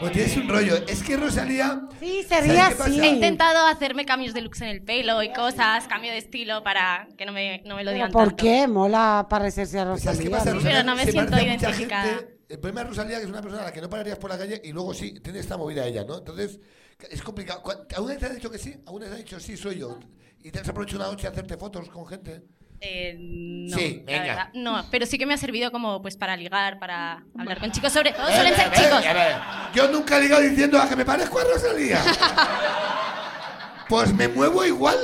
Speaker 2: Pues tienes un rollo. Es que Rosalía...
Speaker 5: Sí,
Speaker 2: ¿Sabes
Speaker 5: sería
Speaker 2: qué pasa?
Speaker 5: así.
Speaker 12: He intentado hacerme cambios de looks en el pelo y cosas, cambio de estilo para que no me, no me lo
Speaker 5: ¿Pero
Speaker 12: digan
Speaker 5: ¿Por
Speaker 12: tanto.
Speaker 5: qué? Mola parecerse a
Speaker 2: Pues, ¿Sabes qué
Speaker 5: Rosalía.
Speaker 2: pasa,
Speaker 5: ¿no?
Speaker 2: Rosalía?
Speaker 12: Pero no me
Speaker 2: Se
Speaker 12: siento
Speaker 2: parece a mucha
Speaker 12: identificada.
Speaker 2: gente. El problema de Rosalía es que es una persona a la que no pararías por la calle y luego sí, tiene esta movida ella, ¿no? Entonces, es complicado. Cu- ¿Alguna vez te has dicho que sí? ¿Alguna vez has dicho sí, soy yo? ¿Y te has aprovechado una noche a hacerte fotos con gente?
Speaker 12: Eh, no,
Speaker 2: Sí,
Speaker 12: la
Speaker 2: venga.
Speaker 12: verdad, no, pero sí que me ha servido como pues para ligar, para hablar con chicos, sobre todo
Speaker 2: Eh,
Speaker 12: suelen
Speaker 2: eh,
Speaker 12: ser
Speaker 2: eh,
Speaker 12: chicos.
Speaker 2: a ver, Yo nunca he ligado diciendo a que me parezco a
Speaker 5: *laughs*
Speaker 2: Rosalía. pues me muevo igual,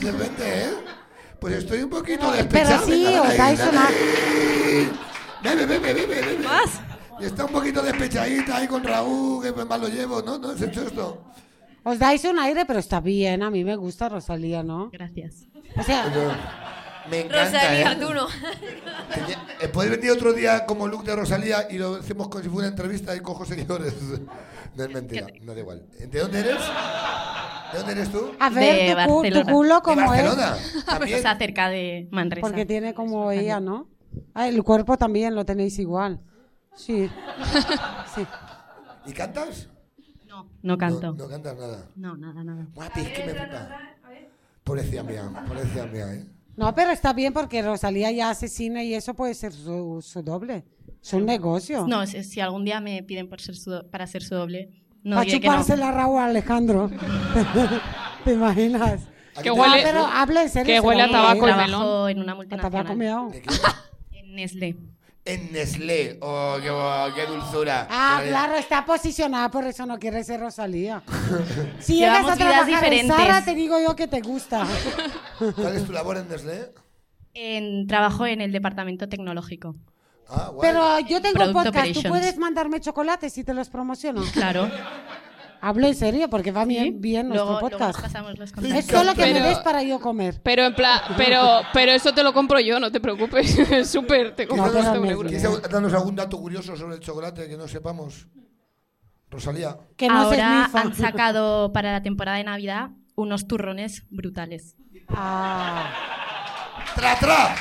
Speaker 2: de repente, ¿eh? Pues estoy un poquito
Speaker 5: Pero
Speaker 2: despechado.
Speaker 5: sí,
Speaker 2: venga,
Speaker 5: os
Speaker 2: dale,
Speaker 5: dais
Speaker 2: dale.
Speaker 5: una.
Speaker 2: Bebe, bebe, bebe, bebe. Y está un poquito despechadita ahí con Raúl, que mal lo llevo, ¿no? ¿No has hecho esto?
Speaker 5: Os dais un aire, pero está bien. A mí me gusta Rosalía, ¿no?
Speaker 12: Gracias.
Speaker 5: O sea,
Speaker 2: Me encanta,
Speaker 4: Rosalía,
Speaker 2: ¿eh?
Speaker 4: tú no.
Speaker 2: Tenía- eh, Puedes venir otro día como look de Rosalía y lo hacemos como si fuera una entrevista y cojo seguidores. *laughs* No es mentira, no da igual. ¿De dónde eres? ¿De dónde eres tú?
Speaker 5: a ver,
Speaker 12: De
Speaker 5: tu, cu- tu
Speaker 12: Barcelona. Pues,
Speaker 5: culo
Speaker 2: ¿De
Speaker 5: como es. *laughs*
Speaker 2: Barcelona?
Speaker 12: *laughs* O
Speaker 2: ¿También?
Speaker 12: sea, cerca de Manresa.
Speaker 5: Porque tiene como ella, ¿no? Ah, el cuerpo también lo tenéis igual.
Speaker 12: *laughs*
Speaker 5: Sí.
Speaker 2: ¿Y cantas?
Speaker 12: No canto.
Speaker 2: No, no cantas nada.
Speaker 12: No, nada, nada.
Speaker 2: Guapi, es que me flipa. Pobrecía mía, pobrecía mía, ¿eh?
Speaker 5: No, pero está bien porque Rosalía ya hace cine y eso puede ser su, su doble. Es un negocio.
Speaker 12: No, si, si algún día me piden por ser su do- para ser su doble, no
Speaker 5: Para
Speaker 12: diré que no.
Speaker 5: chuparse la rabo a
Speaker 12: *laughs*
Speaker 5: Alejandro. ¿Te imaginas?
Speaker 12: Que huele-
Speaker 5: Ah, pero habla en serio.
Speaker 12: que
Speaker 5: se
Speaker 12: huele a
Speaker 5: va
Speaker 12: tabaco
Speaker 5: ir.
Speaker 12: y melón. Trabajo en una multinacional.
Speaker 5: A tabaco meao.
Speaker 12: En Nestlé.
Speaker 2: En Nestlé. Oh, qué, bo- qué dulzura.
Speaker 5: Ah,
Speaker 2: Pero, eh,
Speaker 5: claro, está posicionada, por eso no quiere ser Rosalía. Si llegas
Speaker 12: Llevamos
Speaker 5: a
Speaker 12: vidas
Speaker 5: trabajar en
Speaker 12: diferentes.
Speaker 5: Zara, te digo yo que te gusta.
Speaker 2: ¿Cuál es tu labor en Nestlé?
Speaker 12: *laughs* En, trabajo en el departamento tecnológico.
Speaker 2: Ah, guay.
Speaker 5: Pero yo tengo un
Speaker 12: Product
Speaker 5: podcast, tú
Speaker 12: Operations.
Speaker 5: puedes mandarme chocolates y te los promociono.
Speaker 12: Claro.
Speaker 5: Hablo en serio, porque va bien, bien nuestro
Speaker 12: Luego, luego os
Speaker 5: podcast.
Speaker 12: pasamos los
Speaker 5: Es
Speaker 12: contactos.
Speaker 5: solo que me
Speaker 6: Pero-
Speaker 5: des para yo comer.
Speaker 6: Pero en plan, pero, pero eso te lo compro yo, no te preocupes. *laughs* Súper, te compro
Speaker 2: Quizá
Speaker 6: por
Speaker 2: nos-
Speaker 6: un euro.
Speaker 2: quizá danos algún dato curioso sobre el chocolate que no sepamos. Rosalía.
Speaker 12: Ahora han sacado para la temporada de Navidad unos turrones brutales.
Speaker 5: Ah.
Speaker 2: ¡Tra, tra!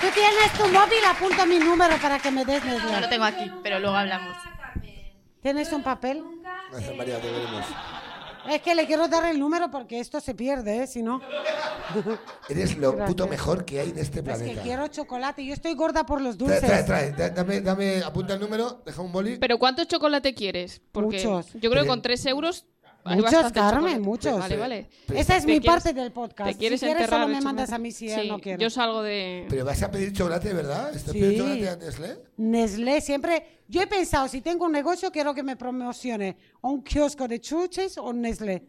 Speaker 5: Tú tienes tu móvil, apunta mi número para que me des.
Speaker 12: No lo tengo aquí, pero luego hablamos.
Speaker 5: ¿Tienes un papel?
Speaker 2: Gracias, María, te queremos.
Speaker 5: Es que le quiero dar el número porque esto se pierde, ¿eh? Si no.
Speaker 2: *laughs* Eres lo
Speaker 5: Gracias.
Speaker 2: puto mejor que hay en este
Speaker 5: Es que
Speaker 2: planeta.
Speaker 5: quiero chocolate. Yo estoy gorda por los
Speaker 2: Trae,
Speaker 5: dulces.
Speaker 2: trae, trae. Da- Dame, dame, apunta el número, deja un boli.
Speaker 6: Pero ¿cuántos chocolate quieres? Porque
Speaker 5: Muchos.
Speaker 6: yo creo que con 3 euros. hay
Speaker 5: Muchos,
Speaker 6: bastante
Speaker 5: Carmen,
Speaker 6: chocolate.
Speaker 5: muchos.
Speaker 6: Vale, vale.
Speaker 5: Esa es
Speaker 6: ¿Te
Speaker 5: mi
Speaker 6: quieres-
Speaker 5: parte del podcast.
Speaker 6: ¿Te quieres
Speaker 5: si quieres,
Speaker 6: enterrar
Speaker 5: solo
Speaker 6: el
Speaker 5: me mandas
Speaker 6: chocolate?
Speaker 5: a mí si él
Speaker 6: Sí,
Speaker 5: no quiero.
Speaker 6: Yo salgo de.
Speaker 2: ¿Pero vas a pedir chocolate, verdad? ¿Estás
Speaker 5: Sí.
Speaker 2: pidiendo chocolate a Nestlé?
Speaker 5: Nestlé siempre. Yo he pensado, si tengo un negocio, quiero que me promocione o un kiosco de chuches o un Nestlé.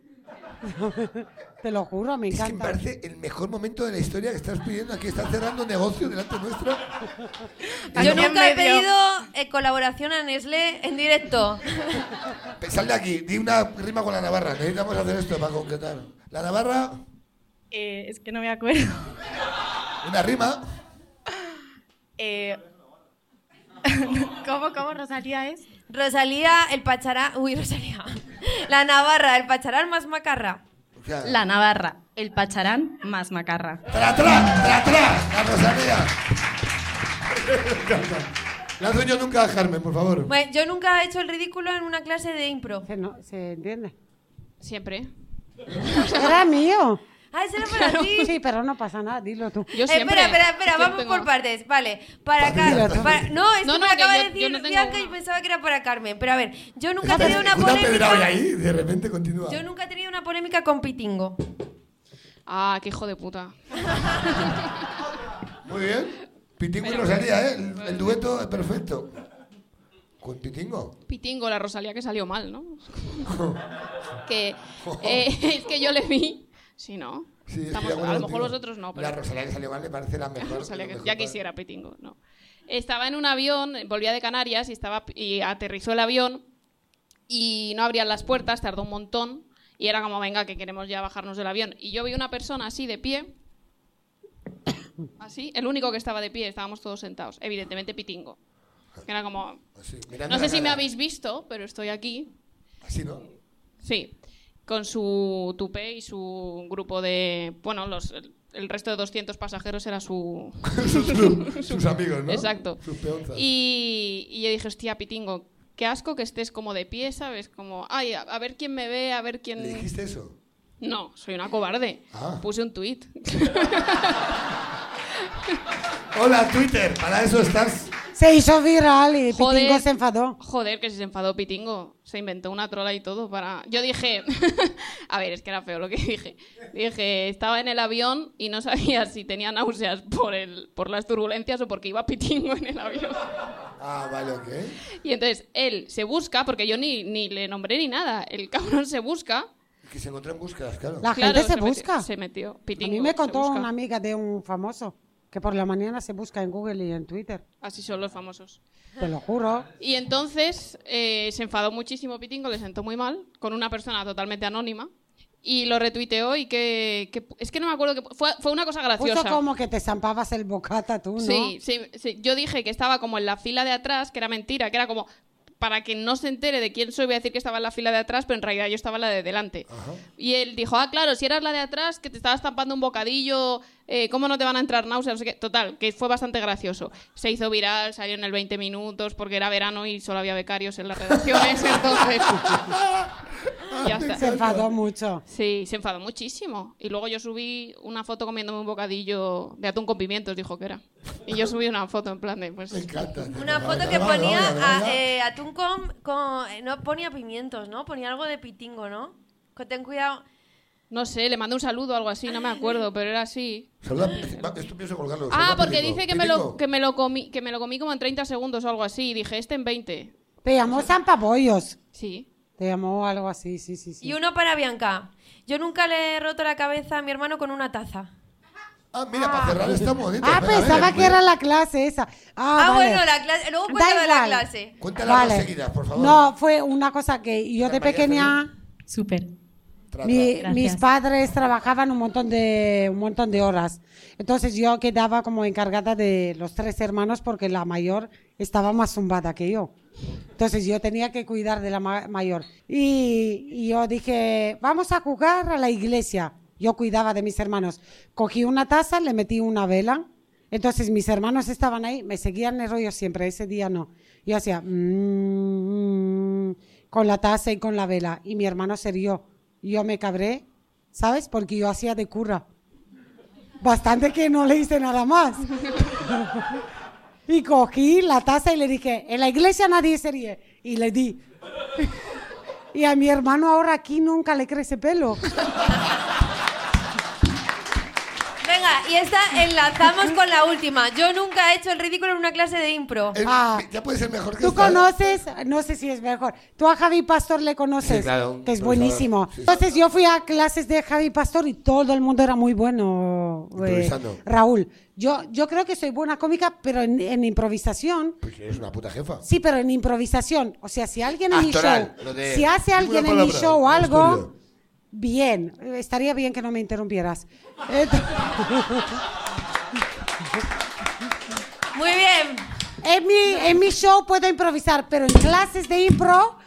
Speaker 5: *laughs* Te lo juro, me
Speaker 2: Es que me
Speaker 5: encanta.
Speaker 2: parece el mejor momento de la historia que estás pidiendo aquí. Estás cerrando negocio delante nuestro.
Speaker 4: *laughs* Yo
Speaker 2: no-
Speaker 4: nunca he
Speaker 2: medio.
Speaker 4: pedido eh, colaboración a Nestlé en directo.
Speaker 2: Sal de aquí, di una rima con la Navarra. Necesitamos hacer esto para concretar. La Navarra,
Speaker 12: Eh, es que no me acuerdo.
Speaker 2: una rima.
Speaker 12: Eh, ¿Cómo, cómo Rosalía es?
Speaker 4: Rosalía, el pachará... Uy, Rosalía. La Navarra, el pacharán más macarra.
Speaker 2: O sea,
Speaker 12: La Navarra, el Pacharán más Macarra.
Speaker 2: ¡Tra, tra, tra, tra! La Rosalía. *laughs* Me encanta. Lanzo yo nunca a Carmen, por favor.
Speaker 4: Bueno, yo nunca he hecho el ridículo en una clase de impro.
Speaker 5: Se, no- se entiende.
Speaker 6: Siempre.
Speaker 5: Era mío.
Speaker 4: Ah, ese era para ti.
Speaker 5: Sí, pero no pasa nada, dilo tú.
Speaker 6: Yo
Speaker 4: Eh,
Speaker 6: siempre.
Speaker 4: espera, espera, espera,
Speaker 6: Yo
Speaker 4: vamos
Speaker 6: tengo-
Speaker 4: por partes. Vale, para Carmen. No, es
Speaker 6: No, no,
Speaker 4: que me
Speaker 6: que
Speaker 4: acaba
Speaker 6: yo-
Speaker 4: de
Speaker 6: yo
Speaker 4: decir
Speaker 6: no tengo
Speaker 4: Bianca y
Speaker 6: una.
Speaker 4: pensaba que era para Carmen. Pero a ver, yo nunca he
Speaker 2: Estás
Speaker 4: tenido una
Speaker 2: una pedrada
Speaker 4: polémica.
Speaker 2: ahí, de repente continúa.
Speaker 4: Yo nunca he tenido una polémica con Pitingo.
Speaker 6: Ah, qué hijo de puta.
Speaker 2: Muy bien. Pitingo y Rosalía, ¿eh? El, el dueto es perfecto. ¿Con Pitingo?
Speaker 6: Pitingo, la Rosalía que salió mal,
Speaker 2: *laughs*
Speaker 6: ¿no? que eh, *laughs* es que yo le vi. Sí, ¿no?
Speaker 2: Sí, estoy de
Speaker 6: Estamos-
Speaker 2: acuerdo
Speaker 6: a lo
Speaker 2: contigo.
Speaker 6: mejos vosotros no, pero.
Speaker 2: La Rosalía que salió mal me parece la mejor.
Speaker 6: Rosalía que-
Speaker 2: la mejor
Speaker 6: ya
Speaker 2: para-
Speaker 6: quisiera Pitingo, no. Estaba en un avión, volvía de Canarias y estaba y aterrizó el avión y no abrían las puertas, tardó un montón y era como venga que queremos ya bajarnos del avión y yo vi una persona así de pie así, el único que estaba de pie, estábamos todos sentados, evidentemente Pitingo. Que era como
Speaker 2: Así, mirando
Speaker 6: no sé
Speaker 2: la
Speaker 6: si me
Speaker 2: cara.
Speaker 6: habéis visto, pero estoy aquí.
Speaker 2: Así no.
Speaker 6: Sí, con su tupé y su grupo de. Bueno, los, el, el resto de 200 pasajeros era
Speaker 2: *laughs*
Speaker 6: su. *laughs*
Speaker 2: sus, sus amigos, ¿no?
Speaker 6: Exacto.
Speaker 2: Sus peonzas.
Speaker 6: Y, y yo dije, hostia, Pitingo, qué asco que estés como de pie, ¿sabes? Como, ay, a, a ver quién me ve, a ver
Speaker 2: ¿Le
Speaker 6: quién.
Speaker 2: dijiste eso?
Speaker 6: No, soy una cobarde.
Speaker 2: Ah.
Speaker 6: Puse un tuit.
Speaker 2: Hola, Twitter. Para eso estás.
Speaker 5: Se hizo viral y
Speaker 6: Joder.
Speaker 5: Pitingo se enfadó.
Speaker 6: Joder, que si se enfadó Pitingo. Se inventó una trola y todo para. Yo dije. *laughs* a ver, es que era feo lo que dije. Dije, estaba en el avión y no sabía si tenía náuseas por, el, por las turbulencias o porque iba Pitingo en el avión.
Speaker 2: Ah, vale, ok.
Speaker 6: Y entonces él se busca, porque yo ni, ni le nombré ni nada. El cabrón se busca.
Speaker 2: Que se encontró en búsquedas, claro.
Speaker 5: La
Speaker 6: Claro,
Speaker 5: gente se,
Speaker 6: se metió-
Speaker 5: busca.
Speaker 6: se metió.
Speaker 5: A
Speaker 6: Pitingo,
Speaker 5: mí me
Speaker 6: se
Speaker 5: contó
Speaker 6: busca.
Speaker 5: una amiga de un famoso que por la mañana se busca en Google y en Twitter.
Speaker 6: Así son los famosos.
Speaker 5: Te lo juro.
Speaker 6: Y entonces eh, se enfadó muchísimo Pitingo, le sentó muy mal, con una persona totalmente anónima. Y lo retuiteó y que, que- Es que no me acuerdo que... Fue, fue una cosa graciosa.
Speaker 5: Puso como que te zampabas el bocata tú, ¿no?
Speaker 6: Sí, sí, sí. Yo dije que estaba como en la fila de atrás, que era mentira, que era como... para que no se entere de quién soy, voy a decir que estaba en la fila de atrás, pero en realidad yo estaba en la de delante. Y él dijo, ah, claro, si eras la de atrás, que te estabas tapando un bocadillo, eh, ¿cómo no te van a entrar náuseas? No sé qué. Total, que fue bastante gracioso. Se hizo viral, salió en el 20 minutos, porque era verano y solo había becarios en las redacciones, *laughs* entonces... ya está.
Speaker 5: Se enfadó mucho.
Speaker 6: Sí, se enfadó muchísimo. Y luego yo subí una foto comiéndome un bocadillo de atún con pimientos, dijo que era. Y yo subí una foto en plan de... Pues,
Speaker 4: Una foto que ponía a- eh, atún con, con- eh, No ponía pimientos, ¿no? Ponía algo de pitingo, ¿no? Co- Ten cuidado.
Speaker 6: No sé, le mandé un saludo o algo así, no me acuerdo, pero era así.
Speaker 2: Saluda- va, esto pienso colgarlo.
Speaker 6: Ah,
Speaker 2: saluda
Speaker 6: porque
Speaker 2: Piringo.
Speaker 6: dice que me, lo,
Speaker 2: Piringo.
Speaker 6: que, me lo comí, que me lo comí como en 30 segundos o algo así. Y dije, este en 20.
Speaker 5: Te llamó Zampabollos.
Speaker 6: Sí.
Speaker 5: Te llamó algo así, sí, sí, sí.
Speaker 4: Y uno para Bianca. Yo nunca le he roto la cabeza a mi hermano con una taza.
Speaker 2: Ah, mira, para cerrar está bonito.
Speaker 5: Ah,
Speaker 2: Venga,
Speaker 5: pensaba
Speaker 2: venga,
Speaker 5: que era la clase esa. Ah,
Speaker 4: Ah,
Speaker 5: vale.
Speaker 4: bueno, la clase. Luego
Speaker 5: Da
Speaker 4: cuéntame la
Speaker 5: igual.
Speaker 4: clase.
Speaker 2: Cuéntala
Speaker 5: Vale.
Speaker 2: dos seguidas, por favor.
Speaker 5: No, fue una cosa que yo de
Speaker 2: María
Speaker 5: pequeña...
Speaker 12: Súper.
Speaker 2: Tra, tra.
Speaker 5: Mi-
Speaker 12: Gracias.
Speaker 5: mis padres trabajaban un montón de un montón de horas. Entonces yo quedaba como encargada de los tres hermanos porque la mayor estaba más zumbada que yo. Entonces yo tenía que cuidar de la ma- mayor. Y, y yo dije, vamos a jugar a la iglesia. Yo cuidaba de mis hermanos. Cogí una taza, le metí una vela. Entonces mis hermanos estaban ahí, me seguían el rollo siempre, ese día no. Yo hacía, mm, mm, con la taza y con la vela. Y mi hermano se rió. Y Yo me cabré, ¿sabes? Porque yo hacía de curra. Bastante que no le hice nada más. *laughs* y cogí la taza y le dije, en la iglesia nadie se ríe. Y le di. *laughs* y a mi hermano ahora aquí nunca le crece pelo.
Speaker 4: Venga, y esta enlazamos con la última. Yo nunca he hecho el ridículo en una clase de impro.
Speaker 5: Ah,
Speaker 2: Ya puede ser mejor que
Speaker 5: Tú
Speaker 2: esta, ¿eh?
Speaker 5: conoces, no sé si es mejor, tú a Javi Pastor le conoces,
Speaker 2: Sí, claro,
Speaker 5: que es
Speaker 2: profesor.
Speaker 5: buenísimo.
Speaker 2: Sí, sí.
Speaker 5: Entonces yo fui a clases de Javi Pastor y todo el mundo era muy bueno, eh,
Speaker 2: Improvisando.
Speaker 5: Raúl. Yo, yo creo que soy buena cómica, pero en, en improvisación,
Speaker 2: Pues eres una puta jefa.
Speaker 5: sí, pero en improvisación. O sea, si alguien en mi show,
Speaker 2: Actoral, lo de-
Speaker 5: si hace
Speaker 2: Dime
Speaker 5: alguien
Speaker 2: una
Speaker 5: en mi
Speaker 2: palabra,
Speaker 5: show
Speaker 2: no es
Speaker 5: algo,
Speaker 2: tuyo.
Speaker 5: bien, estaría bien que no me interrumpieras. Ent-
Speaker 4: Muy bien.
Speaker 5: En mi, en mi show puedo improvisar, pero en clases de impro,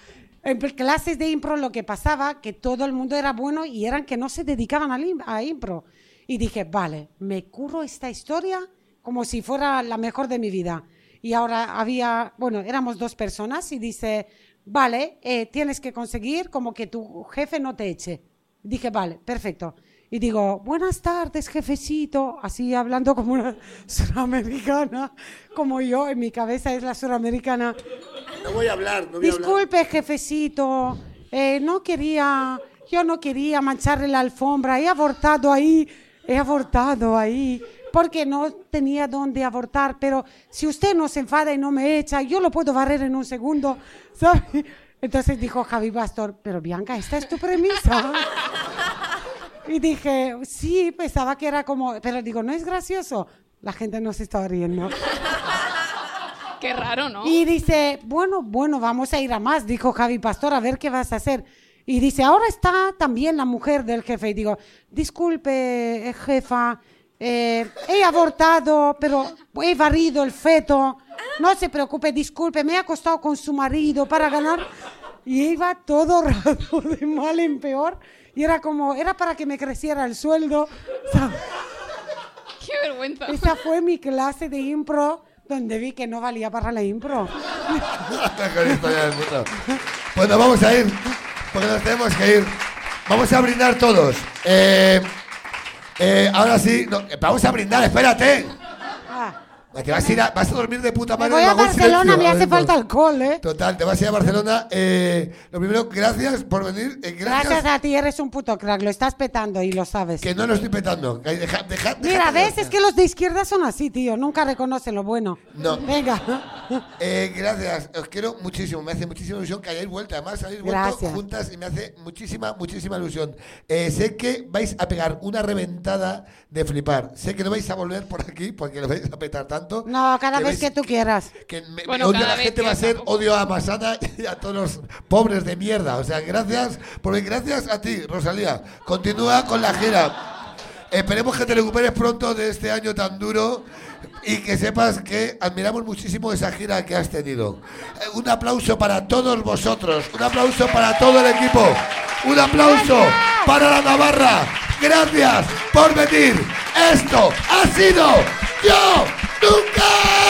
Speaker 5: en pl- clases de impro lo que pasaba, que todo el mundo era bueno y eran que no se dedicaban al im- a impro. Y dije, vale, me curro esta historia como si fuera la mejor de mi vida. Y ahora había, bueno, éramos dos personas y dice, vale, eh, tienes que conseguir como que tu jefe no te eche. Dije, vale, perfecto. Y digo, buenas tardes, jefecito, así hablando como una *laughs* suramericana, como yo, en mi cabeza es la suramericana.
Speaker 2: No voy a hablar, no voy a hablar.
Speaker 5: Disculpe, jefecito, eh, no quería, yo no quería mancharle la alfombra, he abortado ahí, he abortado ahí, porque no tenía dónde abortar, pero si usted no se enfada y no me echa, yo lo puedo barrer en un segundo, ¿sabe? Entonces dijo Javi Pastor, pero Bianca, esta es tu premisa. Y dije, sí, pensaba que era como, pero digo, no es gracioso. La gente no se estaba riendo.
Speaker 6: Qué raro, *laughs* ¿no?
Speaker 5: Y dice, bueno, bueno, vamos a ir a más, dijo Javi Pastor, a ver qué vas a hacer. Y dice, ahora está también la mujer del jefe. Y digo, disculpe, eh, jefa, eh, he abortado, pero he barrido el feto. No se preocupe, disculpe, me he acostado con su marido para ganar. Y iba todo *laughs* rato de mal en peor. Y era como, era para que me creciera el sueldo. ¿sabes?
Speaker 6: Qué vergüenza.
Speaker 5: Esa fue mi clase de impro, donde vi que no valía para la impro.
Speaker 2: Mejor historia del mundo. *laughs* Pues nos vamos a ir, porque nos tenemos que ir. Vamos a brindar todos. Eh, eh, ahora sí, no, eh, vamos a brindar, espérate. Te vas, a ir a- vas a dormir de puta
Speaker 5: Ah. Me
Speaker 2: madre.
Speaker 5: voy
Speaker 2: en
Speaker 5: a
Speaker 2: algún
Speaker 5: Barcelona,
Speaker 2: silencio,
Speaker 5: me
Speaker 2: ahora
Speaker 5: hace
Speaker 2: mismo.
Speaker 5: falta alcohol, ¿eh?
Speaker 2: Total, te vas a ir a Barcelona. Eh, lo primero, gracias por venir. eh, gracias,
Speaker 5: Gracias a ti, eres un puto crack, lo estás petando y lo sabes.
Speaker 2: que no lo estoy petando. Eh, deja- deja-
Speaker 5: Mira,
Speaker 2: déjate
Speaker 5: ves, es que los de izquierda son así, tío, nunca reconocen lo bueno.
Speaker 2: No.
Speaker 5: Venga.
Speaker 2: *laughs* Eh, gracias, os quiero muchísimo, me hace muchísima ilusión que hayáis vuelto, además habéis vuelto
Speaker 5: Gracias.
Speaker 2: juntas y me hace muchísima, muchísima ilusión. Eh, sé que vais a pegar una reventada de flipar, sé que no vais a volver por aquí porque lo vais a petar tanto.
Speaker 5: No, cada vez que
Speaker 2: vais-
Speaker 5: tú quieras.
Speaker 2: que me-
Speaker 6: Bueno,
Speaker 2: odio a
Speaker 6: cada
Speaker 2: la
Speaker 6: vez
Speaker 2: gente
Speaker 6: que
Speaker 2: va a ser
Speaker 6: tampoco.
Speaker 2: odio a Masada y a todos los pobres de mierda. O sea, gracias, porque gracias a ti, Rosalía. Continúa con la gira. Esperemos que te recuperes pronto de este año tan duro. y que sepas que admiramos muchísimo esa gira que has tenido. Eh, Un aplauso para todos vosotros, un aplauso para todo el equipo, un aplauso para la Navarra. Gracias por venir. Esto ha sido Yo Nunca.